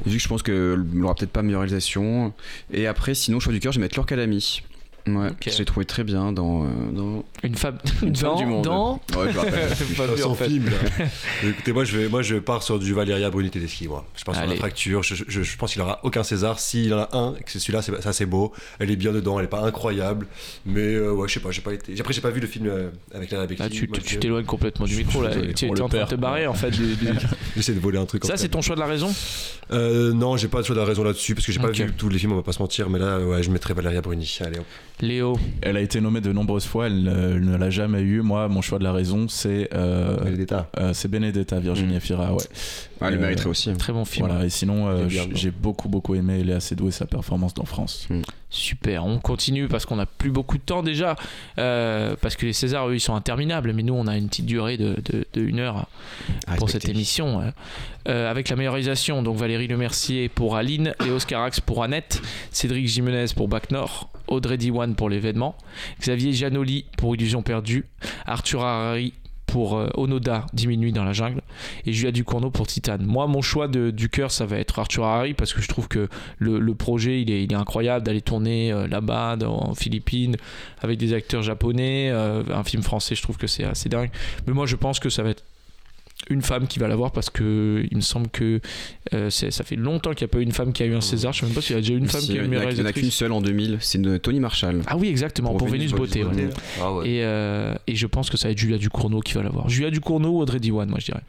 Speaker 4: vu que je pense que il aura peut-être pas meilleure réalisation et après sinon choix du cœur je vais mettre Laure Calami ouais
Speaker 2: Ok.
Speaker 4: je l'ai trouvé très bien dans, euh, dans...
Speaker 2: Une femme,
Speaker 4: Une femme
Speaker 2: dans,
Speaker 4: du monde.
Speaker 2: dans-
Speaker 4: ouais je me rappelle
Speaker 2: Pas vu, en fait.
Speaker 5: film. Écoutez, moi je, vais, moi je pars sur du Valeria Bruni Tedeschi. Moi. Je pars sur
Speaker 2: Allez.
Speaker 5: la fracture. Je, je- je pense qu'il aura aucun César. S'il en a un, et que c'est celui-là, c'est, ça c'est beau. Elle est bien dedans, elle est pas incroyable. Mais euh, ouais, je sais pas, j'ai pas été. Après, j'ai pas vu le film euh, avec la Becky.
Speaker 2: Là, Bah, tu
Speaker 5: Moi,
Speaker 2: tu
Speaker 5: je-
Speaker 2: t'éloignes complètement du
Speaker 5: Je-
Speaker 2: micro.
Speaker 5: je-
Speaker 2: Là.
Speaker 5: je-
Speaker 2: Tu
Speaker 3: on
Speaker 2: étais
Speaker 3: le
Speaker 2: en train de
Speaker 3: perd.
Speaker 2: te barrer en fait. du- du-
Speaker 5: J'essaie de voler un truc. en
Speaker 2: Ça,
Speaker 5: fait.
Speaker 2: c'est ton choix de la raison
Speaker 5: Euh, non, j'ai pas de choix de la raison là-dessus parce que j'ai
Speaker 2: Ok.
Speaker 5: pas vu tous les films, on va pas se mentir. Mais là, ouais, je mettrais Valeria Bruni. Allez, hop.
Speaker 2: Léo.
Speaker 3: Elle a été nommée de nombreuses fois, elle, euh, elle ne l'a jamais eu. Moi, mon choix de la raison, c'est euh,
Speaker 5: Benedetta.
Speaker 3: euh, c'est Benedetta, Virginia Fira. Ouais.
Speaker 4: Ah, elle
Speaker 3: Euh,
Speaker 4: le mériterait aussi.
Speaker 2: Très bon film.
Speaker 3: Voilà. Et sinon, euh,
Speaker 5: est bien
Speaker 3: j-
Speaker 5: dedans.
Speaker 3: j'ai beaucoup beaucoup aimé. Elle est assez douée sa performance dans France.
Speaker 2: Super, on continue parce qu'on n'a plus beaucoup de temps déjà. euh, parce que les Césars, eux, ils sont interminables, mais nous, on a une petite durée de, de, de une heure
Speaker 4: À
Speaker 2: pour
Speaker 4: respecter.
Speaker 2: cette émission. euh. Euh, avec la meilleure réalisation, donc Valérie Lemercier pour Aline, Léo Scarax pour Annette, Cédric Jimenez pour Bac Nord, Audrey Diwan pour l'événement, Xavier Janoli pour Illusion perdue, Arthur Harari pour euh, Onoda, 10 000 nuits dans la jungle, et Julia Ducournau pour Titan. Moi, mon choix de- du cœur, ça va être Arthur Harari, parce que je trouve que le, le projet, il est, il est incroyable d'aller tourner euh, là-bas, dans- en Philippines, avec des acteurs japonais, euh, un film français, je trouve que c'est assez dingue. Mais moi, je pense que ça va être une femme qui va l'avoir parce que il me semble que euh, c'est- ça fait longtemps qu'il n'y a pas eu une femme qui a eu un César. Je ne sais même pas s'il y a déjà eu une femme
Speaker 4: Si,
Speaker 2: qui a eu
Speaker 4: il
Speaker 2: une
Speaker 4: y en a-
Speaker 2: meilleure
Speaker 4: il y en a qu'une
Speaker 2: réalisatrice.
Speaker 4: seule en 2000, c'est de Tony Marshall.
Speaker 2: Ah oui, exactement, pour, Vénus Beauté. ouais.
Speaker 5: Ah ouais.
Speaker 2: Et, euh, et je pense que ça va être Julia Ducournau qui va l'avoir. Julia Ducournau ou Audrey Diwan, moi je dirais.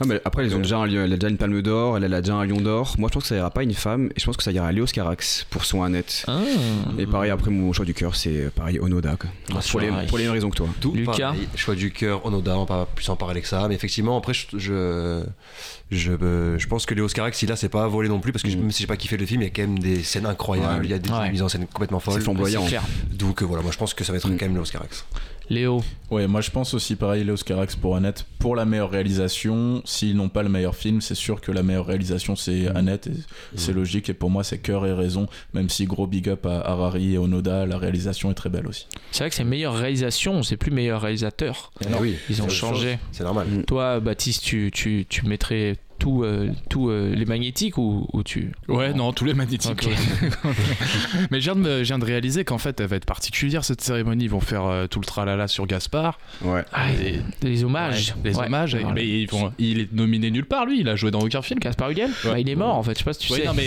Speaker 4: Ah, mais après, ils ont déjà un lion- elle a déjà une palme d'or, elle elle a déjà un lion d'or. Moi, je pense que ça ira pas à une femme, et je pense que ça ira à Léo Scarax pour son Annette. Et pareil, après, mon choix du cœur, c'est euh, pareil, Onoda. quoi.
Speaker 2: Ah,
Speaker 4: Pour les,
Speaker 2: pareil.
Speaker 4: pour les mêmes raisons que toi.
Speaker 5: Tout
Speaker 2: Lucas.
Speaker 5: pareil. choix du cœur, Onoda, on va pas plus en parler que ça. Mais effectivement, après, je, je, je, euh, je pense que Léo Scarax, il a, c'est pas volé non plus, parce que je-
Speaker 4: Mm.
Speaker 5: même si j'ai pas kiffé le film, il y a quand même des scènes incroyables,
Speaker 4: Ouais.
Speaker 5: il y a des
Speaker 2: Ouais.
Speaker 5: mises en scène complètement
Speaker 4: C'est
Speaker 5: folles.
Speaker 4: flamboyant.
Speaker 2: C'est clair.
Speaker 5: Donc euh, voilà, moi je pense que ça va être
Speaker 4: Mm.
Speaker 5: quand même Léo Scarax.
Speaker 2: Léo,
Speaker 3: Ouais, moi je pense aussi pareil, Léo Scarax pour Annette. Pour la meilleure réalisation, s'ils n'ont pas le meilleur film, c'est sûr que la meilleure réalisation c'est Annette. et C'est logique et pour moi c'est cœur et raison. Même si gros big up à Harari et Onoda, la réalisation est très belle aussi.
Speaker 2: c'est vrai que c'est meilleure réalisation, c'est plus meilleur réalisateur.
Speaker 5: Ah oui,
Speaker 2: Ils ont
Speaker 5: c'est autre
Speaker 2: changé.
Speaker 5: chose. C'est normal.
Speaker 2: Toi, Baptiste, tu, tu, tu mettrais tout, euh, tout euh, les magnétiques ou, ou tu.
Speaker 6: Ouais, non, tous les magnétiques.
Speaker 2: Ok.
Speaker 6: ouais. Mais je viens, de, me- je viens de réaliser qu'en fait, elle va être particulière cette cérémonie. Ils vont faire euh, tout le tralala sur Gaspard.
Speaker 4: Ouais.
Speaker 2: Ah,
Speaker 6: Et-
Speaker 2: les hommages.
Speaker 6: Ouais, les
Speaker 2: Ouais. Ah,
Speaker 6: hommages.
Speaker 2: Voilà.
Speaker 6: Mais ils vont, il est nominé nulle part, lui. Il a joué dans aucun film.
Speaker 2: Gaspard Huliel Bah, Il est mort en fait, je sais pas si tu
Speaker 6: Ouais,
Speaker 2: sais.
Speaker 6: non, mais.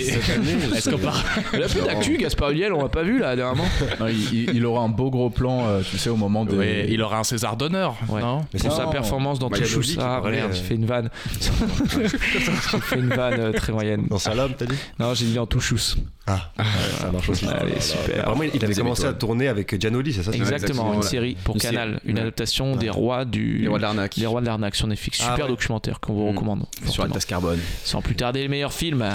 Speaker 6: Est-ce qu'on parle
Speaker 5: Bah,
Speaker 2: Il a plus d'actu, Gaspard Huliel, on l'a pas vu là dernièrement.
Speaker 3: Non, il, il- il aura un beau gros plan, euh, tu sais, au moment de.
Speaker 6: Ouais, Il aura un César d'honneur.
Speaker 2: Ouais.
Speaker 6: Non
Speaker 5: Mais
Speaker 2: pour
Speaker 5: c'est-
Speaker 2: sa performance dans
Speaker 4: Bah, il y a Loli qui
Speaker 2: Tchoussa.
Speaker 5: parlait,
Speaker 2: Merde,
Speaker 5: euh.
Speaker 2: j'ai fait une vanne. j'ai fait une vanne euh, très moyenne.
Speaker 5: Dans Salam, t'as dit
Speaker 2: Non, j'ai mis en Touchous.
Speaker 5: Ah, ça marche aussi.
Speaker 2: Allez, super.
Speaker 5: Apparemment, il avait
Speaker 4: Vous
Speaker 5: commencé
Speaker 4: avez
Speaker 5: à tourner avec Gianoli, c'est ça
Speaker 2: Exactement,
Speaker 4: exactement,
Speaker 2: une
Speaker 4: voilà.
Speaker 2: série pour
Speaker 4: Une
Speaker 2: Canal,
Speaker 4: série.
Speaker 2: une
Speaker 4: Ouais.
Speaker 2: adaptation des rois du
Speaker 4: Les rois de l'arnaque.
Speaker 2: des rois de l'arnaque sur Netflix.
Speaker 5: Ah
Speaker 2: Super
Speaker 5: ouais.
Speaker 2: documentaire qu'on vous
Speaker 4: Mm.
Speaker 2: recommande.
Speaker 4: Sur la
Speaker 2: fortement.
Speaker 4: tasse carbone.
Speaker 2: Sans plus tarder, le meilleur film, euh,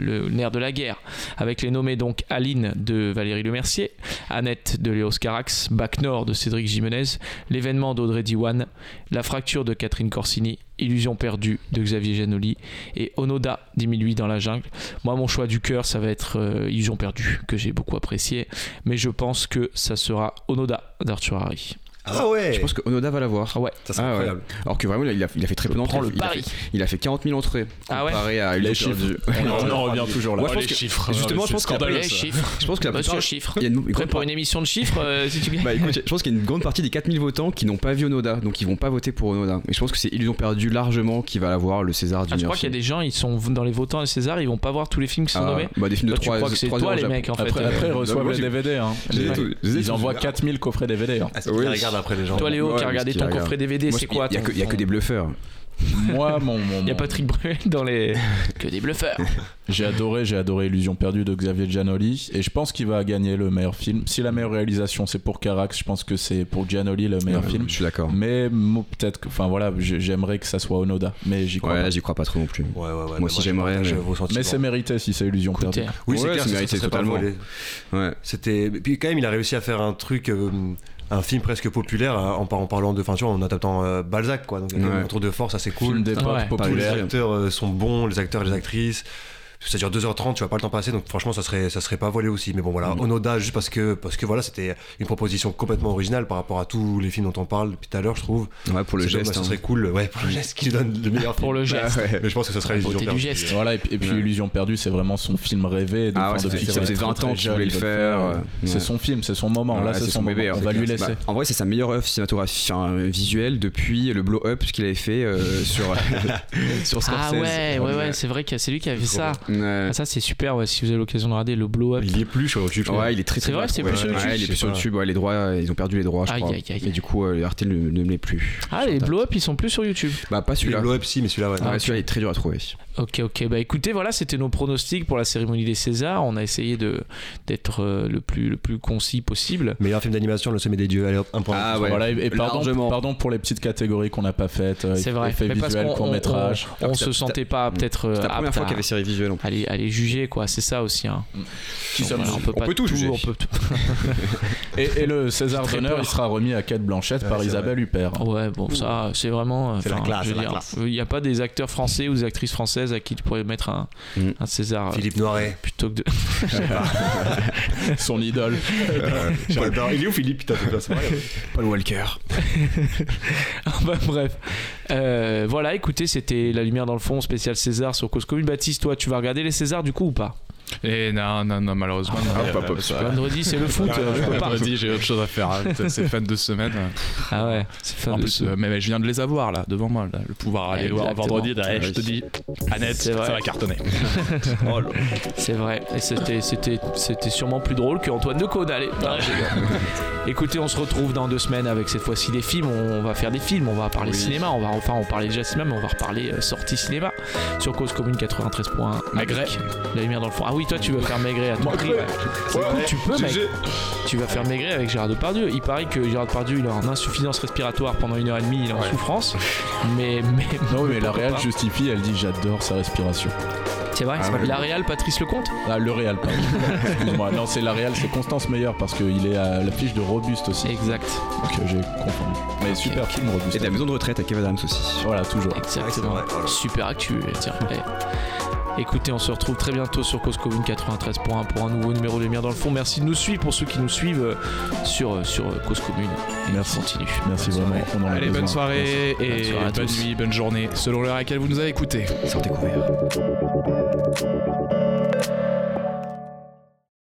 Speaker 2: le, le- le nerf de la guerre, avec les nommés donc Aline de Valérie Lemercier, Annette de Léo Scarax, Bac Nord de Cédric Jimenez, L'événement d'Audrey Diwan, La fracture de Catherine Corsini, Illusion perdue de Xavier Janoli et Onoda 1008 dans la jungle. Moi, mon choix du cœur, ça va être euh, Illusion perdue, que j'ai beaucoup apprécié, mais je pense que ça sera Onoda d'Arthur Harry.
Speaker 5: Ah ouais
Speaker 4: Je pense que Onoda va l'avoir.
Speaker 2: Eh. Ah ouais.
Speaker 5: Ça, c'est
Speaker 4: Ah ouais.
Speaker 5: incroyable.
Speaker 4: Alors que vraiment, il a, il a- il a fait très peu d'entrées.
Speaker 2: prends le
Speaker 4: il, a
Speaker 2: pari.
Speaker 4: fait- il a fait 40 000 entrées.
Speaker 2: Ah ouais
Speaker 4: Comparé à
Speaker 3: Les
Speaker 4: Léo
Speaker 3: chiffres.
Speaker 4: Perdu.
Speaker 3: On en revient toujours là.
Speaker 4: Moi, je pense que-
Speaker 6: chiffres.
Speaker 4: Justement, je pense que la-
Speaker 2: Les chiffres,
Speaker 4: je pense que la
Speaker 2: monsieur
Speaker 4: plupart-
Speaker 2: chiffre.
Speaker 4: il y a une- une
Speaker 2: Prêt
Speaker 4: grande
Speaker 2: pour une émission de chiffres, euh, si tu
Speaker 4: Bah écoute, je pense qu'il y a une grande partie des 4000 votants qui n'ont pas vu Onoda, donc ils vont pas voter pour Onoda. Et je pense que c'est Illusion perdue largement qui va l'avoir, le César du
Speaker 2: Ah, je
Speaker 4: meilleur
Speaker 2: crois qu'il y a
Speaker 4: film.
Speaker 2: des gens, ils sont dans les votants des César, ils vont pas voir tous les films qui sont
Speaker 4: Ah,
Speaker 2: nommés.
Speaker 4: bah, des films de
Speaker 2: Toi, tu
Speaker 4: 3
Speaker 2: crois que c'est toi les mecs en fait.
Speaker 3: Après,
Speaker 2: euh,
Speaker 3: après, ils reçoivent
Speaker 4: moi,
Speaker 3: les
Speaker 4: j'ai-
Speaker 3: DVD. Hein.
Speaker 4: j'ai
Speaker 3: Ils-
Speaker 4: tout- j'ai
Speaker 3: Ils
Speaker 4: tout-
Speaker 3: envoient 4000 coffrets DVD. hein.
Speaker 5: Ah, c'est
Speaker 4: Oui.
Speaker 5: qu'ils regardent après les gens.
Speaker 2: Toi Léo
Speaker 4: Ouais,
Speaker 2: qui a regardé
Speaker 4: parce qu'il
Speaker 2: ton
Speaker 4: regarde.
Speaker 2: coffret DVD, c'est quoi
Speaker 4: Il y a,
Speaker 2: ton-
Speaker 4: que- il y a que des bluffeurs.
Speaker 3: Moi, mon. mon-
Speaker 2: Il y a
Speaker 3: mon-
Speaker 2: Patrick Bruel dans les. que des bluffeurs.
Speaker 3: J'ai adoré, j'ai adoré Illusion perdue de Xavier Giannoli et je pense qu'il va gagner le meilleur film. Si la meilleure réalisation c'est pour Carax, je pense que c'est pour Giannoli le meilleur
Speaker 4: Ouais,
Speaker 3: film.
Speaker 4: Je suis d'accord.
Speaker 3: Mais mo- peut-être, que- enfin voilà, j'ai- j'aimerais que ça soit Onoda, mais j'y crois
Speaker 4: Ouais,
Speaker 3: pas.
Speaker 4: j'y crois pas trop non plus.
Speaker 5: Ouais, ouais, ouais. mais
Speaker 4: aussi,
Speaker 5: je
Speaker 4: j'aimerais,
Speaker 5: partage
Speaker 4: mais-
Speaker 5: vos sentiments.
Speaker 3: Mais c'est mérité si c'est Illusion
Speaker 2: Écoutez,
Speaker 3: perdue.
Speaker 5: Oui, c'est
Speaker 4: Ouais,
Speaker 5: clair,
Speaker 4: c'est
Speaker 5: ça-
Speaker 4: mérité
Speaker 5: ça serait pas
Speaker 4: totalement.
Speaker 5: volé.
Speaker 4: Ouais.
Speaker 5: C'était. et Puis quand même, il a réussi à faire un truc. euh, un film presque populaire euh, en, par- en parlant de. Enfin, tu vois, en adaptant euh, Balzac, quoi. Donc, il y a quand même
Speaker 4: Ouais.
Speaker 5: un tour de force assez
Speaker 3: Film
Speaker 5: cool.
Speaker 3: d'époque
Speaker 2: Ouais.
Speaker 5: Tous les
Speaker 3: populaire.
Speaker 5: acteurs euh, sont bons, les acteurs et les actrices. Ça dure 2h30, tu vas pas le temps passer, donc franchement, ça serait, ça serait pas volé aussi. Mais bon, voilà,
Speaker 4: Mm.
Speaker 5: Onoda, juste parce que, parce que voilà, c'était une proposition complètement originale par rapport à tous les films dont on parle depuis tout à l'heure, je trouve.
Speaker 4: Ouais, pour le
Speaker 5: C'est dommage,
Speaker 4: geste.
Speaker 5: ça
Speaker 4: hein.
Speaker 5: serait cool, ouais, pour le geste qui donne le meilleur
Speaker 2: pour
Speaker 5: film.
Speaker 2: le
Speaker 4: Ah,
Speaker 2: geste.
Speaker 4: ouais.
Speaker 5: Mais je pense que ça serait
Speaker 2: La beauté
Speaker 5: Illusion
Speaker 2: du
Speaker 5: perdue.
Speaker 2: geste.
Speaker 3: Voilà, et, puis- et puis
Speaker 4: Ouais.
Speaker 3: Illusion perdue, c'est vraiment son film rêvé. De,
Speaker 4: Ah
Speaker 3: enfin,
Speaker 4: ouais, ça
Speaker 3: depuis
Speaker 4: fait-
Speaker 3: qu'il
Speaker 4: ça
Speaker 3: est
Speaker 4: faisait
Speaker 3: très,
Speaker 4: 20
Speaker 3: très
Speaker 4: ans qu'il
Speaker 3: jeune,
Speaker 4: voulait
Speaker 3: il
Speaker 4: le
Speaker 3: veut
Speaker 4: faire, ouais.
Speaker 3: C'est son film, c'est son moment.
Speaker 4: Ouais,
Speaker 3: Là, c'est son moment. On
Speaker 4: hein,
Speaker 3: va
Speaker 4: c'est
Speaker 3: lui
Speaker 4: clair.
Speaker 3: laisser.
Speaker 4: Bah, en vrai, c'est sa meilleure œuvre cinématographique enfin, visuelle depuis le blow-up qu'il avait fait euh, sur, sur Scorsese.
Speaker 2: Ah ouais, ouais, ouais, c'est vrai que c'est lui qui a fait ça.
Speaker 4: Ouais.
Speaker 2: Ah, ça, c'est super, ouais, si vous avez l'occasion de regarder le blow-up.
Speaker 5: Il est plus sur YouTube.
Speaker 4: Ouais, il est très
Speaker 2: C'est
Speaker 4: très
Speaker 2: vrai,
Speaker 4: bas,
Speaker 2: c'est
Speaker 4: ouais.
Speaker 2: plus sur
Speaker 4: Ouais,
Speaker 2: YouTube,
Speaker 4: il
Speaker 5: je
Speaker 4: est
Speaker 5: sais
Speaker 4: plus sur
Speaker 5: pas.
Speaker 4: YouTube. ouais, les droits, euh, ils ont perdu les droits, je
Speaker 2: Aïe,
Speaker 4: crois.
Speaker 2: aïe, aïe,
Speaker 4: Et
Speaker 2: aïe.
Speaker 4: du coup, euh, Arte ne, ne me l'est plus.
Speaker 2: Ah, les blow-up, ils sont plus sur YouTube.
Speaker 4: Bah, pas
Speaker 5: Celui-là,
Speaker 4: celui-là. Ah,
Speaker 5: blow-up, si, mais celui-là, ouais.
Speaker 4: Ouais, celui-là, il est très dur à trouver.
Speaker 2: Ok, ok. Bah écoutez, voilà, c'était nos pronostics pour la cérémonie des Césars. On a essayé de d'être euh, le plus le plus concis possible.
Speaker 5: Meilleur film d'animation, Le Sommet des Dieux. Allez hop, un point.
Speaker 4: Ah, ouais.
Speaker 3: Voilà, et, et pardon,
Speaker 4: Largement.
Speaker 3: pardon pour les petites catégories qu'on n'a pas faites. euh,
Speaker 2: C'est vrai.
Speaker 3: Effets
Speaker 2: Mais parce
Speaker 3: visuels,
Speaker 2: qu'on- on-
Speaker 3: court-métrage.
Speaker 2: on- on
Speaker 4: Ah,
Speaker 2: se
Speaker 4: putain,
Speaker 2: sentait pas peut-être euh,
Speaker 4: C'est la première
Speaker 2: apte
Speaker 4: fois qu'il
Speaker 2: à
Speaker 4: y avait série visuelle en plus.
Speaker 2: aller aller juger quoi. C'est ça aussi. Hein.
Speaker 3: Qui
Speaker 2: Donc, voilà,
Speaker 3: s'amuse.
Speaker 2: on peut
Speaker 4: On
Speaker 2: pas
Speaker 4: peut tout juger.
Speaker 2: on peut tout-
Speaker 3: Et, et le César
Speaker 2: Très
Speaker 3: d'honneur,
Speaker 2: peur.
Speaker 3: il sera remis à Kate Blanchette
Speaker 5: Ouais,
Speaker 3: par
Speaker 5: c'est
Speaker 3: Isabelle Huppert.
Speaker 2: Ouais, bon, ça, c'est vraiment. euh,
Speaker 5: C'est la
Speaker 2: enfin,
Speaker 5: classe,
Speaker 2: je veux
Speaker 5: c'est la
Speaker 2: dire,
Speaker 5: classe.
Speaker 2: Il n'y a pas des acteurs français ou des actrices françaises à qui tu pourrais mettre un,
Speaker 4: Mm.
Speaker 2: un César euh,
Speaker 5: Philippe Noiret.
Speaker 2: plutôt que de.
Speaker 3: Son idole.
Speaker 5: J'adore. Il est où Philippe Putain, c'est pas- c'est vrai.
Speaker 4: Paul Walker.
Speaker 2: Enfin, bah, bref. Euh, voilà, écoutez, c'était La Lumière dans le fond, spécial César sur Cause Commune. Baptiste, toi, tu vas regarder les Césars du coup ou pas
Speaker 6: Et non, non, non, malheureusement. non, mais, euh,
Speaker 3: Bah,
Speaker 2: Vendredi, c'est le foot, euh, je peux pas.
Speaker 6: Vendredi, j'ai autre chose à faire. hein. Putain, C'est fin de semaine.
Speaker 2: Ah ouais, c'est fin
Speaker 6: en
Speaker 2: de
Speaker 6: plus,
Speaker 2: ce-
Speaker 6: euh, mais, mais je viens de les avoir là, devant moi, là, le pouvoir aller voir
Speaker 2: Exactement.
Speaker 6: vendredi. là, eh, je te dis, Annette,
Speaker 2: C'est vrai.
Speaker 6: ça va cartonner.
Speaker 2: C'est vrai, et c'était, c'était, c'était sûrement plus drôle que Antoine de Caunes, allez. Non, je rigole. Écoutez, on se retrouve dans deux semaines avec cette fois-ci des films. On va faire des films, on va parler cinéma, on va enfin on parlait déjà cinéma, mais on va reparler euh, sortie cinéma sur Cause Commune 93.1.
Speaker 6: Maigret.
Speaker 2: avec La lumière dans le fond. Ah oui, toi tu veux faire Maigret à tout prix. ouais. Écoute, tu peux, mec. Tu vas faire Maigret avec Gérard Depardieu. Il paraît que Gérard Depardieu il est en insuffisance respiratoire pendant une heure et demie, il est en souffrance. Mais, mais
Speaker 3: Non, mais la Real
Speaker 2: pas.
Speaker 3: justifie, elle dit j'adore sa respiration.
Speaker 2: c'est vrai,
Speaker 4: Ah ouais.
Speaker 2: la Real Patrice Lecomte.
Speaker 3: Ah, le Real, pardon. Excuse-moi. Non, c'est la Real, c'est Constance Meyer parce qu'il est à l'affiche de Robuste aussi.
Speaker 2: Exact.
Speaker 3: Donc euh, j'ai confondu. Mais super film, Robuste.
Speaker 4: Et de la maison de retraite avec Kev Adams aussi.
Speaker 3: Voilà, toujours.
Speaker 2: Exactement.
Speaker 5: Ouais, c'est vrai.
Speaker 2: Super actu. Tiens. Eh. Écoutez, on se retrouve très bientôt sur Cause Commune 93.1 pour un nouveau numéro de Lumière dans le fond. Merci de nous suivre pour ceux qui nous suivent euh, sur, euh, sur euh, Cause Commune. Et
Speaker 3: Merci.
Speaker 2: on continue.
Speaker 3: Merci
Speaker 2: Bonne
Speaker 3: vraiment.
Speaker 2: soirée.
Speaker 3: On en a
Speaker 6: Allez,
Speaker 3: besoin.
Speaker 6: bonne soirée
Speaker 2: hein. Bonne
Speaker 6: et
Speaker 2: soirée à
Speaker 6: bonne
Speaker 2: tous.
Speaker 6: nuit, bonne journée, selon l'heure à laquelle vous nous avez écoutés.
Speaker 4: Sortez couvert.